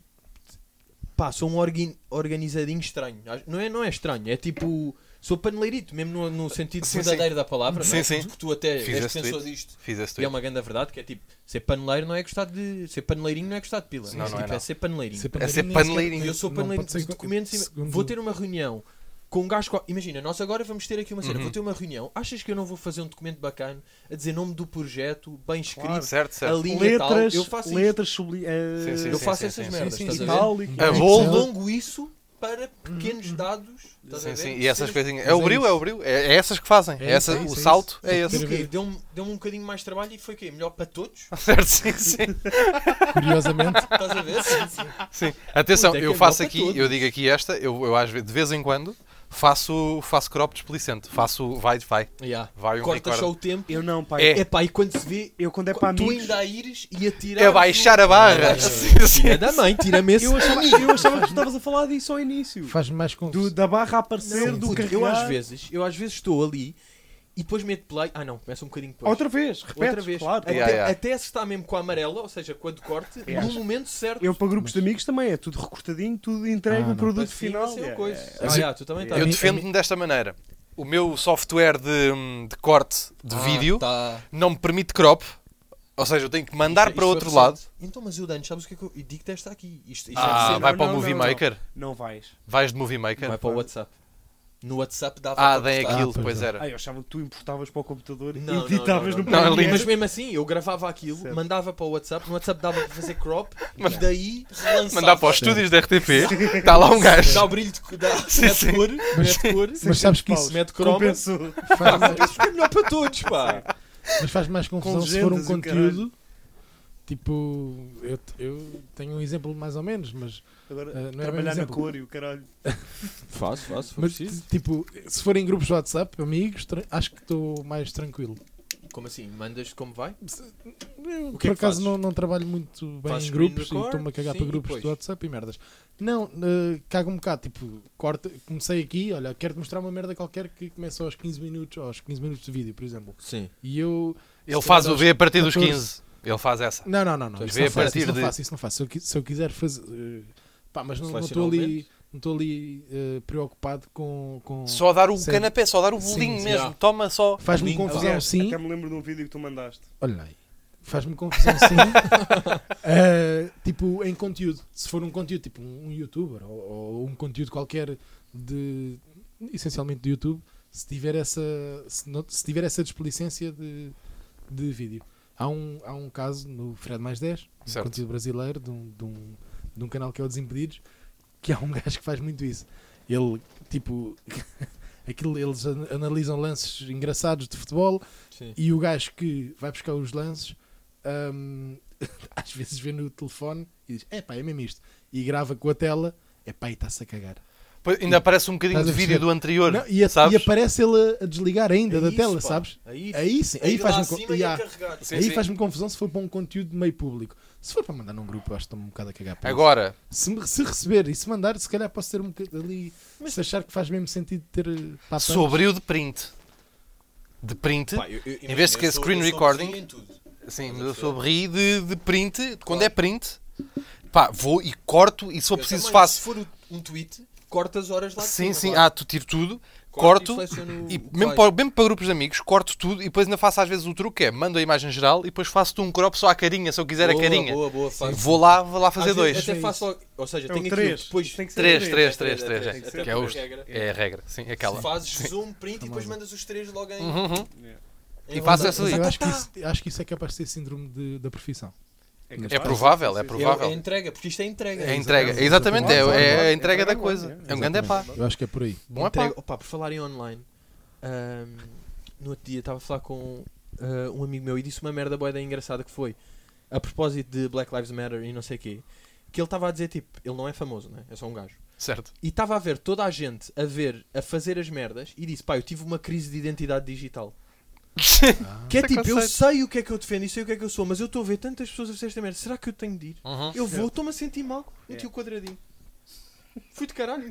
pá, sou um orgui- organizadinho estranho. Acho- Não é, não é estranho, é tipo. Sou paneleirito, mesmo no, no sentido
Sim,
verdadeiro da palavra.
Sim,
não é?
sim.
Tu, tu até
Fiz
és
esse
defensor
tweet.
disto.
Fiz esse
E é
tweet.
uma grande verdade que é tipo, ser paneleiro não é gostar de. Ser paneleirinho não é gostar de pila.
Não,
tipo,
não é, não.
ser paneleirinho.
É ser
nem
paneleirinho.
Eu sou
Não
paneleiro
pode ser
de
co-
documentos. e-
segundo-
Vou ter uma reunião com um gajo. qual- Imagina, nós agora vamos ter aqui uma cena.
Uhum.
Vou ter uma reunião. Achas que eu não vou fazer um documento bacana a dizer nome do projeto, bem escrito,
Certo, certo.
a linha e tal?
letras,
Eu faço isto.
letras eh, sublinhadas.
Sim, sim,
Eu
sim.
faço essas merdas,
sim,
estás
sim.
a ver?
Um
A
Excel.
bolo-
Prolongo isso para pequenos dados. Estás
Sim,
a ver?
sim. E essas
Cenas-
coisinhas.
Mas
É o
é
bril,
isso.
é o bril. É é essas que fazem. É
É isso,
essa,
é isso,
o
é isso.
salto é esse.
Porque Deu-me deu um bocadinho mais de trabalho e foi o quê? Melhor para todos?
Certo, sim, sim.
Curiosamente,
Estás a ver?
sim. Atenção,
Puta, é que
eu
é
faço
bom para
aqui,
todos.
eu digo aqui esta, eu, eu às vezes, de vez em quando, faço, faço crop desplicente. Faço, vai, vai.
Yeah.
Vai um
Cortas só
recorde.
o tempo.
Eu não, pai.
É.
Epá, e quando se vê,
Eu quando é para
tu
amigos...
ainda a ires e a tirar.
É baixar
um
a barra. Sim, sim.
Filha da mãe, tira-me esse.
Eu achava, eu achava que tu estavas a falar disso ao início.
faz-me mais com
Do- da barra a aparecer,
Não,
do
puto,
carregar...
eu às vezes, eu às vezes estou ali e depois meto play. Ah não, começa um bocadinho depois.
Outra vez, repete,
Outra vez. É
claro.
Até,
Yeah, yeah.
até se está mesmo com a amarela, ou seja, quando corte,
Yeah.
no momento certo.
Eu para grupos de amigos também é tudo recortadinho, tudo entregue
Ah,
o
não.
produto
assim,
final.
assim,
é,
coisa.
é,
Ah,
Mas-
yeah, tu também estás.
Eu
mim-
defendo-me desta maneira. O meu software de, hum, de corte de
Ah,
vídeo
tá.
não me permite crop. Ou seja, eu tenho que mandar
Isto-
para
isto
outro
foi
lado.
recente. Então, mas eu, Dani, sabes o que é que eu. E digo-te esta aqui. Isto, isto é
Ah,
recente.
vai
não,
para o
não,
Movie
não, não.
Maker?
Não vais.
Vais de Movie Maker?
vai para o WhatsApp. No WhatsApp dava
Ah,
para
dei
postar.
aquilo,
pois
pois
é.
era.
Ah, eu achava que tu importavas para o computador
Não, não,
e editavas
não,
no
não,
não.
Premiere.
Mas mesmo assim, eu gravava aquilo,
Certo.
mandava para o WhatsApp, no WhatsApp dava para fazer crop, e daí relançava.
Mandar para os estúdios da RTP. Está lá um
Dá
gajo.
o brilho de dá,
Sim,
mete
sim.
cor, mete cor,
Mas sabes que isso
Paus.
mete croma.
Compensou.
faz
Acho que é melhor para todos, pá.
Mas faz mais confusão
Com
se for um
legendas e o
conteúdo. Tipo, eu, eu tenho um exemplo mais ou menos, mas,
Agora,
Ah, não é bem
trabalhar na
exemplo.
cor e o caralho.
Faço, faço,
mas tipo, se forem grupos de WhatsApp, amigos, tra- acho que estou mais tranquilo.
Como assim? Mandas como vai?
Eu,
O que
por
é que
acaso
fazes?
não, não trabalho muito bem
Fazes
em
screen
grupos e
record?
estou-me a cagar
Sim,
para
e
grupos de
depois?
WhatsApp e merdas. Não, eh, cago um bocado, tipo, corta, comecei aqui, olha, quero-te mostrar uma merda qualquer que começa aos 15 minutos, aos 15 minutos de vídeo, por exemplo.
Sim.
E eu
Ele faz o V a partir dos
14.
15. Ele faz essa.
Não, não, não, não.
Tu
Isso
vê
não,
a
faço,
partir
isso não
de-
faço, isso não faço. Se eu, qui- se eu quiser fazer. eh, Pá, mas não não estou
Selecionar
ali,
elementos?
não estou ali eh, preocupado com. com...
Só dar o
Tipo, Sim.
canapé, só dar o
Sim,
bolinho
sim.
mesmo.
Já.
Toma só.
Faz-me
Link.
confusão,
Aliás,
sim.
Até me lembro de um vídeo que tu mandaste.
Olha aí. Faz-me confusão, sim. Eh, tipo, em conteúdo. Se for um conteúdo, tipo um, um youtuber ou, ou um conteúdo qualquer de. essencialmente do YouTube, se tiver essa. se, não- se tiver essa desplicência de, de vídeo. Há um, há um caso no Fred mais 10, um
Certo.
conteúdo brasileiro, de um, de, um, de um canal que é o Desimpedidos, que há um gajo que faz muito isso. Ele, tipo, aquilo, eles an- analisam lances engraçados de futebol
Sim.
e o gajo que vai buscar os lances hum, às vezes vê no telefone e diz: É pá, é mesmo isto. E grava com a tela: É pá, e está-se a cagar.
Pois, Ainda aparece um bocadinho
Estás
de
a
vídeo
perceber?
do anterior.
Não, e, a- e
Sabes?
aparece ele a, a desligar ainda
É
da
isso,
tela,
pá.
sabes? É
Aí,
Aí sim, aí
lá
faz-me
acima é
co-
e
yeah.
carregado.
Sim,
Aí
sim.
faz-me confusão se for para um conteúdo meio público. Se for para mandar num grupo, eu acho que estou-me um bocado a cagar. para isso.
Agora,
Se, me- se receber e se mandar, se calhar posso ter um bocado ali. se achar que faz mesmo sentido ter. eh, papas.
sobre o de print. De print.
Pá, eu- eu- imagina,
vez de que
eu
esse
sou-
screen
eu sou
recording-
vizinho em tudo.
Sim,
Estás
mas
a
eu
perceber?
sorri de, de print, de quando é print, pá, vou e corto e se eu
Eu
preciso
também, Se
faço.
for o- um tweet, cortas horas lá de
Sim,
cima,
sim,
lá.
ah, tu tiro tudo,
e
corto,
seleciono
e
o que
mesmo
vais.
para, mesmo para grupos de amigos, corto tudo e depois ainda faço às vezes o truque que é, mando a imagem geral e depois faço-te um crop só à carinha, se eu quiser
Boa,
a carinha.
Boa, boa, faz.
Vou lá, vou lá fazer
Às
dois.
vezes é Até faço logo- ou seja,
É o
tenho aqui
três.
depois
Tem que ser
Três,
três,
três,
três,
três, três,
três,
é.
três,
que é,
três,
o-
três, regra.
é a regra, sim, é aquela.
fazes zoom, print e depois mandas os três logo em.
Uhum, uhum.
em Tá,
E faço
rodagem.
essa
Mas
aí.
eu acho que, isso, acho que isso é capaz de ser síndrome de- da profissão.
capaz,
É provável, é
sim, sim,
É,
sim.
provável.
é entrega, porque isto é entrega.
É a entrega, é exatamente, é, é a entrega da coisa. É um grande epá.
Eu acho que é por aí.
Bom epá.
Entrega- Opa, por falar em online, ahm, no outro dia estava a falar com ah, um amigo meu e disse uma merda boeda engraçada que foi a propósito de Black Lives Matter e não sei o quê. Que ele estava a dizer, tipo, ele não é famoso, né? É só um gajo.
Certo.
E estava a ver toda a gente a ver, a fazer as merdas e disse, pá, eu tive uma crise de identidade digital.
Isso
que é
é
tipo, eu
conceito.
sei o que é que eu defendo e sei o que é que eu sou, mas eu estou a ver tantas pessoas a fazer esta merda, será que eu tenho de ir?
Uhum.
Eu vou, estou-me a sentir mal. Meti o quadradinho. Fui de caralho.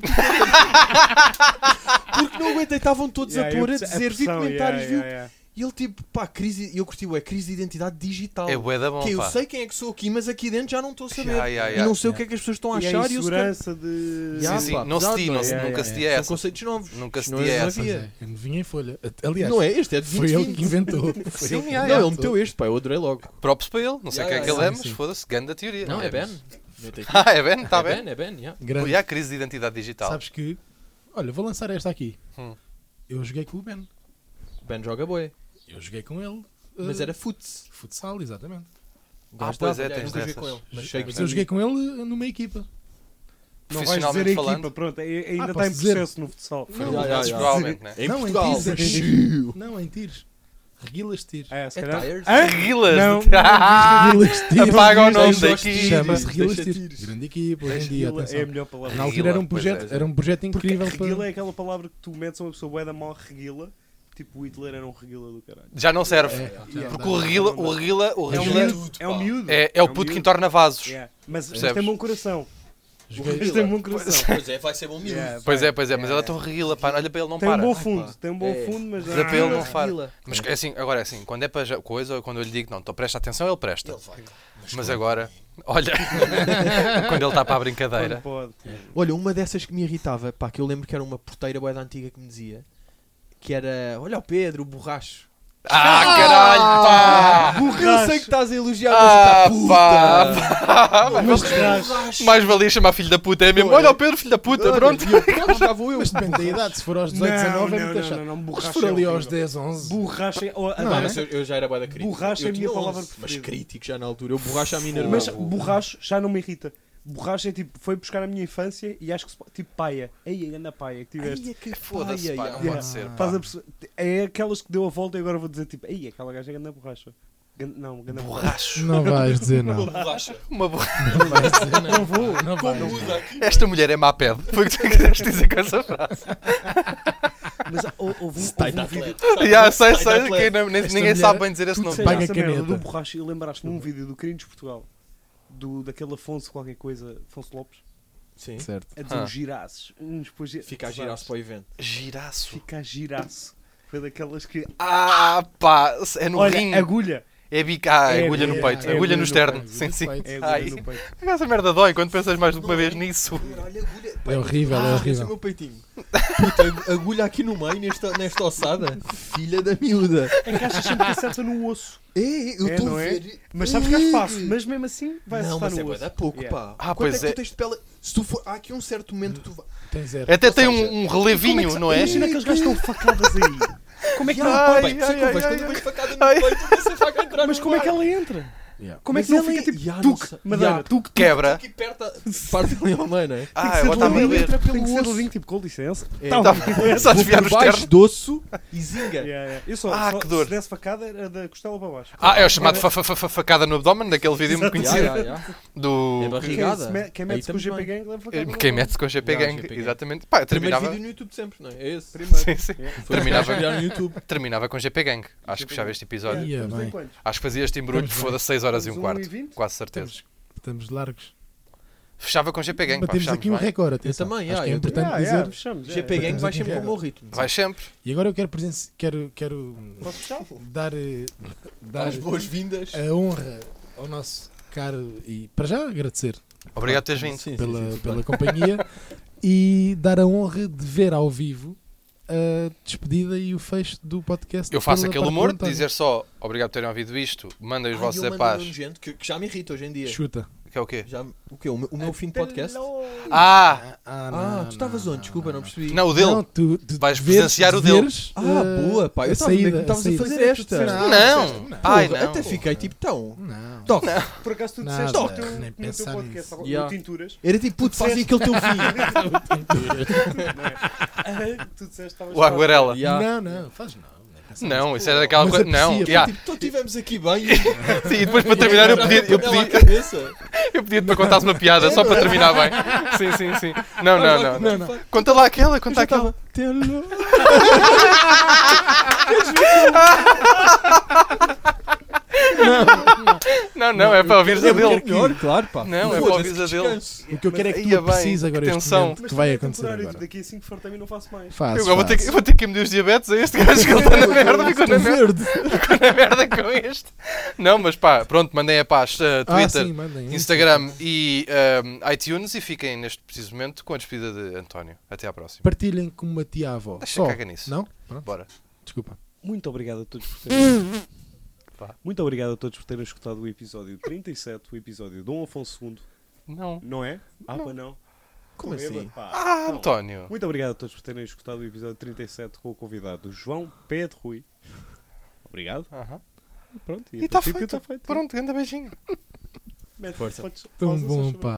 Porque não aguentei, estavam todos
Yeah,
a pôr,
eu
a
perce-
dizer, vi
pressão,
comentários,
yeah,
viu?
yeah, yeah.
E ele tipo, pá, crise, e eu curti, é crise de identidade digital.
É bué da bom,
que eu
pá.
sei quem é que sou aqui, mas aqui dentro já não estou a saber.
Ya, ya,
E
ya.
não sei
Ya.
o que é que as pessoas estão a
E a
achar e eu sei.
insegurança de.
Ya,
sim, sim,
pá,
não se
pesado,
di, não se-
é,
nunca
é,
se
é.
dia
São
essa.
conceitos novos.
Nunca se
Não
dia
é
essa.
essa.
Pois é, eu não vinha em folha. Aliás,
Não é este, é de 20,
foi ele
20.
que inventou. Foi
Sim,
ele que
ya,
Não,
ya.
é, ele meteu este, pá, eu adorei logo.
Props para ele, não sei
Ya,
quem é
ya,
que ele
ya.
é,
Sim,
mas
sim.
foda-se, ganda teoria.
Não, é Ben.
mas-
Mete aqui.
Ah, é Ben, está
É
bem.
Ben, é Ben, yeah.
Grande.
E há crise de identidade digital.
Sabes que. Olha, vou lançar esta aqui.
Hum.
Eu joguei com o Ben.
Ben joga boi.
Eu joguei com ele.
Mas
eh,
era futs.
Futsal, exatamente.
Ah,
Gajo
pois
dava,
é,
já,
tens
nunca joguei
dessas.
com ele. Mas
Mas,
sei
mas
que-
eu joguei com ele eh, numa equipa.
Não vais dizer
Profissionalmente
a
falando.
equipa, pronto, é- é- ainda
Ah,
está
posso
em
dizer.
processo no futsal.
Não,
Ya, ya, ya.
Provavelmente, né?
é
Em
não,
Portugal.
em tiros. em tiros. Não, em tiros. Reguilas de tiros.
É, se
É
calhar.
tired.
Hã?
Guilas.
Não.
Reguilas de tiros.
Ah! Apaga o nome
Deixa os
daqui.
Chama-se Reguilas
Deixa
de tiros. Grande equipa, hoje em dia,
Reguila
atenção.
é a melhor palavra.
Na altura era um
Reguila, pois
projeto,
é.
era um projeto incrível
Reguila
para.
é aquela palavra que tu metes a uma pessoa bué da mal reguila, tipo o Hitler era um reguila do caralho.
Já não serve.
É, já não
Porque
dá.
o Regila, o Regila,
É
o
um
Regila
miúdo. É um miúdo.
é, é o puto que
miúdo.
entorna vasos.
Yeah. Mas mas
Percebes?
tem bom coração.
Joguei-
Mas tem bom coração.
Pois é, vai ser bom miúdo.
Yeah,
Pois
vai.
é, pois é, mas
Yeah,
ela é tão Regila, pá, olha para ele, não
Tem um
para.
bom
pá.
Ah,
fundo, tem um bom
É.
fundo, mas.
Olha para ele, não
Ah,
faz.
Regila.
Mas é assim, agora é assim, quando é para já- coisa, ou quando eu lhe digo, não, então presta atenção, ele presta. Mas agora, olha, quando ele está para a
Não
brincadeira.
pode.
Olha, uma dessas que me irritava, pá, que eu lembro que era uma porteira bué da antiga que me dizia, que era, olha o Pedro, o borracho.
Ah, caralho, pá!
Eu sei que estás a elogiar,
Ah,
mas
pá!
está puta.
Mas traz.
Mais valia chamar filho da puta, é mesmo. Olha o Pedro, filho da puta, pronto.
E eu, pronto, estava eu.
Mas depende da idade, se for aos 18, 19 é muito chato.
não, não,
Se
borracha.
for ali
é
aos
horrível.
10, 11.
Borracha. é- oh,
Não,
Pá,
adoro.
mas eu, eu já era bué da crítica.
Borracha
Eu
é a minha
tinha
palavra
11, Mas
preferida.
crítico já na altura. Eu borracha a mim
Mas
nervoso.
borracho já não me irrita. Borracha é tipo, foi buscar a minha infância e acho que se po- tipo paia. Ei, anda paia que tiveste.
Ai, é que
Foda-se,
paia,
pá,
já.
não
Yeah.
pode ser.
Estás
pá.
a perce- É aquelas que deu a volta e agora vou dizer tipo, ei, aquela gaja é ganda borracha. Gan- Não, ganda borracha.
Borracho.
Não vais dizer não.
Borracha.
Uma borracha.
Não vais dizer não. Não vou, não vais.
Esta mulher é má pede. Foi o que tu quiseste dizer com essa frase.
Mas ah, houve, houve
Style
um vídeo.
atleta.
Já sei,
Sai da
sei,
atleta.
que não- nem-
Esta
ninguém
mulher-
sabe bem dizer esse
Tu
nome.
disseste
Paga
essa merda do
caneta.
borracha e lembraste-me de um vídeo do Queridos Portugal. Do, daquele Afonso qualquer coisa, Afonso Lopes,
Sim.
Certo.
a dizer
Ah.
os girasses. Uns depois gi-
Fica a girar-se para o evento.
Giraço.
Fica a giraço. Foi daquelas que.
Ah, pá, é no
Olha,
rim.
agulha.
É bica, ah,
É
agulha no
agulha,
peito,
é
agulha
agulha
no
no
externo.
peito,
Sim,
no
sim.
peito.
É agulha
Ai,
no peito.
essa merda dói quando pensas mais de uma vez nisso.
Olha, agulha.
É horrível,
Ah,
é
Esse é o
horrível.
meu peitinho. Puta, agulha aqui no meio, nesta, nesta ossada. Filha da miúda.
É que achas sempre que acerta no osso.
Ei, eu
É,
estou
não
a
é?
ver.
Mas sabes que há espaço.
Ei.
Mas mesmo assim, vai
não,
acertar
mas é
no
bué
osso.
da pouco,
Yeah.
pá.
Ah,
Quanto
pois
é que
é.
tu tens de pele? Se tu for, há aqui um certo momento que tu vai.
Tem zero.
Até
Ou
tem
seja,
um, um relevinho, não é?
Imagina que eles gastam facadas aí. Como é que não
Ai,
Bem, por isso é que
ai,
eu vejo
ai,
quando eu
ai,
vejo facada
ai.
no peito, eu vejo a faca entrar
Mas
no
como é que
ar.
ela entra?
Yeah.
Como é
Mas
que não
ele
fica
é-
tipo
Ya, não sei.
tuque, madeira,
Ya.
tuque,
Quebra.
Aqui perto, parte ali ao meio, não é?
Ah,
ser um
agora está a
do meio,
beber.
tem que ser
osso.
do link, tipo, com licença.
É,
Tá
tá
bom.
bem. Só
Vou
desviar o
por baixo
externo.
do osso e zinga.
Yeah, yeah. Eu só,
Ah,
só
que dor.
se desse facada era da costela para baixo.
Ah, é o chamado fa- fa- fa- facada no abdômen, daquele vídeo muito
Ya,
conhecido.
ya, ya.
Do. eh,
É
Quem,
barrigada.
se me- quem
Aí
mete com o
estamos
GP
bem.
Gang leva facada.
Quem mete-se com o GP
Ya,
Gang,
GP.
exatamente. Pá, eu
Primeiro
terminava.
vídeo no YouTube sempre, não é? É esse.
Sim, sim.
Foi
Terminava-
virar no YouTube.
Terminava com GP Gang. Acho que fechava este episódio.
Yeah,
Estamos em
bem.
quantos?
Acho que fazia este embrulho,
Estamos bem.
foda-se, 6 horas e um
Estamos
quarto.
1:20?
Quase certeza.
Estamos largos.
Fechava com GP Gang, pá,
Batemos
fechava
aqui um
bem.
recorde. atenção.
também,
Acho
ah,
que é
eu-
importante
Yeah,
dizer.
yeah, fechamos, é, yeah.
GP Gang vai
Estamos
sempre
em
com o
guerra.
meu ritmo.
Vai sempre.
E agora eu quero presenci... quero, quero
Posso fechar?
dar, eh, dar
As boas-vindas.
a honra ao nosso caro e para já agradecer
Obrigado por teres vindo.
Sim, sim,
pela,
sim, sim,
pela companhia e dar a honra de ver ao vivo a despedida e o fecho do podcast.
Eu faço
pela né?
aquele
parte
humor
do
de
António.
dizer só obrigado por terem ouvido isto, mandem os
Ah,
vossos
eu
a
mando um
paz.
nojento que, que já me irrita hoje em dia.
Chuta.
Que é o quê?
Já, o quê? O meu, o meu fim de podcast?
Ah!
Ah,
Ah, tu estavas onde? Desculpa, não percebi.
Não, o dele.
Não, tu, tu
Vais
veres-
presenciar o dele.
veres,
Ah,
eh,
boa, pá. Eu
a
estava a ver
saída,
que estavas a
saída.
fazer
Disseste,
esta.
disseste.
Não!
disseste, não.
Ai,
Porra,
não.
até fiquei tipo tão.
Não.
Toque.
Por acaso tu
Nada,
disseste no teu,
nem
no teu
pensar
podcast,
nisso.
no
Yeah.
Tinturas,
Era tipo, puto, fazia aquele teu fim.
ah, tu disseste que estavas
O Aguarela.
Não, não, faz não. nem pensar nisso.
Não, isso era aquela
Mas é
coisa. Não,
aprecia,
já.
Tipo, então estivemos aqui bem.
Sim, e depois para terminar
um
eu pedi, eu pedi, eu pedi para contares uma piada só para terminar bem. Sim, sim, sim. Não, não, não. não. Tá
não.
Conta lá aquela, conta aquela. Não, não, não, é para ouvir a dele.
melhor, claro, pá.
Não, é para
Foda-se,
ouvir a dele.
descanso.
O que eu quero é que
Ia
tu
bem,
precises agora
que
este
tensão.
é
momento que vai acontecer
temporário,
agora.
Daqui a 5 for também não faço mais.
Faz,
Eu agora vou ter, que,
faz.
eu vou ter que medir os diabetes a este gajo que ele está na merda, ficou na merda,
verde.
ficou na merda com este. Não, mas pá, pronto, mandei a paz. eh,
Ah,
Twitter,
sim, mandem.
Instagram e ehm, iTunes e fiquem neste preciso momento com a despedida de António. Até à próxima.
Partilhem com uma tia-avó.
Deixa
Só.
caga nisso.
Não? Pronto,
Bora.
desculpa.
Muito obrigado a todos por terem. Muito obrigado a todos por terem escutado o episódio 37, o episódio de Dom Afonso II,
Não.
não é? Ah, pá, não.
Como
Estou
assim?
bêbado, pá.
Ah, António.
Muito obrigado a todos por terem escutado o episódio 37 com o convidado João Pedro Rui. Obrigado.
Aham.
Pronto,
E
em
está
princípio tá
feito.
feito.
Pronto, um grande beijinho.
Mete-
Força.
podes-
Tão
pausas,
bom,
faz favor.
pá.